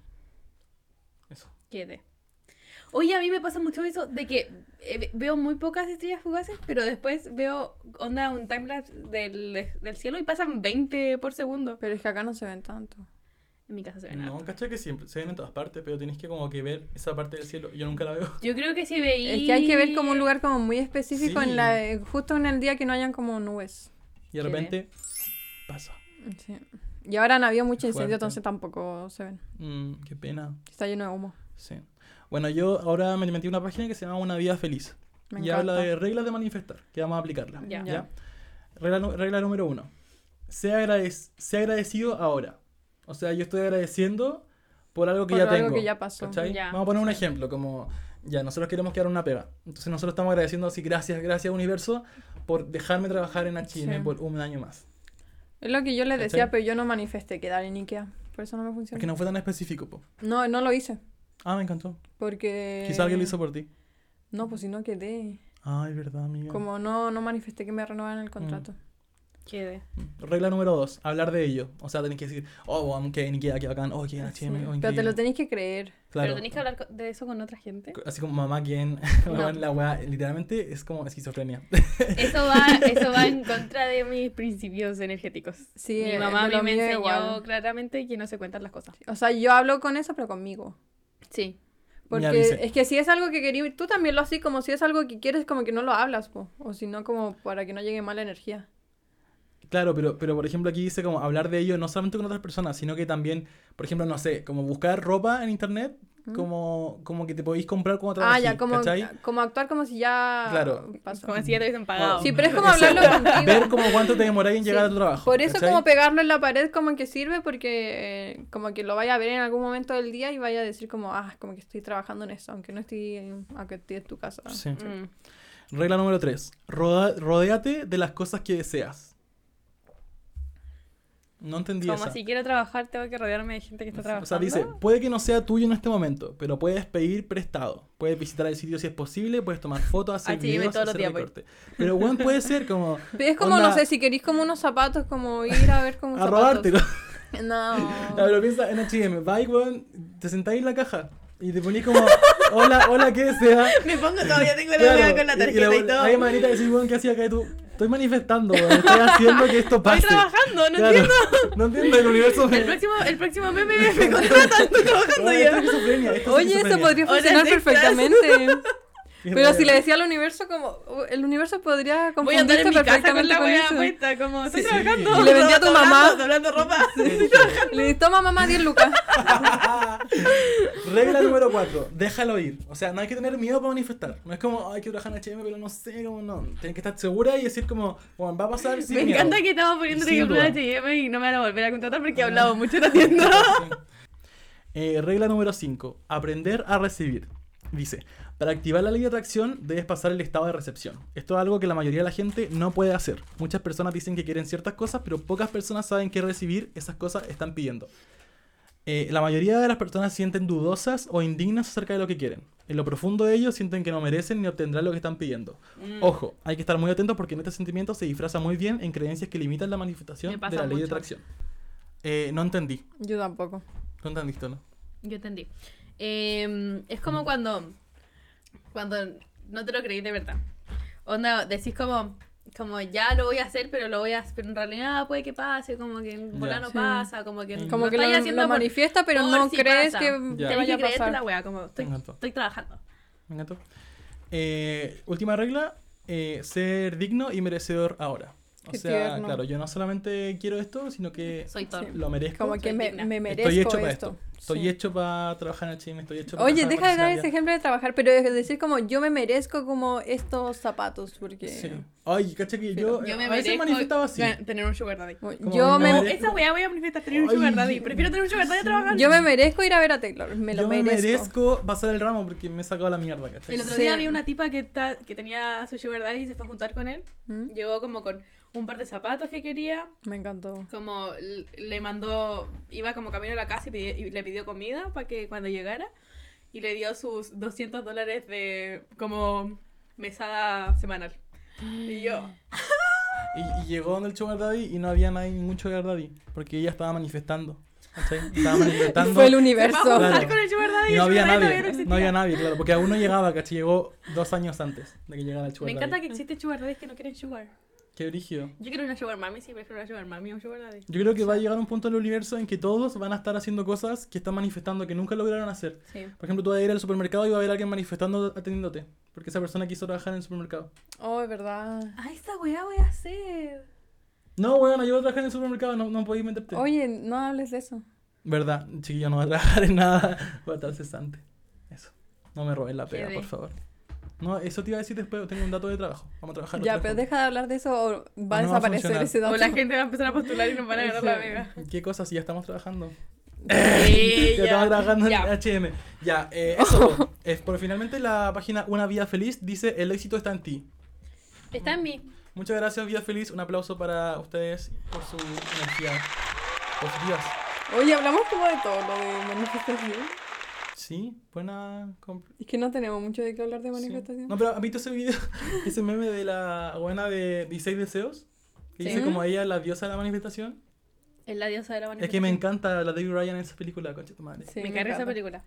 Speaker 2: Eso.
Speaker 3: Quiete. Oye, a mí me pasa mucho eso de que eh, veo muy pocas estrellas fugaces, pero después veo onda un timelapse del, del cielo y pasan 20 por segundo.
Speaker 1: Pero es que acá no se ven tanto.
Speaker 3: En mi casa se ven harto.
Speaker 2: No, caché que siempre se ven en todas partes, pero tienes que como que ver esa parte del cielo. Yo nunca la veo.
Speaker 3: Yo creo que si veía.
Speaker 1: Es que hay que ver como un lugar como muy específico
Speaker 2: Sí.
Speaker 1: en la, eh, justo en el día que no hayan como nubes.
Speaker 2: Y de
Speaker 3: Qué
Speaker 2: repente pasa.
Speaker 1: Sí. Y ahora han habido mucho incendio,
Speaker 2: Fuerte.
Speaker 1: entonces tampoco se ven.
Speaker 2: Mm, qué pena.
Speaker 1: Está lleno de humo.
Speaker 2: Sí. Bueno, yo ahora me metí en una página que se llama Una Vida Feliz.
Speaker 1: Me
Speaker 2: y
Speaker 1: encanta.
Speaker 2: habla de reglas de manifestar, que vamos a aplicarla.
Speaker 3: Ya.
Speaker 2: ¿ya? Regla, nu- regla número uno. Sea, agradec- sea agradecido ahora. O sea, yo estoy agradeciendo por algo que
Speaker 1: Por
Speaker 2: ya
Speaker 1: algo
Speaker 2: tengo.
Speaker 1: que ya pasó.
Speaker 2: ¿cachai?
Speaker 3: Ya.
Speaker 2: Vamos a poner un ejemplo, como ya, nosotros queremos quedar una pega. Entonces nosotros estamos agradeciendo así, gracias, gracias universo, por dejarme trabajar en H&M
Speaker 1: Sí.
Speaker 2: por un año más.
Speaker 1: Es lo que yo les decía,
Speaker 2: ¿Cachai?
Speaker 1: pero yo no manifesté quedar en Ikea. Por eso no me
Speaker 2: Es que
Speaker 1: funciona.
Speaker 2: no fue tan específico, po.
Speaker 1: No, no lo hice.
Speaker 2: Ah, me encantó.
Speaker 1: Porque...
Speaker 2: Quizá alguien lo hizo por ti.
Speaker 1: No, pues si no quedé.
Speaker 2: Ay, verdad, amiga.
Speaker 1: Como no, no manifesté que me renovaran el contrato.
Speaker 3: Quede.
Speaker 2: Mm. Regla número dos, hablar de ello. O sea, tenés que decir, oh, wow, qué Ikea, qué bacán, oh, qué en
Speaker 1: Sí.
Speaker 2: H&M, oh,
Speaker 1: Pero te
Speaker 2: increíble".
Speaker 1: lo tenéis que creer.
Speaker 3: Pero
Speaker 2: Claro.
Speaker 3: tenéis que hablar co- de eso con otra gente.
Speaker 2: Así como mamá, ¿quién?
Speaker 3: No.
Speaker 2: la weá, literalmente es como esquizofrenia.
Speaker 3: Eso va, eso va en contra de mis principios energéticos.
Speaker 1: Sí,
Speaker 3: Mi
Speaker 1: eh,
Speaker 3: mamá
Speaker 1: de
Speaker 3: a mí
Speaker 1: lo
Speaker 3: me
Speaker 1: mío
Speaker 3: enseñó
Speaker 1: igual.
Speaker 3: claramente que no se cuentan las cosas.
Speaker 1: O sea, yo hablo con eso, pero conmigo.
Speaker 3: Sí.
Speaker 2: Ya,
Speaker 1: Porque
Speaker 2: dice.
Speaker 1: es que si es algo que querías, tú también lo así, como si es algo que quieres, como que no lo hablas, po. o si no, como para que no llegue mala energía.
Speaker 2: Claro, pero, pero por ejemplo aquí dice como hablar de ello no solamente con otras personas, sino que también, por ejemplo, no sé, como buscar ropa en internet, como, como que te podéis comprar cuando
Speaker 1: Mm. Ah,
Speaker 2: trabajáis,
Speaker 1: ya, como,
Speaker 2: ¿cachai?
Speaker 1: como actuar como si ya
Speaker 2: Claro.
Speaker 1: pasó.
Speaker 3: Como si ya te hubiesen pagado.
Speaker 1: Sí, pero es como hablarlo contigo.
Speaker 2: Ver como cuánto te demoráis en llegar a tu trabajo.
Speaker 1: Por eso
Speaker 2: ¿cachai?
Speaker 1: como pegarlo en la pared como que sirve porque eh, como que lo vaya a ver en algún momento del día y vaya a decir como, ah, como que estoy trabajando en eso, aunque no estoy, en- aunque estoy en tu casa.
Speaker 2: Sí.
Speaker 3: Mm.
Speaker 2: Regla número 3. Rodéate de las cosas que deseas. No entendí
Speaker 3: Como
Speaker 2: esa.
Speaker 3: si quiero trabajar, tengo que rodearme de gente que está trabajando.
Speaker 2: O sea, dice, puede que no sea tuyo en este momento, pero puedes pedir prestado. Puedes visitar el sitio si es posible, puedes tomar fotos, hacer
Speaker 3: H&M
Speaker 2: videos,
Speaker 3: todos los
Speaker 2: hacer
Speaker 3: días voy.
Speaker 2: recortes. Pero bueno, puede ser como
Speaker 1: Pero es como,
Speaker 2: Onda-
Speaker 1: no sé, si queréis como unos zapatos, como ir a ver como
Speaker 2: a
Speaker 1: zapatos.
Speaker 2: robártelo. Ya,
Speaker 1: No.
Speaker 2: pero piensa en H&M, vais, weón, te sentáis en la caja y te ponís como, hola, hola, ¿qué desea?
Speaker 3: Me pongo todavía, tengo
Speaker 2: Claro,
Speaker 3: hueá
Speaker 2: weón- Hay manita de decir, weón, ¿qué hacía acá? Y tú, estoy manifestando, weón, estoy haciendo que esto pase.
Speaker 3: Estoy trabajando, no
Speaker 2: Claro,
Speaker 3: entiendo.
Speaker 2: No entiendo, el universo me...
Speaker 3: El próximo, el próximo meme me, me contratan, estoy trabajando
Speaker 2: Weón, esto es
Speaker 3: ya.
Speaker 2: esquizofrenia, esto es
Speaker 1: Oye, eso
Speaker 2: esquizofrenia.
Speaker 1: podría
Speaker 3: Horas
Speaker 1: funcionar
Speaker 3: extras.
Speaker 1: perfectamente.
Speaker 2: Qué
Speaker 1: Pero si
Speaker 2: raro.
Speaker 1: le decía al universo como, uh, el universo podría
Speaker 3: Voy a andar en
Speaker 1: confundirte
Speaker 3: mi casa con
Speaker 1: perfectamente
Speaker 3: la
Speaker 1: con
Speaker 3: wea
Speaker 1: eso.
Speaker 3: puesta, como estoy
Speaker 2: Sí.
Speaker 3: trabajando.
Speaker 1: Y le vendí a tu
Speaker 3: doblando-
Speaker 1: mamá.
Speaker 3: Doblando ropa.
Speaker 1: Le dije, toma mamá 10 lucas.
Speaker 2: Regla número 4, déjalo ir. O sea, no hay que tener miedo para manifestar. No es como, ay, quiero trabajar en HM, pero no sé, como no. Tienes que estar segura y decir como, bueno, va a pasar sin
Speaker 3: me
Speaker 2: miedo.
Speaker 3: encanta que estamos poniendo
Speaker 2: Sin
Speaker 3: ejemplo de
Speaker 2: duda.
Speaker 3: H&M y no me van a volver a contratar porque he hablado mucho en la tienda.
Speaker 2: Eh, regla número 5, aprender a recibir. Dice, para activar la ley de atracción debes pasar el estado de recepción. Esto es algo que la mayoría de la gente no puede hacer. Muchas personas dicen que quieren ciertas cosas, pero pocas personas saben qué recibir esas cosas están pidiendo. Eh, la mayoría de las personas se sienten dudosas o indignas acerca de lo que quieren. En lo profundo de ellos sienten que no merecen ni obtendrán lo que están pidiendo.
Speaker 3: Mm.
Speaker 2: Ojo, hay que estar muy atentos porque en este sentimiento se disfraza muy bien en creencias que limitan la manifestación
Speaker 3: Me
Speaker 2: de
Speaker 3: pasa
Speaker 2: la ley de
Speaker 3: mucho.
Speaker 2: atracción. Eh, no entendí.
Speaker 1: Yo tampoco.
Speaker 2: No entendiste, ¿no?
Speaker 3: Yo entendí. Eh, es como cuando. Cuando no te lo creí de verdad. Onda, decís como. Como ya lo voy a hacer, pero lo voy a hacer. Pero en realidad puede que pase, como que en
Speaker 2: Ya. Mm.
Speaker 3: volá no
Speaker 1: Sí.
Speaker 3: pasa, como que.
Speaker 1: Como
Speaker 3: no
Speaker 1: que lo,
Speaker 3: estáis haciendo
Speaker 1: lo
Speaker 3: por-
Speaker 1: manifiesta, pero
Speaker 3: por
Speaker 1: no
Speaker 3: si
Speaker 1: crees
Speaker 3: pasa.
Speaker 1: que
Speaker 2: Ya.
Speaker 1: te vaya
Speaker 3: Tenés
Speaker 1: a
Speaker 3: que creerte
Speaker 1: pasar.
Speaker 3: la wea, como estoy,
Speaker 2: Me encantó.
Speaker 3: estoy trabajando.
Speaker 2: Me encantó. Eh, última regla, eh, ser digno y merecedor ahora. O
Speaker 1: Qué
Speaker 2: sea,
Speaker 1: tierno.
Speaker 2: claro, yo no solamente quiero esto, sino que
Speaker 3: Soy Thor.
Speaker 1: Sí.
Speaker 2: lo merezco.
Speaker 1: Como que
Speaker 3: soy
Speaker 1: me,
Speaker 3: digna.
Speaker 1: me merezco
Speaker 2: estoy hecho para
Speaker 1: esto.
Speaker 2: esto. Estoy
Speaker 1: Sí.
Speaker 2: hecho para trabajar en el chisme, estoy hecho para
Speaker 1: Oye,
Speaker 2: trabajar
Speaker 1: deja de
Speaker 2: para
Speaker 1: dar ese
Speaker 2: Cecilia.
Speaker 1: ejemplo de trabajar, pero es decir como yo me merezco como estos zapatos, porque
Speaker 2: Sí. Ay, cacha que yo,
Speaker 3: Yo me
Speaker 2: a veces
Speaker 3: merezco
Speaker 2: manifestaba así.
Speaker 3: gan- tener un sugar daddy.
Speaker 1: Bueno,
Speaker 2: Como
Speaker 1: yo,
Speaker 2: me
Speaker 1: me,
Speaker 3: Como,
Speaker 2: merezco-
Speaker 3: esa weá voy a manifestar tener un
Speaker 2: Ay,
Speaker 3: sugar daddy. Prefiero tener un sugar daddy a trabajar.
Speaker 1: yo me merezco ir a ver a Taylor, me lo
Speaker 2: yo
Speaker 1: merezco.
Speaker 2: me merezco pasar el ramo porque me he sacado la mierda, ¿cachai?
Speaker 3: El otro
Speaker 1: Sí.
Speaker 3: día vi una tipa que, ta- que tenía su sugar daddy y se fue a juntar con él.
Speaker 1: ¿Mm?
Speaker 3: Llegó como con un par de zapatos que quería,
Speaker 1: Me encantó.
Speaker 3: como l- le mandó, iba como camino a la casa y, pidi- y le pidió comida para que cuando llegara y le dio sus 200 dólares de como mesada semanal. Y yo,
Speaker 2: Y, y llegó donde el sugar daddy y no había nadie, ningún sugar daddy, porque ella estaba manifestando, ¿cachai? Estaba manifestando.
Speaker 1: Fue el
Speaker 3: vamos a
Speaker 1: universo.
Speaker 3: juntar
Speaker 2: Claro.
Speaker 3: con el sugar daddy
Speaker 2: Y no
Speaker 3: el
Speaker 2: había
Speaker 3: sugar daddy
Speaker 2: nadie,
Speaker 3: todavía
Speaker 2: no,
Speaker 3: no
Speaker 2: había
Speaker 3: existía.
Speaker 2: nadie, claro, porque aún no llegaba, ¿cachai? Llegó dos años antes de que llegara el sugar
Speaker 3: Me encanta
Speaker 2: daddy.
Speaker 3: que existen sugar daddies que no quieren sugar.
Speaker 2: Qué brígido.
Speaker 3: Yo quiero una sugar mami, sí, prefiero una sugar mami a un sugar daddy.
Speaker 2: Yo creo que va a llegar un punto en el universo en que todos van a estar haciendo cosas que están manifestando que nunca lograron hacer.
Speaker 3: Sí.
Speaker 2: Por ejemplo, tú vas a ir al supermercado y va a haber alguien manifestando atendiéndote, porque esa persona quiso trabajar en el supermercado.
Speaker 1: Oh, es verdad.
Speaker 3: Ah, esta weá voy a hacer.
Speaker 2: No, weón, yo voy a trabajar en el supermercado, no, no podéis meterte.
Speaker 1: Oye, no hables de eso.
Speaker 2: Verdad, chiquillo, no voy a trabajar en nada. Voy a estar cesante. Eso. No me robes la pega,
Speaker 3: Quedé.
Speaker 2: por favor. No, eso te iba a decir después. Tengo un dato de trabajo. Vamos a trabajar. los
Speaker 1: Ya,
Speaker 2: tres
Speaker 1: pero deja de hablar de eso o va a
Speaker 2: No va a
Speaker 1: desaparecer
Speaker 2: funcionar.
Speaker 1: ese dato.
Speaker 3: O la gente va a empezar a postular y nos van a ganar la vega.
Speaker 2: juntos. ¿Qué cosas? Si ya estamos trabajando.
Speaker 3: Sí,
Speaker 2: ya, estamos trabajando
Speaker 3: ya.
Speaker 2: en HM. Ya, eh, eso. po. es, pero finalmente la página Una Vida Feliz dice: El éxito está en ti.
Speaker 3: Está en mí.
Speaker 2: Muchas gracias, Vida Feliz. Un aplauso para ustedes por su energía positiva.
Speaker 1: Oye, hablamos como de todo lo de manifestación.
Speaker 2: Sí, buena. comp-
Speaker 1: Es que no tenemos mucho de qué hablar de
Speaker 2: Sí.
Speaker 1: manifestación.
Speaker 2: No, pero ¿has visto ese video? ese meme de la buena de 16 deseos. Que
Speaker 3: Sí.
Speaker 2: dice como ella la diosa de la manifestación.
Speaker 3: Es la diosa de la
Speaker 2: Es que me encanta la David Ryan en esa película, concha tu madre.
Speaker 1: Sí,
Speaker 3: me carga esa
Speaker 1: encanta.
Speaker 3: película.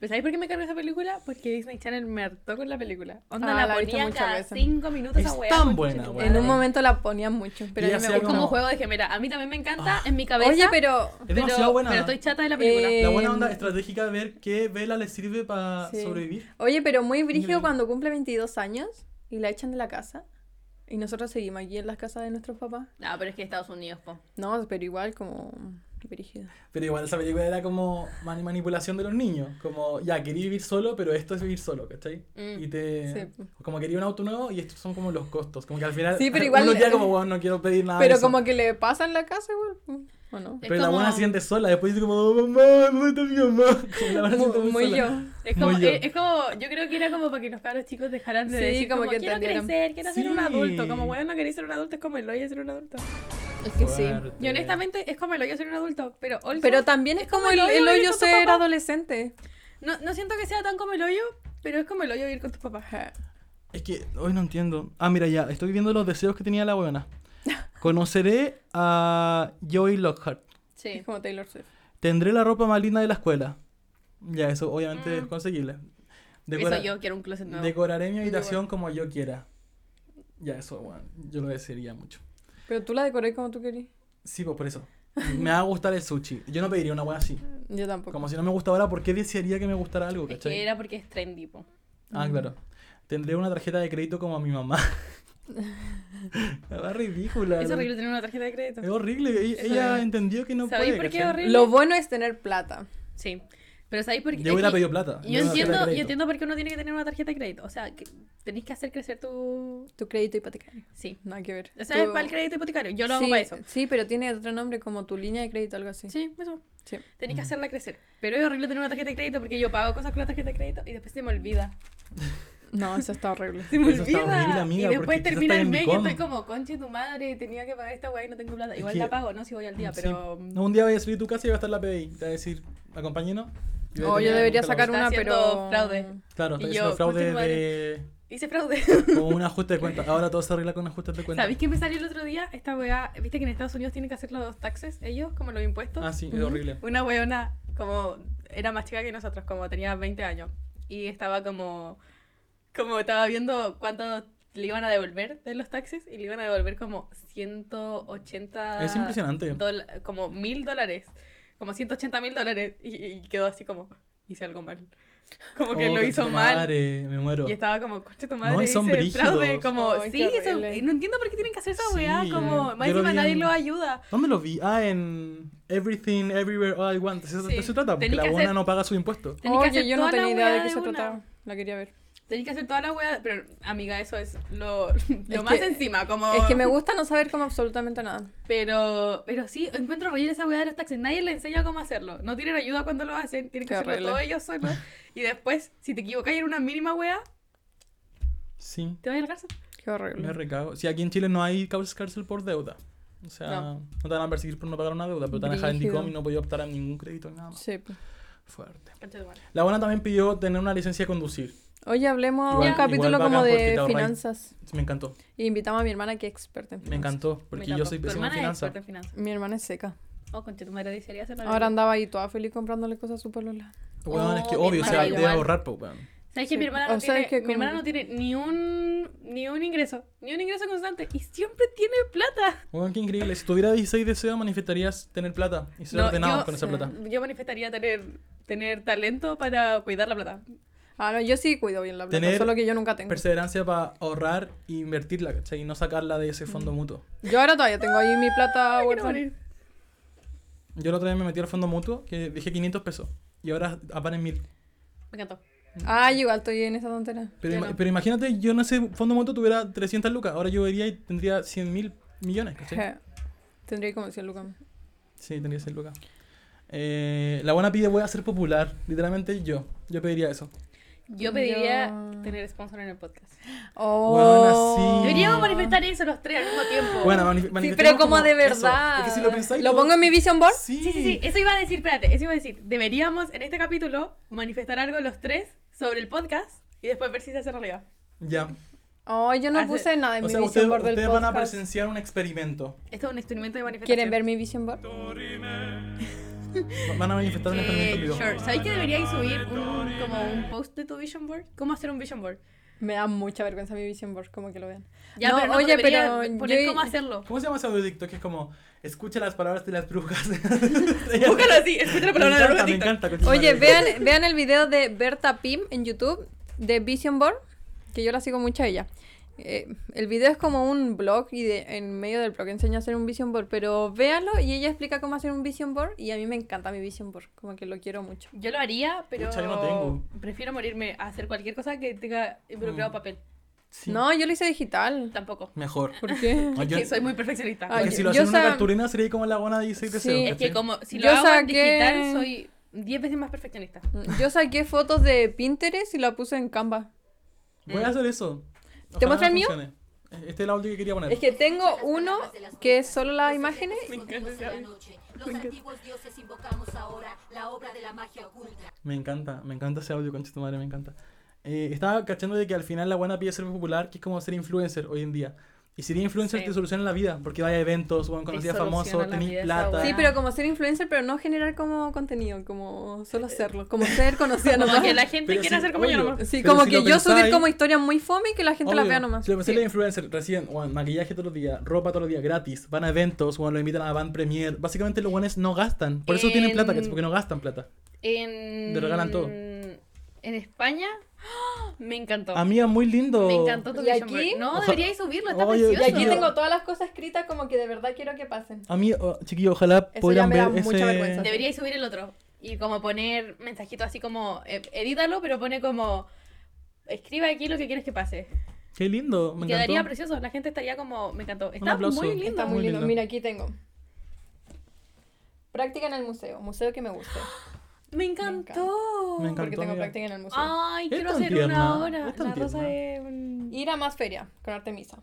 Speaker 3: ¿Pero sabéis por qué me carga esa película? Porque Disney Channel me hartó con la película. Onda,
Speaker 1: Ah,
Speaker 3: la,
Speaker 1: la he visto
Speaker 3: ponía
Speaker 1: muchas
Speaker 3: cada
Speaker 1: veces.
Speaker 3: cinco minutos
Speaker 2: Es
Speaker 3: esa weá.
Speaker 2: tan
Speaker 3: concha
Speaker 2: buena,
Speaker 3: tu
Speaker 2: weón.
Speaker 1: En
Speaker 3: madre.
Speaker 1: un momento la ponían mucho, pero
Speaker 2: Y
Speaker 1: a mí
Speaker 2: hacía
Speaker 1: me
Speaker 3: Es
Speaker 1: gusta.
Speaker 3: como
Speaker 2: No.
Speaker 3: juego de gemela. A mí también me encanta en mi cabeza.
Speaker 1: Oye, pero
Speaker 2: Es
Speaker 3: pero,
Speaker 2: Ah. demasiado buena.
Speaker 3: pero estoy chata de la película.
Speaker 1: Eh,
Speaker 2: La buena onda
Speaker 1: Em,
Speaker 2: estratégica de ver qué vela le sirve para
Speaker 1: Sí.
Speaker 2: sobrevivir.
Speaker 1: Oye, pero muy
Speaker 2: Increíble.
Speaker 1: brígido cuando cumple 22 años y la echan de la casa. Y nosotros seguimos aquí en las casas de nuestros papás.
Speaker 3: No, pero es que Estados Unidos, po.
Speaker 1: No, pero igual como brígido.
Speaker 2: Pero igual esa película era como mani- manipulación de los niños. Como, ya, quería vivir solo, pero esto es vivir solo, ¿cachai?
Speaker 3: Mm.
Speaker 2: Y te...
Speaker 1: Sí.
Speaker 2: Como quería un auto nuevo y estos son como los costos. Como que al final
Speaker 1: Sí, pero igual-
Speaker 2: uno queda como, bueno, no quiero pedir nada de
Speaker 1: pero
Speaker 2: Ah, eso".
Speaker 1: como que le pasan la casa igual. pues, ¿O no?
Speaker 3: Es
Speaker 2: Pero la
Speaker 3: como-
Speaker 2: buena se siente sola, después dice como, "Oh, mamá, ¿dónde está mi mamá? Como la buena se siente
Speaker 1: Muy, muy
Speaker 2: sola.
Speaker 1: yo.
Speaker 3: Es como,
Speaker 2: Muy yo.
Speaker 3: eh, es como, yo creo que era como para que los cabros chicos dejaran de
Speaker 1: Sí,
Speaker 3: decir
Speaker 1: como
Speaker 3: como,
Speaker 1: que
Speaker 3: quiero
Speaker 1: entendieran.
Speaker 3: crecer, quiero ser un
Speaker 2: Sí.
Speaker 3: adulto. Como, bueno, no queréis ser un adulto, es como el hoyo ser un adulto.
Speaker 1: Es que sí.
Speaker 2: Fuerte.
Speaker 3: Y honestamente, es como el hoyo ser un adulto, pero also-
Speaker 1: Pero también es, como el, el
Speaker 3: vivir
Speaker 1: hoyo
Speaker 3: con tu
Speaker 1: ser
Speaker 3: papá.
Speaker 1: adolescente.
Speaker 3: No, no siento que sea tan como el hoyo, pero es como el hoyo ir con tus papás.
Speaker 2: Es que hoy no entiendo. Ah, mira, ya, estoy viendo los deseos que tenía la buena. Conoceré a Joey Lockhart.
Speaker 1: Es como Taylor Swift.
Speaker 2: Tendré la ropa más linda de la escuela. Ya, eso obviamente es
Speaker 3: Mm.
Speaker 2: conseguible. Decora-
Speaker 3: Eso yo quiero un closet nuevo.
Speaker 2: Decoraré mi
Speaker 1: Yo
Speaker 2: habitación como yo quiera. Ya, eso, bueno, yo lo desearía mucho.
Speaker 1: Pero tú la decoré como tú querías.
Speaker 2: Sí, pues por eso. Me va a gustar el sushi. Yo no pediría una buena así.
Speaker 1: Yo tampoco.
Speaker 2: Como si no me gustaba ahora, ¿por qué desearía que me gustara algo?
Speaker 3: Es
Speaker 2: ¿cachai?
Speaker 3: que era porque es trendy, po.
Speaker 2: Ah, claro. Tendré una tarjeta de crédito como a mi mamá. Es ridícula.
Speaker 3: Es
Speaker 2: ¿no?
Speaker 3: horrible tener una tarjeta de crédito.
Speaker 2: Es horrible. E-
Speaker 3: Es
Speaker 2: Ella
Speaker 3: horrible.
Speaker 2: entendió que no puede.
Speaker 3: ¿Sabéis por qué
Speaker 2: ¿cachai?
Speaker 3: es horrible?
Speaker 1: Lo bueno es tener plata.
Speaker 3: Sí. Pero ¿sabéis por qué?
Speaker 2: Yo
Speaker 3: es
Speaker 2: hubiera
Speaker 3: que
Speaker 2: pedido plata.
Speaker 3: Yo
Speaker 2: una tarjeta de
Speaker 3: entiendo, yo
Speaker 2: crédito.
Speaker 3: entiendo por qué uno tiene que tener una tarjeta de crédito. O sea, que tenéis que hacer crecer tu...
Speaker 1: Tu crédito hipotecario.
Speaker 3: Sí.
Speaker 1: Nada que ver.
Speaker 3: O sea, es
Speaker 1: Tu-
Speaker 3: para el crédito hipotecario. Yo lo hago
Speaker 1: sí,
Speaker 3: para eso.
Speaker 1: Sí, pero tiene otro nombre como tu línea de crédito, algo así.
Speaker 3: Sí, eso.
Speaker 1: Sí.
Speaker 3: Tenés
Speaker 2: Mm.
Speaker 3: que hacerla crecer. Pero es horrible tener una tarjeta de crédito porque yo pago cosas con la tarjeta de crédito y después se me olvida.
Speaker 1: No, eso está horrible.
Speaker 3: Se me
Speaker 2: Eso está
Speaker 3: olvida.
Speaker 2: horrible, amiga,
Speaker 3: y
Speaker 2: porque
Speaker 3: después
Speaker 2: quizás
Speaker 3: termina
Speaker 2: está
Speaker 3: el
Speaker 2: en
Speaker 3: mes y
Speaker 2: Bicom.
Speaker 3: estoy como, conche tu madre, tenía que pagar esta weá y no tengo plata.
Speaker 2: Es
Speaker 3: Igual
Speaker 2: que-
Speaker 3: la pago, ¿no? Si voy al día,
Speaker 2: Sí.
Speaker 3: pero. mm,
Speaker 2: No, un día voy a salir de tu casa y va a estar la PDI. Te va a decir, acompáñenos. Y voy a tener
Speaker 1: O Oh, yo
Speaker 2: que
Speaker 1: debería
Speaker 2: buscar la
Speaker 1: sacar
Speaker 2: bolsa.
Speaker 1: una,
Speaker 3: Está
Speaker 1: pero. Mm.
Speaker 3: haciendo fraude.
Speaker 2: Claro,
Speaker 3: Y
Speaker 2: está
Speaker 3: yo,
Speaker 2: haciendo fraude
Speaker 3: conchetumare.
Speaker 2: de.
Speaker 3: Hice fraude.
Speaker 2: Como un ajuste de cuenta. Ahora todo se arregla con un ajuste de cuenta.
Speaker 3: ¿Sabéis qué me salió el otro día? Esta weá, viste que en Estados Unidos tienen que hacer los taxes, ellos, como los impuestos.
Speaker 2: Ah, sí, es
Speaker 1: Ujú.
Speaker 2: horrible.
Speaker 3: Una weona, como, era más chica que nosotros, como tenía 20 años. Y estaba como, como estaba viendo cuánto le iban a devolver de los taxes y le iban a devolver como 180...
Speaker 2: Es impresionante.
Speaker 3: dola- como mil dólares. Como 180 mil dólares. Y, y quedó así como, hice algo mal. Como que
Speaker 2: Oh,
Speaker 3: lo
Speaker 2: concha
Speaker 3: hizo
Speaker 2: tu
Speaker 3: mal.
Speaker 2: madre, me muero.
Speaker 3: Y estaba como, coche tu
Speaker 2: No,
Speaker 3: madre,
Speaker 2: y
Speaker 3: hice
Speaker 2: son
Speaker 3: fraude.
Speaker 2: brígidos.
Speaker 3: Como,
Speaker 1: Ay, qué
Speaker 3: sí, eso-
Speaker 1: horrible.
Speaker 3: no entiendo por qué tienen que hacer esa
Speaker 2: Sí,
Speaker 3: weá. Como,
Speaker 2: yo
Speaker 3: más
Speaker 2: lo
Speaker 3: encima
Speaker 2: vi
Speaker 3: nadie
Speaker 2: en-
Speaker 3: los ayuda.
Speaker 2: ¿Dónde lo vi? Ah, en Everything, Everywhere, All I Want. Eso-
Speaker 3: Sí.
Speaker 2: De eso se trata, porque
Speaker 3: Tenés
Speaker 2: la
Speaker 3: que
Speaker 2: buena
Speaker 3: hacer-
Speaker 2: no paga sus impuestos.
Speaker 3: Tenés que hacer
Speaker 1: Oye, yo no
Speaker 3: toda la
Speaker 1: tenía idea de
Speaker 3: weá
Speaker 1: qué
Speaker 3: de
Speaker 1: se
Speaker 3: una.
Speaker 1: trataba. La quería ver.
Speaker 3: Tenés que hacer toda la weá. Pero, amiga, eso es lo, lo
Speaker 1: Es
Speaker 3: más
Speaker 1: que-
Speaker 3: encima. Como...
Speaker 1: Es que me gusta no saber como absolutamente nada.
Speaker 3: Pero, pero sí, encuentro reír esa weá de los taxis. Nadie les enseña cómo hacerlo. No tienen ayuda cuando lo hacen. Tienen que
Speaker 1: Qué
Speaker 3: hacerlo
Speaker 1: horrible.
Speaker 3: todos ellos solos. Y después, si te equivocas en una mínima weá,
Speaker 2: Sí,
Speaker 3: te vas a la cárcel.
Speaker 1: Qué
Speaker 2: me
Speaker 1: horrible.
Speaker 2: recago. Si aquí en Chile no hay caus- cárcel por deuda. O sea,
Speaker 1: No.
Speaker 2: no, te van a perseguir por no pagar una deuda, pero te van a dejar en
Speaker 1: Brígido.
Speaker 2: DICOM y no podía optar a ningún crédito ni nada más.
Speaker 1: Sí. pues.
Speaker 2: Fuerte.
Speaker 3: Concha de tu madre.
Speaker 2: La buena también pidió tener una licencia de conducir.
Speaker 1: Oye, hablemos
Speaker 2: Igual-
Speaker 1: un capítulo
Speaker 2: igual
Speaker 1: como
Speaker 2: bacán porque
Speaker 1: de
Speaker 2: te ahorráis.
Speaker 1: finanzas.
Speaker 2: Me encantó,
Speaker 1: Y invitamos a mi hermana que es experta en
Speaker 2: me
Speaker 1: finanzas.
Speaker 2: encantó,
Speaker 3: Me
Speaker 2: porque
Speaker 3: encantó.
Speaker 2: yo soy
Speaker 3: Tu
Speaker 2: pésimo en
Speaker 3: hermana es
Speaker 2: finanzas.
Speaker 3: experta en finanzas.
Speaker 1: Mi hermana es seca.
Speaker 3: Oh, concha de tu madre, desearía hacerlo.
Speaker 1: Ahora andaba ahí toda feliz comprándole cosas a su polola.
Speaker 2: Weón, es que
Speaker 3: Oh, mi
Speaker 2: obvio, o sea,
Speaker 1: hermana
Speaker 2: debe
Speaker 3: igual.
Speaker 2: ahorrar, po, weón.
Speaker 3: ¿Sabes que mi
Speaker 1: Sí.
Speaker 3: hermana no
Speaker 1: O sea,
Speaker 3: tiene,
Speaker 1: es que
Speaker 3: mi
Speaker 1: como-
Speaker 3: hermana no tiene ni un ni un ingreso, ni un ingreso constante y siempre tiene plata.
Speaker 2: Weón, qué increíble. Si tuviera 16 deseos, manifestarías tener plata y ser ordenado
Speaker 3: yo,
Speaker 2: con esa plata.
Speaker 3: yo manifestaría tener tener talento para cuidar la plata.
Speaker 1: Ah, no, yo sí cuido bien la plata,
Speaker 2: Tener
Speaker 1: solo que yo nunca tengo.
Speaker 2: Perseverancia para ahorrar e invertirla, ¿cachai? Y no sacarla de
Speaker 3: Mm.
Speaker 2: ese fondo mutuo.
Speaker 1: Yo ahora todavía tengo ahí mi plata
Speaker 3: Ay, quiero
Speaker 1: guardada.
Speaker 3: morir.
Speaker 2: Yo el otro día me metí al fondo mutuo, que dije 500 pesos. Y ahora aparecen 1000.
Speaker 3: Me encantó.
Speaker 1: Ah, igual estoy en esa tontera.
Speaker 2: Pero,
Speaker 3: Ya
Speaker 2: ima-
Speaker 3: no.
Speaker 2: pero imagínate, yo en ese fondo mutuo tuviera 300 lucas. Ahora yo iría y tendría 100 mil millones, ¿cachai?
Speaker 1: Je. Tendría como 100 lucas. más.
Speaker 2: Sí, tendría 100 lucas. Eh, la buena pide, voy a ser popular. Literalmente yo. Yo pediría eso.
Speaker 3: Yo pediría
Speaker 1: Yo-
Speaker 3: tener sponsor en el podcast.
Speaker 1: Oh.
Speaker 2: Weona, sí.
Speaker 3: Deberíamos manifestar eso los tres al mismo tiempo.
Speaker 2: Bueno, manif-
Speaker 1: Ah, Sí,
Speaker 2: manifestemos
Speaker 1: pero como de
Speaker 2: eso.
Speaker 1: verdad.
Speaker 2: Es que si lo pensáis todo-
Speaker 1: pongo en mi vision board?
Speaker 2: Sí,
Speaker 3: Sí, sí, sí, eso iba a decir, espérate, eso iba a decir. Deberíamos en este capítulo manifestar algo los tres sobre el podcast y después ver si se hace realidad.
Speaker 2: Ya.
Speaker 1: Oh, yo no
Speaker 3: Hace-
Speaker 1: puse nada en
Speaker 2: O
Speaker 1: mi
Speaker 2: sea,
Speaker 1: vision
Speaker 2: ustedes,
Speaker 1: board del
Speaker 2: ustedes van a
Speaker 1: podcast.
Speaker 2: presenciar un experimento.
Speaker 3: Esto es un experimento de manifestación.
Speaker 1: ¿Quieren ver mi vision board?
Speaker 2: Van a manifestar un experimento en
Speaker 3: Eh,
Speaker 2: vivo.
Speaker 3: sure. ¿Sabéis que deberíais subir un, como un post de tu vision board? ¿Cómo hacer un vision board?
Speaker 1: Me da mucha vergüenza mi vision board, como que lo vean.
Speaker 3: Ya,
Speaker 1: No,
Speaker 3: pero no,
Speaker 1: oye,
Speaker 3: debería
Speaker 1: pero
Speaker 3: poner
Speaker 1: yo-
Speaker 3: cómo hacerlo.
Speaker 2: ¿Cómo se llama ese audio de TikTok? Que es como, escucha las palabras de las brujas.
Speaker 3: Búscalo así, escucha
Speaker 2: me
Speaker 3: la palabra de
Speaker 2: encanta,
Speaker 3: la
Speaker 2: me
Speaker 3: TikTok.
Speaker 2: encanta.
Speaker 1: Oye,
Speaker 2: conchetumare.
Speaker 1: vean, vean el video de Berta Pim en YouTube de Vision Board, que yo la sigo mucho a ella. Eh, el video es como un blog y de- en medio del blog enseña a hacer un vision board, pero véanlo y ella explica cómo hacer un vision board y a mí me encanta mi vision board, como que lo quiero mucho.
Speaker 3: Yo lo haría, pero
Speaker 2: Pucha, yo no tengo.
Speaker 3: prefiero morirme a hacer cualquier cosa que tenga involucrado
Speaker 2: Mm.
Speaker 3: papel.
Speaker 2: Sí.
Speaker 1: No, yo lo hice digital.
Speaker 3: Tampoco.
Speaker 2: Mejor.
Speaker 1: ¿Por qué?
Speaker 2: No, yo-
Speaker 3: Que soy muy perfeccionista.
Speaker 1: Ay,
Speaker 2: es que si lo
Speaker 1: yo
Speaker 2: hacen en una
Speaker 1: sa-
Speaker 2: cartulina sería como la buena de 16
Speaker 1: Sí,
Speaker 2: deseos.
Speaker 1: es
Speaker 3: es que
Speaker 2: ¿cachai?
Speaker 3: como si lo
Speaker 1: Yo
Speaker 3: hago en
Speaker 1: saqué-
Speaker 3: digital soy 10 veces más perfeccionista.
Speaker 1: Yo saqué fotos de Pinterest y la puse en Canva.
Speaker 2: Voy a hacer eso.
Speaker 1: Mm. ¿Te muestro el mío?
Speaker 2: funcione. Este es el audio que quería poner.
Speaker 1: Es que tengo uno que es solo las imágenes.
Speaker 4: Me encanta ese audio. Los antiguos dioses invocamos ahora la obra de la magia oculta.
Speaker 2: Me encanta, me encanta ese audio, concha tu madre, me encanta. Eh, estaba cachando de que al final la buena pide ser popular, que es como ser influencer hoy en día. Y sería influencer
Speaker 3: Sí.
Speaker 2: te soluciona la vida, porque vaya a eventos, bueno, conocías famoso,
Speaker 3: soluciona la vida
Speaker 2: tenés
Speaker 3: esa
Speaker 2: plata.
Speaker 3: weá.
Speaker 1: Sí, pero como ser influencer, pero no generar como contenido, como solo hacerlo, como ser conocida
Speaker 3: Como
Speaker 1: nomás.
Speaker 3: que la gente
Speaker 2: Pero
Speaker 3: quiere
Speaker 2: sí,
Speaker 3: hacer como yo
Speaker 2: obvio.
Speaker 3: nomás.
Speaker 1: Sí,
Speaker 2: Pero
Speaker 1: como
Speaker 2: si
Speaker 1: que
Speaker 2: lo
Speaker 1: yo subir
Speaker 2: pensáis-
Speaker 1: como historia muy fome y que la gente la
Speaker 2: Obvio.
Speaker 1: vea nomás.
Speaker 2: Si lo pensé,
Speaker 3: Sí.
Speaker 2: los influencers reciben bueno, maquillaje todos los días, ropa todos los días gratis, van a eventos, bueno, lo invitan a Van Premier. Básicamente los buenos no gastan. Por eso tienen
Speaker 3: En-
Speaker 2: plata, ¿cachai? porque no gastan plata.
Speaker 3: En...
Speaker 2: Te regalan todo.
Speaker 3: En España, ¡ah! me encantó.
Speaker 2: Amiga, muy lindo.
Speaker 3: Me encantó tu
Speaker 1: ¿Y
Speaker 3: vision
Speaker 1: aquí?
Speaker 3: board. No,
Speaker 2: Ojalá-
Speaker 3: deberíais subirlo, está
Speaker 2: Oye,
Speaker 1: Y
Speaker 3: precioso.
Speaker 1: aquí
Speaker 2: Yo-
Speaker 1: tengo todas las cosas escritas como que de verdad quiero que pasen.
Speaker 2: A mí, oh, chiquillo, ojalá
Speaker 1: ya
Speaker 2: pudieran
Speaker 1: me da
Speaker 2: ver
Speaker 1: mucha
Speaker 2: ese...
Speaker 1: vergüenza.
Speaker 3: Deberíais subir el otro. Y como poner mensajitos así como, eh, edítalo, pero pone como, escriba aquí lo que quieres que pase.
Speaker 2: Qué lindo, me
Speaker 3: Y quedaría
Speaker 2: encantó.
Speaker 3: precioso, la gente estaría como, me encantó.
Speaker 2: Un
Speaker 3: Está
Speaker 2: aplauso.
Speaker 3: muy lindo.
Speaker 1: Está muy,
Speaker 2: Muy
Speaker 1: lindo.
Speaker 2: lindo.
Speaker 1: Mira, aquí tengo. Práctica en el museo, museo que me guste.
Speaker 3: Me encantó.
Speaker 2: Me encanta.
Speaker 1: Porque tengo
Speaker 2: mira.
Speaker 1: práctica en el museo.
Speaker 3: Ay,
Speaker 2: Es
Speaker 3: quiero
Speaker 2: tan
Speaker 3: hacer
Speaker 2: tierna,
Speaker 3: una hora.
Speaker 2: es tan
Speaker 3: La rosa
Speaker 2: tierna.
Speaker 3: de... un-
Speaker 1: Ir a más feria con Artemisa.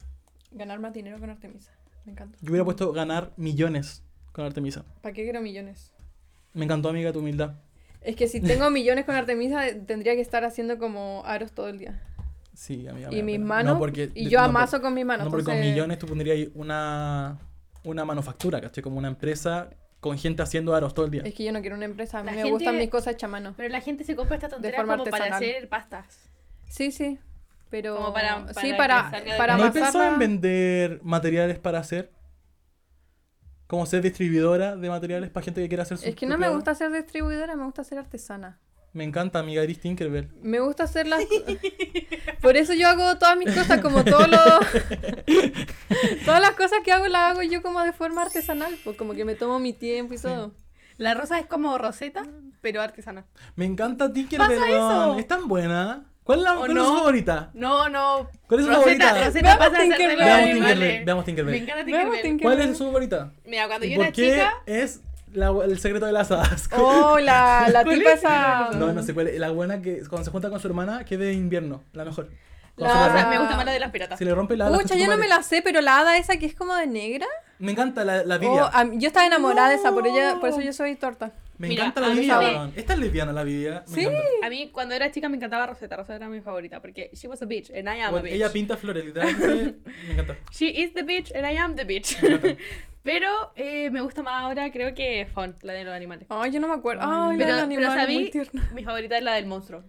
Speaker 1: Ganar más dinero con Artemisa. Me encanta.
Speaker 2: Yo hubiera puesto ganar millones con Artemisa.
Speaker 1: ¿Para qué quiero millones?
Speaker 2: Me encantó, amiga, tu humildad.
Speaker 1: Es que si tengo millones con Artemisa, eh, tendría que estar haciendo como aros todo el día.
Speaker 2: Sí, amiga.
Speaker 1: Y
Speaker 2: me-
Speaker 1: mis
Speaker 2: no,
Speaker 1: manos.
Speaker 2: porque-
Speaker 1: y yo
Speaker 2: no,
Speaker 1: amaso
Speaker 2: por-
Speaker 1: con mis manos.
Speaker 2: No, porque con
Speaker 1: entonces-
Speaker 2: millones tú pondrías ahí una, una manufactura, ¿cachai? Como una empresa con gente haciendo aros todo el día.
Speaker 1: Es que yo no quiero una empresa. A mí
Speaker 3: La
Speaker 1: me
Speaker 3: gente-
Speaker 1: gustan mis cosas chamano.
Speaker 3: Pero la gente se compra estas tonteras como
Speaker 1: forma
Speaker 3: para
Speaker 1: artesanal.
Speaker 3: hacer pastas.
Speaker 1: Sí, sí. Pero.
Speaker 3: Como para- para
Speaker 1: sí,
Speaker 3: que
Speaker 1: para.
Speaker 3: salga de-
Speaker 1: para
Speaker 2: ¿No he
Speaker 1: amasarla-
Speaker 2: pensado en vender materiales para hacer? Como ser distribuidora de materiales para gente que quiera hacer su
Speaker 1: Es que no me
Speaker 2: propio-
Speaker 1: gusta ser distribuidora, me gusta ser artesana.
Speaker 2: Me encanta, amiga Iris Tinkerbell.
Speaker 1: Me gusta hacer las... Por eso yo hago todas mis cosas, como todos los... todas las cosas que hago las hago yo como de forma artesanal, pues como que me tomo mi tiempo y todo.
Speaker 3: La rosa es como roseta, pero artesana.
Speaker 2: Me encanta Tinkerbell.
Speaker 3: ¿Pasa eso?
Speaker 2: weón. Es tan buena. ¿Cuál es, la,
Speaker 3: ¿O
Speaker 2: cuál es
Speaker 3: no?
Speaker 2: su favorita?
Speaker 3: No, no.
Speaker 2: ¿Cuál es su
Speaker 3: Rosetta-
Speaker 2: favorita?
Speaker 3: Rosetta
Speaker 1: Veamos
Speaker 3: pasa a ser
Speaker 1: Tinkerbell.
Speaker 3: de los
Speaker 2: Veamos
Speaker 3: animales.
Speaker 2: Tinkerbell. Veamos Tinkerbell.
Speaker 3: Me encanta
Speaker 1: Veamos
Speaker 3: Tinkerbell.
Speaker 1: Tinkerbell.
Speaker 2: ¿Cuál es su favorita?
Speaker 3: Mira, cuando
Speaker 2: ¿Y
Speaker 3: yo
Speaker 2: por
Speaker 3: era
Speaker 2: qué
Speaker 3: chica,
Speaker 2: es la- el secreto de las hadas?
Speaker 1: Oh, la, la
Speaker 3: ¿Cuál
Speaker 1: tipa
Speaker 3: es?
Speaker 1: esa...
Speaker 2: No, no sé cuál es. La buena que cuando se junta con su hermana, que es de invierno, la mejor. Cuando
Speaker 1: La-
Speaker 2: se,
Speaker 3: o
Speaker 2: le
Speaker 3: sea,
Speaker 2: rompe,
Speaker 3: me gusta más la de las piratas.
Speaker 2: se le rompe la ala,
Speaker 1: Pucha,
Speaker 2: concha tu
Speaker 1: yo no me
Speaker 2: madre.
Speaker 1: la sé, pero la hada esa que es como de negra.
Speaker 2: Me encanta la, la
Speaker 1: Oh,
Speaker 2: Vivia.
Speaker 3: ah,
Speaker 1: a mí- yo estaba enamorada de esa, por, ella, por eso yo soy torta.
Speaker 2: Me
Speaker 3: Mira,
Speaker 2: encanta la
Speaker 3: a mí
Speaker 2: Vivia,
Speaker 1: me-
Speaker 2: weón. Esta es lesbiana, la Vivia. Me
Speaker 1: Sí.
Speaker 2: encanta.
Speaker 3: A mí cuando era chica me encantaba Rosetta, Rosetta era mi favorita porque she was a bitch and I am
Speaker 2: Bueno,
Speaker 3: a bitch.
Speaker 2: ella pinta flores, literalmente. me encanta.
Speaker 3: She is the bitch and I am the bitch. pero eh, me gusta más ahora, creo que Fon, la de los animales.
Speaker 1: Ay, yo no me acuerdo. Ay,
Speaker 3: pero,
Speaker 1: la del
Speaker 3: pero
Speaker 1: animal,
Speaker 3: sabí,
Speaker 1: muy tierna.
Speaker 3: mi favorita es la del monstruo.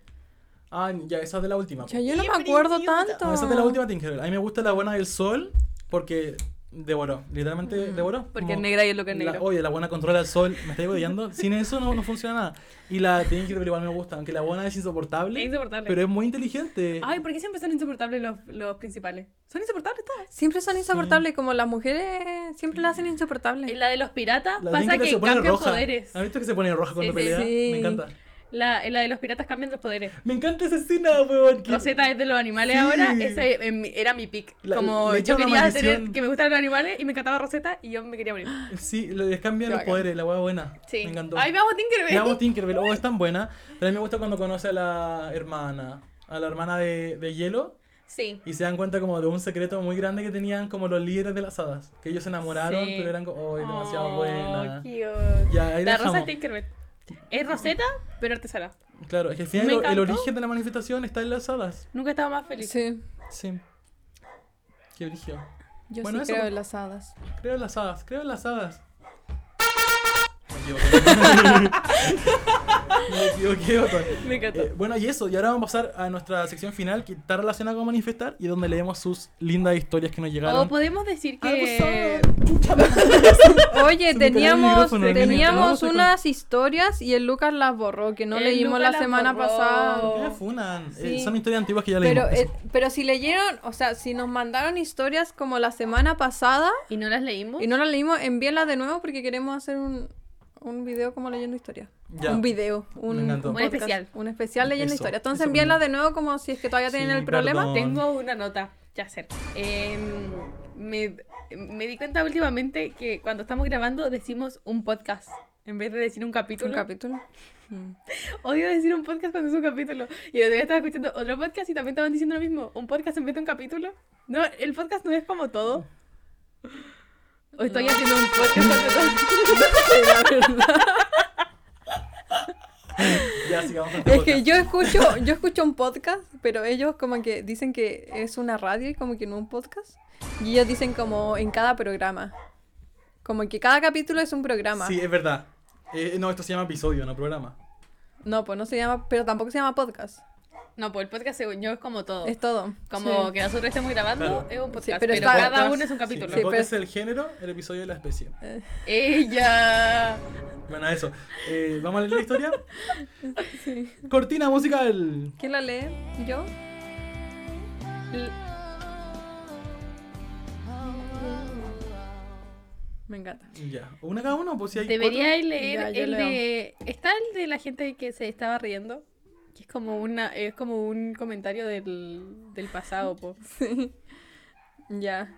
Speaker 2: Ah, ya, esa es de la última.
Speaker 1: Pucha, yo no me acuerdo tanto.
Speaker 2: No, esa es de la última Tinkerbell. A mí me gusta la buena del sol porque devoró. Literalmente devoró.
Speaker 3: Porque
Speaker 2: Como-
Speaker 3: es negra y es lo que es
Speaker 2: La,
Speaker 3: negro.
Speaker 2: oye, la buena controla el sol, me estáis odiando. Sin eso no, no funciona nada. Y la Tinkerbell igual me gusta, aunque la buena es insoportable,
Speaker 3: Es insoportable.
Speaker 2: pero es muy inteligente.
Speaker 3: Ay, ¿por qué siempre son insoportables los, los principales? Son insoportables todas.
Speaker 1: Siempre son insoportables, como las mujeres siempre la hacen insoportable.
Speaker 3: En Eh, la de los piratas
Speaker 2: la
Speaker 3: pasa
Speaker 2: Tinkerbell
Speaker 3: que
Speaker 2: se pone
Speaker 3: cambian
Speaker 2: roja. Ah.
Speaker 3: poderes.
Speaker 2: ¿Has visto que se pone roja cuando
Speaker 3: sí,
Speaker 2: pelea?
Speaker 1: sí.
Speaker 2: Me encanta.
Speaker 3: La, en la de los piratas cambian los poderes.
Speaker 2: Me encanta esa escena, weón. que-
Speaker 3: Rosetta es de los animales
Speaker 2: Sí.
Speaker 3: ahora, ese eh, mi- era mi pick.
Speaker 2: La-
Speaker 3: Como
Speaker 2: le echa
Speaker 3: yo
Speaker 2: una
Speaker 3: quería
Speaker 2: maldición.
Speaker 3: tener que me gustaran los animales y me encantaba Rosetta y yo me quería morir.
Speaker 2: Sí, les cambian los
Speaker 1: bacán.
Speaker 2: poderes, la hueá buena.
Speaker 3: Sí.
Speaker 2: Me encantó.
Speaker 3: Ay, veamos Tinkerbell.
Speaker 2: Veamos Tinkerbell, oh, es tan buena. Pero a mí me gusta cuando conoce a la hermana, a la hermana de, de hielo.
Speaker 3: Sí.
Speaker 2: Y se dan cuenta como de un secreto muy grande que tenían como los líderes de las hadas. Que ellos se enamoraron,
Speaker 3: Sí.
Speaker 2: pero eran como, ¡ay, demasiado
Speaker 3: Oh,
Speaker 2: buena!
Speaker 3: cute.
Speaker 2: Ya, ahí
Speaker 3: La
Speaker 2: dejamos.
Speaker 3: rosa es Tinkerbell. Es Rosetta, pero artesana.
Speaker 2: Claro, es que al final
Speaker 3: Me
Speaker 2: el, el
Speaker 3: encantó.
Speaker 2: origen de la manifestación está en las hadas.
Speaker 3: Nunca estaba más feliz.
Speaker 1: Sí,
Speaker 2: Sí. Qué origen.
Speaker 1: yo
Speaker 2: Bueno,
Speaker 1: sí
Speaker 2: eso.
Speaker 1: creo en las hadas.
Speaker 2: Creo en las hadas, creo en las hadas. Me equivoqué. Me equivoqué,
Speaker 3: Me encantó.
Speaker 2: Eh, bueno, y eso, y ahora vamos a pasar a nuestra sección final que está relacionada con manifestar y donde leemos sus lindas historias que nos
Speaker 3: o
Speaker 2: llegaron.
Speaker 3: podemos decir
Speaker 2: Algo
Speaker 3: Oh, pues, que.
Speaker 2: son- Pucha madre.
Speaker 1: Oye,
Speaker 2: Se me cayó el
Speaker 1: teníamos,
Speaker 2: micrófono,
Speaker 1: teníamos
Speaker 2: no sé cuál.
Speaker 1: unas historias y el Lucas las borró, que no
Speaker 3: El
Speaker 1: leímos
Speaker 3: Lucas
Speaker 1: la
Speaker 3: las
Speaker 1: semana
Speaker 3: borró.
Speaker 1: pasada.
Speaker 3: oh.
Speaker 2: Ya funan. Eh,
Speaker 1: Sí.
Speaker 2: son historias antiguas que ya leímos.
Speaker 1: Pero,
Speaker 2: eso.
Speaker 1: eh, pero si leyeron, o sea, si nos mandaron historias como la semana pasada
Speaker 3: ¿Y no las leímos?
Speaker 1: y no las leímos, envíenlas de nuevo porque queremos hacer un, un video como leyendo historias.
Speaker 2: Ya.
Speaker 1: Un video, un,
Speaker 2: Me encantó.
Speaker 1: un
Speaker 3: Un
Speaker 1: podcast,
Speaker 3: especial.
Speaker 1: Un especial leyendo
Speaker 2: Eso,
Speaker 1: historias. Entonces
Speaker 2: eso
Speaker 1: envíenlas de
Speaker 2: mismo.
Speaker 1: nuevo como si es que todavía tienen
Speaker 2: Sí,
Speaker 1: el problema.
Speaker 2: perdón.
Speaker 3: Tengo una nota que hacer. Em, me, me di cuenta últimamente que cuando estamos grabando decimos un podcast en vez de decir un capítulo.
Speaker 1: Un capítulo. Mm.
Speaker 3: Odio decir un podcast cuando es un capítulo. Y el otro día estaba escuchando otro podcast y también estaban diciendo lo mismo. Un podcast en vez de un capítulo. No, el podcast no es como todo. O estoy haciendo un podcast cuando
Speaker 2: Ya, sigamos con este
Speaker 1: Es que
Speaker 2: podcast.
Speaker 1: yo escucho, yo escucho un podcast, pero ellos como que dicen que es una radio y como que no un podcast. Y ellos dicen como en cada programa. Como que cada capítulo es un programa.
Speaker 2: Sí, es verdad. Eh, no, esto se llama episodio, no programa.
Speaker 1: No, pues no se llama, pero tampoco se llama podcast.
Speaker 3: No, pues el podcast según yo es como todo.
Speaker 1: Es todo.
Speaker 3: Como
Speaker 1: Sí.
Speaker 3: que nosotros estemos grabando
Speaker 2: Claro.
Speaker 3: es un podcast.
Speaker 1: Sí,
Speaker 3: pero
Speaker 1: pero está-
Speaker 3: cada
Speaker 2: Podcast-
Speaker 3: uno es un capítulo.
Speaker 2: Sí, el
Speaker 1: Sí, pues.
Speaker 2: podcast
Speaker 1: pero-
Speaker 2: es el género, el episodio y la especie.
Speaker 3: Ella.
Speaker 2: Bueno, eso. Eh, ¿Vamos a leer la historia? Cortina musical.
Speaker 1: ¿Quién la lee? ¿Yo?
Speaker 3: L-
Speaker 1: Me encanta.
Speaker 2: Ya. ¿Una cada uno? Pues si hay
Speaker 3: Debería
Speaker 2: cuatro.
Speaker 3: leer
Speaker 1: Ya, yo
Speaker 3: el
Speaker 1: leo.
Speaker 3: de. Está el de la gente que se estaba riendo. Que es como una, es como un comentario del, del pasado, po.
Speaker 1: Sí. Ya.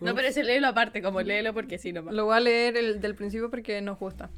Speaker 3: No, pero ese léelo aparte, como léelo porque sí nomás.
Speaker 1: Lo voy a leer el del principio porque nos gusta.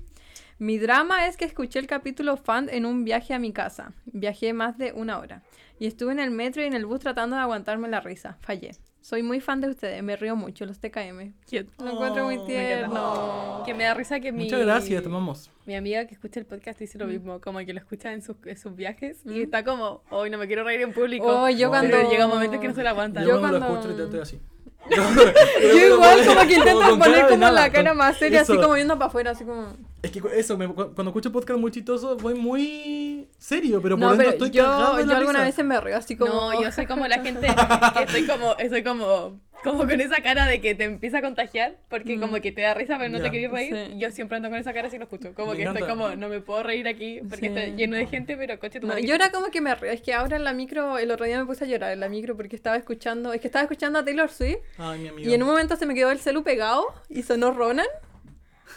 Speaker 1: Mi drama es que escuché el capítulo fan en un viaje a mi casa. Viajé más de una hora. Y estuve en el metro y en el bus tratando de aguantarme la risa. Fallé. Soy muy fan de ustedes. Me río mucho. Los TKM.
Speaker 3: Cute.
Speaker 1: Lo encuentro
Speaker 2: Oh,
Speaker 1: muy
Speaker 2: me
Speaker 1: tierno.
Speaker 3: Que me da risa que mi.
Speaker 2: Muchas gracias, tomamos.
Speaker 3: Mi amiga que escucha el podcast dice
Speaker 1: Mm.
Speaker 3: lo mismo, como que lo escucha en sus, en sus viajes y está como, hoy no me quiero reír en público.
Speaker 1: Oh,
Speaker 2: Oh.
Speaker 1: yo cuando...
Speaker 3: Pero llega un momento que no se la aguanta.
Speaker 1: Yo
Speaker 2: Yo cuando lo
Speaker 1: cuando-
Speaker 2: escucho y estoy así.
Speaker 1: Yo igual como que intento
Speaker 2: con cara
Speaker 1: poner
Speaker 2: de
Speaker 1: como
Speaker 2: nada,
Speaker 1: la cara
Speaker 2: con-
Speaker 1: más seria, así
Speaker 2: eso.
Speaker 1: como viendo para afuera, así como...
Speaker 2: Es que cu- eso, me- cu- cuando escucho podcast muy chistoso, voy muy serio, pero por
Speaker 1: No,
Speaker 2: dentro
Speaker 1: pero
Speaker 2: estoy
Speaker 1: yo,
Speaker 2: cagado de
Speaker 1: yo
Speaker 2: la
Speaker 1: alguna
Speaker 2: risa.
Speaker 1: vez me río así como...
Speaker 3: No, yo soy como la gente que estoy como, estoy como, como con esa cara de que te empieza a contagiar, porque
Speaker 1: Mm.
Speaker 3: como que te da risa, pero no
Speaker 2: Ya.
Speaker 3: te querés reír.
Speaker 1: Sí.
Speaker 3: Yo siempre ando con esa cara si lo escucho. Como
Speaker 2: Me
Speaker 3: que estoy
Speaker 2: encanta.
Speaker 3: como, no me puedo reír aquí, porque
Speaker 1: Sí.
Speaker 3: está lleno de gente, pero coche tu
Speaker 1: No,
Speaker 3: madre.
Speaker 1: yo era como que me río. Es que ahora en la micro, el otro día me puse a llorar en la micro porque estaba escuchando, es que estaba escuchando a Taylor Swift
Speaker 2: Ay, mi amigo.
Speaker 1: y en un momento se me quedó el celu pegado y sonó Ronan,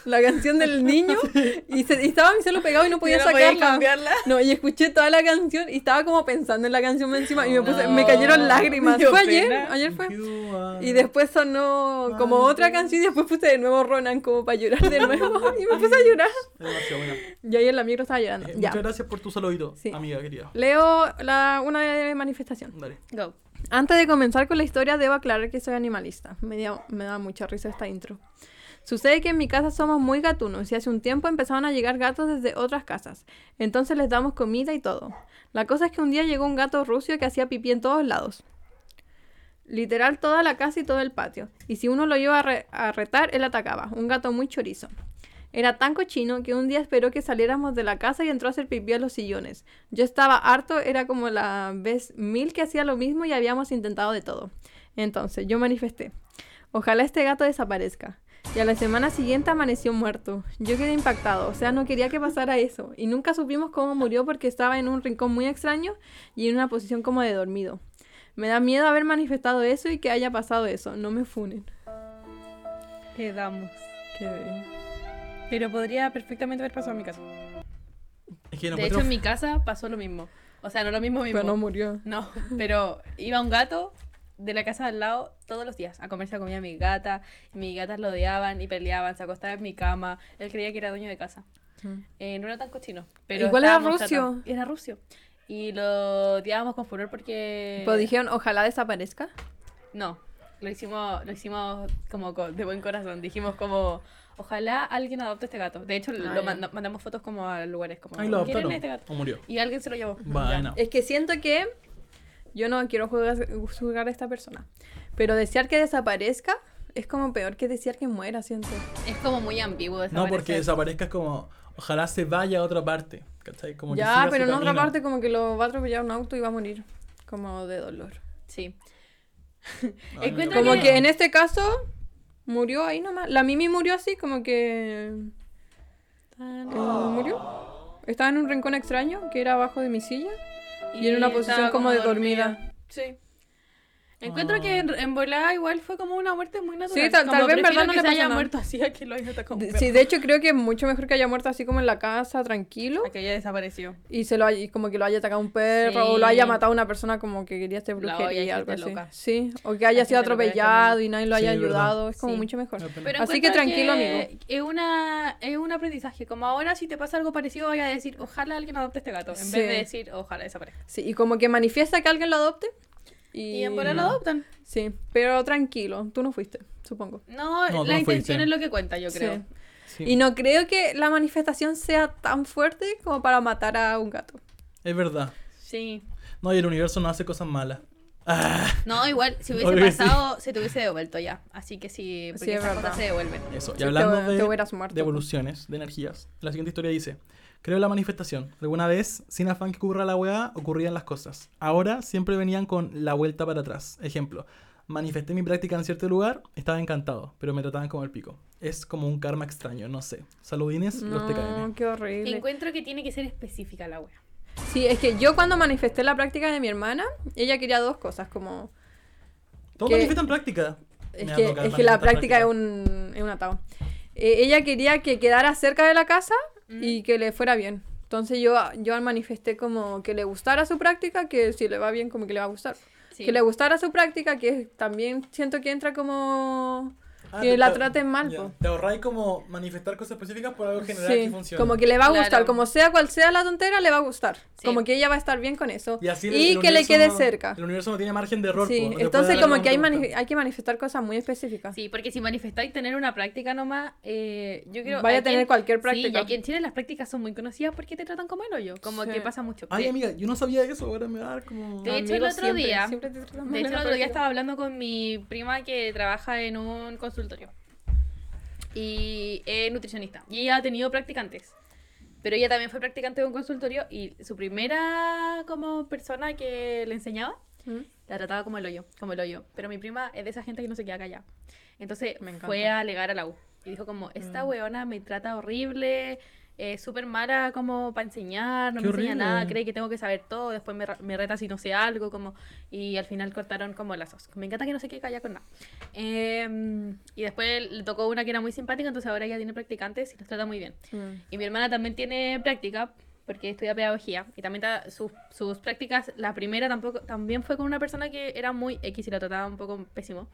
Speaker 1: la canción del niño, y, se- y estaba mi celu pegado y no podía
Speaker 3: no podía
Speaker 1: sacarla.
Speaker 3: cambiarla.
Speaker 1: no, y escuché toda la canción y estaba como pensando en la canción más encima y me, puse-
Speaker 3: Oh, No.
Speaker 1: me cayeron lágrimas.
Speaker 3: Dio
Speaker 1: Fue ayer,
Speaker 3: pena.
Speaker 1: ayer fue.
Speaker 2: You are-
Speaker 1: Y después sonó como
Speaker 2: Ay,
Speaker 1: otra
Speaker 2: qué-
Speaker 1: canción y después puse de nuevo Ronan como para llorar de nuevo y me puse a llorar.
Speaker 2: Es demasiado buena. Eh,
Speaker 1: Y ahí en la micro estaba llorando. Ya.
Speaker 2: Muchas gracias por tu saludito,
Speaker 1: Sí.
Speaker 2: amiga querida.
Speaker 1: Leo la, una de manifestación.
Speaker 2: Dale.
Speaker 3: Go.
Speaker 1: Antes de comenzar con la historia, debo aclarar que soy animalista. Me, dio- me da mucha risa esta intro. Sucede que en mi casa somos muy gatunos y hace un tiempo empezaron a llegar gatos desde otras casas. Entonces les damos comida y todo. La cosa es que un día llegó un gato rucio que hacía pipí en todos lados. Literal toda la casa y todo el patio. Y si uno lo iba a, re- a retar, él atacaba. Un gato muy chorizo. Era tan cochino que un día esperó que saliéramos de la casa y entró a hacer pipí a los sillones. Yo estaba harto, era como la vez mil que hacía lo mismo y habíamos intentado de todo. Entonces yo manifesté. Ojalá este gato desaparezca. Y a la semana siguiente amaneció muerto. Yo quedé impactado, o sea, no quería que pasara eso. Y nunca supimos cómo murió porque estaba en un rincón muy extraño y en una posición como de dormido. Me da miedo haber manifestado eso y que haya pasado eso. No me funen.
Speaker 3: Quedamos.
Speaker 1: Qué bello.
Speaker 3: Pero podría perfectamente haber pasado en mi casa.
Speaker 2: Es que no
Speaker 3: de hecho, en mi casa pasó lo mismo. O sea, no lo mismo mismo.
Speaker 1: Pero no murió.
Speaker 3: No, pero iba un gato de la casa de al lado todos los días a comerse la comida de mi gata. y Mis gatas lo odiaban y peleaban, se acostaba en mi cama. Él creía que era dueño de casa.
Speaker 1: Mm.
Speaker 3: Eh, no era tan cochino. Pero
Speaker 1: Igual era
Speaker 3: estábamos
Speaker 1: rucio.
Speaker 3: tratando- Era rucio. Y lo odiábamos con furor porque...
Speaker 1: Pero Pues dijeron, ojalá desaparezca.
Speaker 3: No, lo hicimos, lo hicimos como co- de buen corazón. Dijimos como, ojalá alguien adopte este gato. De hecho,
Speaker 1: Ah,
Speaker 3: lo
Speaker 1: ya.
Speaker 3: manda- mandamos fotos como a lugares como...
Speaker 2: Ahí lo
Speaker 3: "¿Quieren
Speaker 2: adoptaron.
Speaker 3: este gato?".
Speaker 2: O murió.
Speaker 3: Y alguien se lo llevó.
Speaker 2: Bueno.
Speaker 1: Es que siento que yo no quiero juzgar, juzgar a esta persona, pero desear que desaparezca es como peor que desear que muera, siento.
Speaker 3: Es como muy ambiguo.
Speaker 2: No, porque
Speaker 3: desaparecer.
Speaker 2: desaparezca es como. Ojalá se vaya a otra parte. ¿Cachai? Como que
Speaker 1: ya,
Speaker 2: siga su
Speaker 1: pero en otra
Speaker 2: camino.
Speaker 1: parte como que lo va a atropellar un auto y va a morir, como de dolor.
Speaker 3: Sí.
Speaker 2: Ay,
Speaker 3: Encuentro
Speaker 2: no.
Speaker 1: Como
Speaker 3: que-
Speaker 1: que en este caso murió ahí nomás. La Mimi murió así, como que eh, murió. Estaba en un rincón extraño que era abajo de mi silla. Y en una
Speaker 3: estaba
Speaker 1: posición como de dormida.
Speaker 3: Sí. Encuentro
Speaker 2: Ah.
Speaker 3: que en, en volada igual fue como una muerte muy natural.
Speaker 1: tal-
Speaker 3: Como
Speaker 1: tal vez en
Speaker 3: prefiero
Speaker 1: verdad no
Speaker 3: que
Speaker 1: le
Speaker 3: se
Speaker 1: pasó
Speaker 3: haya
Speaker 1: nada.
Speaker 3: muerto así a que lo haya
Speaker 2: Oh,
Speaker 3: atacado. un
Speaker 1: De-
Speaker 3: perro.
Speaker 1: sí, de hecho creo que es mucho mejor que haya muerto así como en la casa, tranquilo.
Speaker 3: A que haya desaparecido.
Speaker 1: Y se lo hay- y como que lo haya atacado un perro o lo
Speaker 3: Sí.
Speaker 1: haya matado una persona como que quería hacer
Speaker 3: La
Speaker 1: brujería
Speaker 3: olla,
Speaker 1: y algo
Speaker 3: gente
Speaker 1: así.
Speaker 3: loca.
Speaker 1: Sí, o que haya
Speaker 3: Hay
Speaker 1: sido
Speaker 3: gente loca en este mundo.
Speaker 1: atropellado y nadie lo
Speaker 2: Sí,
Speaker 1: haya
Speaker 2: es verdad.
Speaker 1: ayudado, es como
Speaker 3: Sí.
Speaker 1: mucho mejor.
Speaker 2: Una pena.
Speaker 3: Pero
Speaker 1: Así que
Speaker 3: encuentro
Speaker 1: tranquilo, amigo.
Speaker 3: Es, una, es un aprendizaje. Como ahora, si te pasa algo parecido, vaya a decir, ojalá alguien adopte este gato. En
Speaker 1: Sí.
Speaker 3: vez de decir, ojalá desaparezca.
Speaker 1: Sí, y como que manifiesta que alguien lo adopte. Y,
Speaker 3: Y en volada lo adoptan.
Speaker 1: Sí, pero tranquilo, tú no fuiste, supongo.
Speaker 3: No,
Speaker 2: No, tú
Speaker 3: la
Speaker 2: no
Speaker 3: intención
Speaker 2: fuiste.
Speaker 3: es lo que cuenta, yo
Speaker 1: Sí.
Speaker 3: creo.
Speaker 2: Sí.
Speaker 1: Y no creo que la manifestación sea tan fuerte como para matar a un gato.
Speaker 2: Es verdad.
Speaker 3: Sí.
Speaker 2: No, y el universo no hace cosas malas. Ah,
Speaker 3: No, igual, si hubiese
Speaker 2: Obvio que sí.
Speaker 3: pasado, se te hubiese devuelto ya. Así que sí, porque
Speaker 1: Sí, es
Speaker 3: esas cosas
Speaker 1: verdad.
Speaker 3: se devuelven.
Speaker 2: eso. Y
Speaker 1: Sí,
Speaker 2: hablando
Speaker 1: te,
Speaker 2: de.
Speaker 1: te hubieras muerto.
Speaker 2: de evoluciones, de energías. La siguiente historia dice: Creo en la manifestación. Alguna vez, sin afán que ocurra la weá, ocurrían las cosas. Ahora siempre venían con la vuelta para atrás. Ejemplo: manifesté mi práctica en cierto lugar, estaba encantado, pero me trataban como el pico. Es como un karma extraño, no sé. Saludines, los ¿eh? TKM.
Speaker 1: No, qué horrible.
Speaker 3: Encuentro que tiene que ser específica la wea.
Speaker 1: Sí, es que yo cuando manifesté la práctica de mi hermana, ella quería dos cosas, como
Speaker 2: Todos
Speaker 1: Que-
Speaker 2: manifiestan práctica.
Speaker 1: Es
Speaker 2: Me
Speaker 1: que,
Speaker 2: va a tocar
Speaker 1: es que la
Speaker 2: manifestar
Speaker 1: práctica es un, es un atado. Eh, ella quería que quedara cerca de la casa
Speaker 3: Mm,
Speaker 1: y que le fuera bien. Entonces yo, yo manifesté como que le gustara su práctica, que si le va bien, como que le va a gustar.
Speaker 3: Sí.
Speaker 1: Que le gustara su práctica, que también siento que entra como...
Speaker 2: Ah,
Speaker 1: que
Speaker 2: te-
Speaker 1: la
Speaker 2: te-
Speaker 1: traten mal,
Speaker 2: ya.
Speaker 1: po.
Speaker 2: Te ahorráis como manifestar cosas específicas por algo general
Speaker 1: Sí,
Speaker 2: que funciona.
Speaker 1: como que le va a
Speaker 3: Claro.
Speaker 1: gustar, como sea cual sea la tontera, le va a gustar.
Speaker 3: Sí.
Speaker 1: Como que ella va a estar bien con eso.
Speaker 2: Y,
Speaker 1: Y,
Speaker 2: así el- el
Speaker 1: que le
Speaker 2: universo
Speaker 1: quede
Speaker 2: no-
Speaker 1: cerca.
Speaker 2: El universo no tiene margen de error. po, no
Speaker 1: Sí,
Speaker 2: te pues, puede
Speaker 1: entonces
Speaker 2: dar
Speaker 1: como
Speaker 2: algo
Speaker 1: que hay,
Speaker 2: te gusta.
Speaker 1: manif- hay que manifestar cosas muy específicas.
Speaker 3: Sí, porque si manifestáis tener una práctica nomás, eh, yo creo...
Speaker 1: Vaya a
Speaker 3: aquí en-
Speaker 1: tener cualquier
Speaker 3: Sí, y
Speaker 1: práctica.
Speaker 3: aquí en Chile las prácticas son muy conocidas porque te tratan como el hoyo, como
Speaker 1: Sí.
Speaker 3: que pasa mucho.
Speaker 2: Ay,
Speaker 3: De-
Speaker 2: amiga, yo no sabía eso, ahora me va a dar como...
Speaker 3: De hecho, el
Speaker 1: Amigo,
Speaker 3: otro
Speaker 1: siempre-
Speaker 3: día-
Speaker 1: siempre te tratan mal
Speaker 3: De
Speaker 1: en
Speaker 3: hecho, el
Speaker 1: la
Speaker 3: otro día
Speaker 1: práctica.
Speaker 3: estaba hablando con mi prima que trabaja en un consultorio. Y es nutricionista. Y ella ha tenido practicantes. Pero ella también fue practicante de un consultorio y su primera como persona que le enseñaba
Speaker 1: ¿Mm?
Speaker 3: la trataba como el hoyo, como el hoyo. Pero mi prima es de esa gente que no se queda callada. Entonces
Speaker 1: Me encanta.
Speaker 3: fue a alegar a la U. Y dijo como, esta weona me trata horrible, es súper mala como para enseñar, no
Speaker 2: Qué
Speaker 3: me enseña
Speaker 2: horrible.
Speaker 3: nada, cree que tengo que saber todo, después me, ra- me reta si no sé algo, como... Y al final cortaron como lazos. Me encanta que no se quede callada con nada. Eh, y después le tocó una que era muy simpática, entonces ahora ya tiene practicantes y nos trata muy bien.
Speaker 1: Mm.
Speaker 3: Y mi hermana también tiene práctica porque estudia pedagogía y también ta- sus, sus prácticas, la primera tampoco también fue con una persona que era muy X y la trataba un poco pésimo.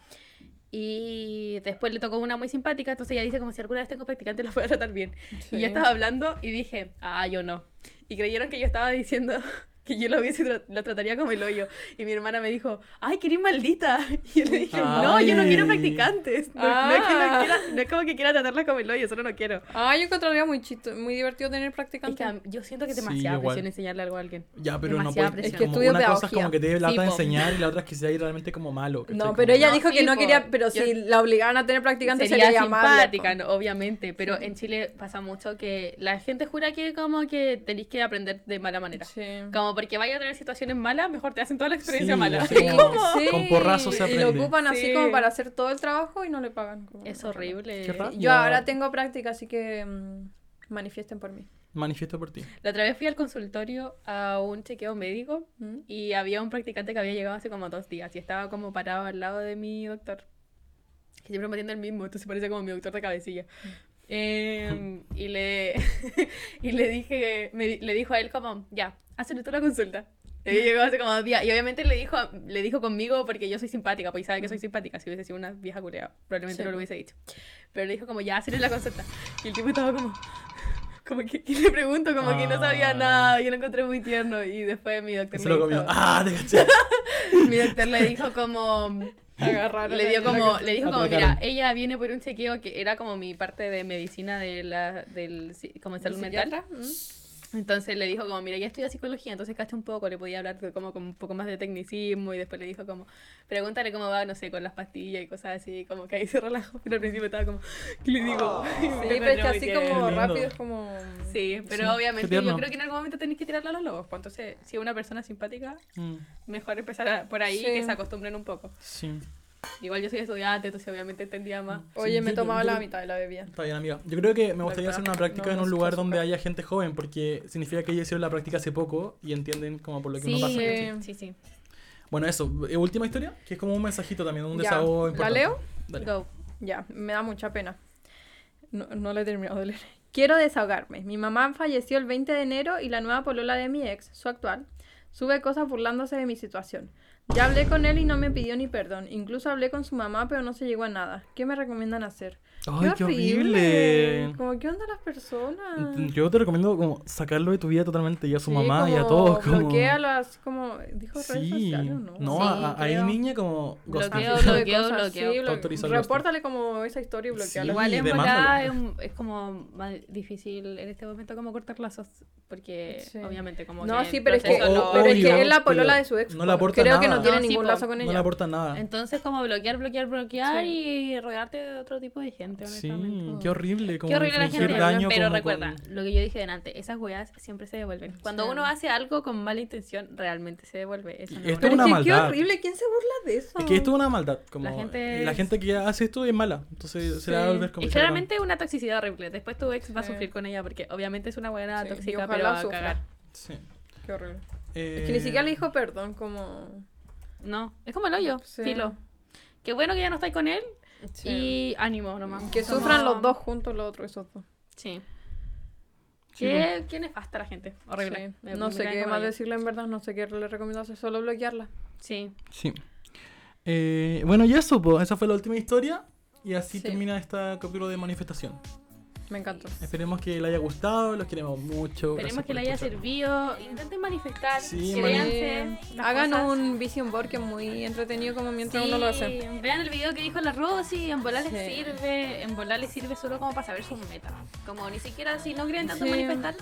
Speaker 3: Y después le tocó una muy simpática, entonces ella dice como si alguna vez tengo practicante lo voy a tratar bien.
Speaker 1: Sí.
Speaker 3: Y yo estaba hablando y dije, ah, yo no. Y creyeron que yo estaba diciendo que yo lo hubiese tra- lo trataría como el hoyo. Y mi hermana me dijo, ay, querés maldita. Y yo le dije, no, yo no quiero
Speaker 2: Ay.
Speaker 3: practicantes. No, no es que no,
Speaker 1: Ah.
Speaker 3: quiera, no es como que quiera tratarla como el hoyo, solo no quiero.
Speaker 1: Ah, yo encontraría muy chito, muy divertido tener
Speaker 3: Es
Speaker 1: practicantes.
Speaker 3: que a- yo siento que es
Speaker 2: Sí,
Speaker 3: demasiada
Speaker 2: igual.
Speaker 3: presión enseñarle algo a alguien.
Speaker 2: Ya, pero no
Speaker 3: Demasiada
Speaker 2: puedes. Es
Speaker 3: presión. Es
Speaker 1: que
Speaker 2: como
Speaker 1: estudio
Speaker 2: una cosa es
Speaker 1: pedagogía.
Speaker 2: como que te dé lata de
Speaker 3: Sí, po.
Speaker 2: enseñar y la otra es que sea realmente como malo. ¿cachai?
Speaker 1: No,
Speaker 2: Como-
Speaker 1: pero ella
Speaker 3: No,
Speaker 1: dijo que
Speaker 3: sí,
Speaker 1: no
Speaker 3: po.
Speaker 1: quería, pero
Speaker 3: Yo-
Speaker 1: si la obligaban a tener practicantes sería,
Speaker 3: sería
Speaker 1: llamable,
Speaker 3: simpática,
Speaker 1: po.
Speaker 3: no, obviamente, pero en Chile pasa mucho que la gente jura que como que tenéis que aprender de mala manera.
Speaker 1: Sí.
Speaker 3: Como porque vaya a tener situaciones malas, mejor te hacen toda la experiencia
Speaker 2: Sí,
Speaker 3: mala.
Speaker 2: así
Speaker 1: Sí,
Speaker 2: como-
Speaker 1: sí.
Speaker 2: Con porrazos se
Speaker 1: Y lo
Speaker 2: aprende.
Speaker 1: ocupan así
Speaker 3: Sí.
Speaker 1: como para hacer todo el trabajo y no le pagan. como-
Speaker 3: Es horrible.
Speaker 2: Qué raro.
Speaker 1: Yo
Speaker 2: No.
Speaker 1: ahora tengo práctica, así que mm, manifiesten por mí.
Speaker 2: Manifiesto por ti.
Speaker 3: La otra vez fui al consultorio a un chequeo médico
Speaker 1: ¿Mm?
Speaker 3: y había un practicante que había llegado hace como dos días y estaba como parado al lado de mi doctor. Que siempre me atiende el mismo, entonces parece como mi doctor de cabecilla. Em, y le y le dije, me di- le dijo a él como, ya, hazle tú la consulta. Y llegó hace como dos días. Y obviamente le dijo, le dijo conmigo porque yo soy simpática, pues y sabe que soy simpática. Si hubiese sido una vieja culea, probablemente
Speaker 1: Sí.
Speaker 3: no lo hubiese dicho. Pero le dijo como, ya, hazle la consulta. Y el tipo estaba como, como que, ¿qué le pregunto? Como que no
Speaker 2: Ah.
Speaker 3: sabía nada. Yo lo encontré muy tierno. Y después mi doctor,
Speaker 2: Se
Speaker 3: le
Speaker 2: lo comió.
Speaker 3: dijo,
Speaker 2: ¡Ah! Te caché.
Speaker 3: mi doctor le dijo como,
Speaker 1: Agarraron
Speaker 3: le dio
Speaker 1: ahí.
Speaker 3: como, le dijo como, mira,
Speaker 2: Atracaron.
Speaker 3: ella viene por un chequeo que era como mi parte de medicina de la, del, si- como de salud mental.
Speaker 1: ¿Psiquiatra? ¿Mm?
Speaker 3: Entonces le dijo como, mira, ya estudia psicología, entonces caché un poco, le podía hablar de como con un poco más de tecnicismo y después le dijo como, pregúntale cómo va, no sé, con las pastillas y cosas así, como que ahí se relajó, pero al principio estaba como, ¿qué le digo? Y
Speaker 1: Ah. Sí, pero
Speaker 3: me
Speaker 1: es
Speaker 3: encontré
Speaker 1: que
Speaker 3: muy
Speaker 1: así
Speaker 3: tierno.
Speaker 1: como
Speaker 2: Lindo.
Speaker 1: rápido es como...
Speaker 3: Sí, pero
Speaker 2: Sí, qué
Speaker 3: obviamente
Speaker 2: tierno.
Speaker 3: yo creo que en algún momento tenés que tirarle a los lobos, pues entonces si es una persona simpática,
Speaker 2: Mm,
Speaker 3: mejor empezar a- por ahí
Speaker 1: Sí.
Speaker 3: que se acostumbren un poco.
Speaker 2: Sí.
Speaker 3: Igual yo soy estudiante, entonces obviamente entendía más.
Speaker 1: Oye,
Speaker 2: Sí,
Speaker 1: me
Speaker 2: yo-
Speaker 1: tomaba
Speaker 2: yo-
Speaker 1: la mitad de la bebida.
Speaker 2: Está bien, amiga. Yo creo que me gustaría hacer una práctica
Speaker 1: No,
Speaker 2: en
Speaker 1: no
Speaker 2: un
Speaker 1: sé
Speaker 2: lugar
Speaker 1: qué
Speaker 2: donde
Speaker 1: azúcar.
Speaker 2: haya gente joven, porque significa que ellos hicieron la práctica hace poco y entienden como por lo que uno
Speaker 3: sí,
Speaker 2: pasa. ¿cachai?
Speaker 1: eh,
Speaker 3: sí, sí.
Speaker 2: Bueno, eso. Eh, Última historia, que es como un mensajito también, un
Speaker 1: Ya.
Speaker 2: desahogo
Speaker 1: ¿La
Speaker 2: importante.
Speaker 1: leo?
Speaker 2: Dale.
Speaker 3: Go.
Speaker 1: Ya, me da mucha pena. No, no la he terminado de leer. Quiero desahogarme. Mi mamá falleció el 20 de enero y la nueva polola de mi ex, su actual, sube cosas burlándose de mi situación. Ya hablé con él y no me pidió ni perdón. Incluso hablé con su mamá, pero no se llegó a nada. ¿Qué me recomiendan hacer?
Speaker 2: ¡Ay, qué horrible!
Speaker 1: Como, ¿qué onda las personas?
Speaker 2: Yo te recomiendo como sacarlo de tu vida totalmente y a su
Speaker 1: Sí,
Speaker 2: mamá y a
Speaker 1: como
Speaker 2: todos. Como...
Speaker 1: bloquéalo, así como... ¿Dijo redes
Speaker 2: Sí.
Speaker 1: sociales o no?
Speaker 2: No,
Speaker 3: Sí,
Speaker 2: a- a- ahí
Speaker 1: creo.
Speaker 2: niña como ghost.
Speaker 3: Bloqueo,
Speaker 1: Ese tipo de
Speaker 3: bloqueo,
Speaker 1: cosas,
Speaker 3: bloqueo.
Speaker 1: sí, blo-
Speaker 2: Autoriza el resto.
Speaker 1: repórtale como esa historia y bloqueala.
Speaker 3: Igual en
Speaker 2: demándalo.
Speaker 3: volada es, un- es como más difícil en este momento como cortar lazos, porque
Speaker 1: Sí.
Speaker 3: obviamente como
Speaker 1: No,
Speaker 3: que
Speaker 1: sí,
Speaker 3: el
Speaker 1: pero es que,
Speaker 3: proceso no-
Speaker 1: pero es
Speaker 2: obvio,
Speaker 1: que es la polola
Speaker 2: pero
Speaker 1: de su ex. pues,
Speaker 2: no le aporta
Speaker 1: Creo que
Speaker 2: nada.
Speaker 1: no tiene
Speaker 3: No, sí,
Speaker 1: ningún
Speaker 3: po.
Speaker 1: lazo con
Speaker 2: No
Speaker 1: ella.
Speaker 2: le aporta nada.
Speaker 3: Entonces como bloquear, bloquear, bloquear
Speaker 1: Sí.
Speaker 3: y rodearte de otro tipo de gente,
Speaker 2: Sí,
Speaker 3: honestamente.
Speaker 2: qué horrible. Como
Speaker 3: Qué horrible la
Speaker 2: infligir
Speaker 3: gente,
Speaker 2: daño
Speaker 3: pero
Speaker 2: como
Speaker 3: recuerda,
Speaker 2: con-
Speaker 3: lo que yo dije delante, esas weas siempre se devuelven. Cuando
Speaker 1: Sí.
Speaker 3: uno hace algo con mala intención, realmente se devuelve. Eso no
Speaker 2: Esto
Speaker 3: es
Speaker 1: Pero
Speaker 2: una
Speaker 1: es que qué
Speaker 2: maldad.
Speaker 1: horrible, ¿quién se burla de eso?
Speaker 2: Es que esto es una maldad. Como la,
Speaker 3: La
Speaker 2: gente
Speaker 3: gente es-
Speaker 2: que hace esto es mala. Entonces se la va a
Speaker 1: Sí.
Speaker 2: volver como
Speaker 3: Y
Speaker 2: se la va.
Speaker 3: claramente una toxicidad horrible. Después tu ex va a
Speaker 1: Sí.
Speaker 3: sufrir con ella porque obviamente es una buena
Speaker 1: Sí, y
Speaker 3: tóxica,
Speaker 1: ojalá
Speaker 3: pero va a
Speaker 1: sufra.
Speaker 3: cagar.
Speaker 2: Sí.
Speaker 1: Qué horrible.
Speaker 2: Eh,
Speaker 1: Es que ni siquiera le dijo perdón, como...
Speaker 3: No, es como el hoyo,
Speaker 1: Sí.
Speaker 3: filo. Qué bueno que ya no estáis con él
Speaker 1: Y
Speaker 3: y ánimo nomás.
Speaker 1: que
Speaker 3: Como-
Speaker 1: sufran los dos juntos, los otros, esos dos.
Speaker 3: Sí.
Speaker 2: Sí,
Speaker 3: ¿Qué, qué nefasta la gente, horrible.
Speaker 1: Sí.
Speaker 3: Me-
Speaker 1: No
Speaker 3: me
Speaker 1: sé
Speaker 3: caen
Speaker 1: qué
Speaker 3: como
Speaker 1: más
Speaker 3: hoyo.
Speaker 1: decirle en verdad, no sé qué le recomiendo hacer, solo bloquearla.
Speaker 3: Sí.
Speaker 2: Sí. Eh, bueno, y eso, po. esa fue la última historia. Y así
Speaker 1: Sí.
Speaker 2: termina este capítulo de manifestación.
Speaker 1: Me encantó.
Speaker 2: Esperemos que le haya gustado, los queremos mucho.
Speaker 3: Esperemos
Speaker 2: gracias
Speaker 3: que
Speaker 2: por
Speaker 3: le haya
Speaker 2: escuchar.
Speaker 3: servido. Intenten manifestar,
Speaker 2: Sí,
Speaker 3: créanse.
Speaker 1: Sí.
Speaker 3: las
Speaker 1: Hagan
Speaker 3: cosas.
Speaker 1: un vision board que es muy entretenido como mientras uno lo hace.
Speaker 3: Sí, Vean el video que dijo la Rosy, en volar les
Speaker 1: Sí.
Speaker 3: sirve, en volar les sirve solo como para saber sus metas. Como ni siquiera si no creen tanto en
Speaker 1: Sí.
Speaker 3: manifestar,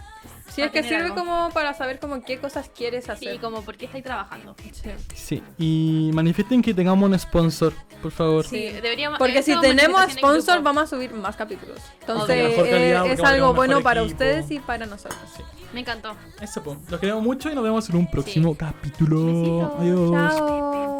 Speaker 1: Sí,
Speaker 3: Va
Speaker 1: es
Speaker 3: a
Speaker 1: que
Speaker 3: tener
Speaker 1: sirve
Speaker 3: algo.
Speaker 1: como para saber como qué cosas quieres hacer.
Speaker 3: sí, como por qué estáis trabajando.
Speaker 1: Sí.
Speaker 2: Sí, y manifiesten que tengamos un sponsor, por favor.
Speaker 3: Sí, deberíamos
Speaker 1: Porque
Speaker 3: esto
Speaker 1: si
Speaker 3: es
Speaker 1: tenemos
Speaker 3: manifestación en
Speaker 1: sponsor
Speaker 3: grupo.
Speaker 1: vamos a subir más capítulos. Entonces
Speaker 2: Obvio. Mejor calidad,
Speaker 1: eh,
Speaker 2: porque
Speaker 1: es
Speaker 2: va a tener
Speaker 1: algo
Speaker 2: un
Speaker 1: bueno
Speaker 2: mejor
Speaker 1: para
Speaker 2: equipo.
Speaker 1: ustedes y para nosotros.
Speaker 3: Me encantó.
Speaker 2: Eso, po. los queremos mucho y nos vemos en un próximo capítulo.
Speaker 3: Besitos,
Speaker 2: Adiós.
Speaker 1: Chao.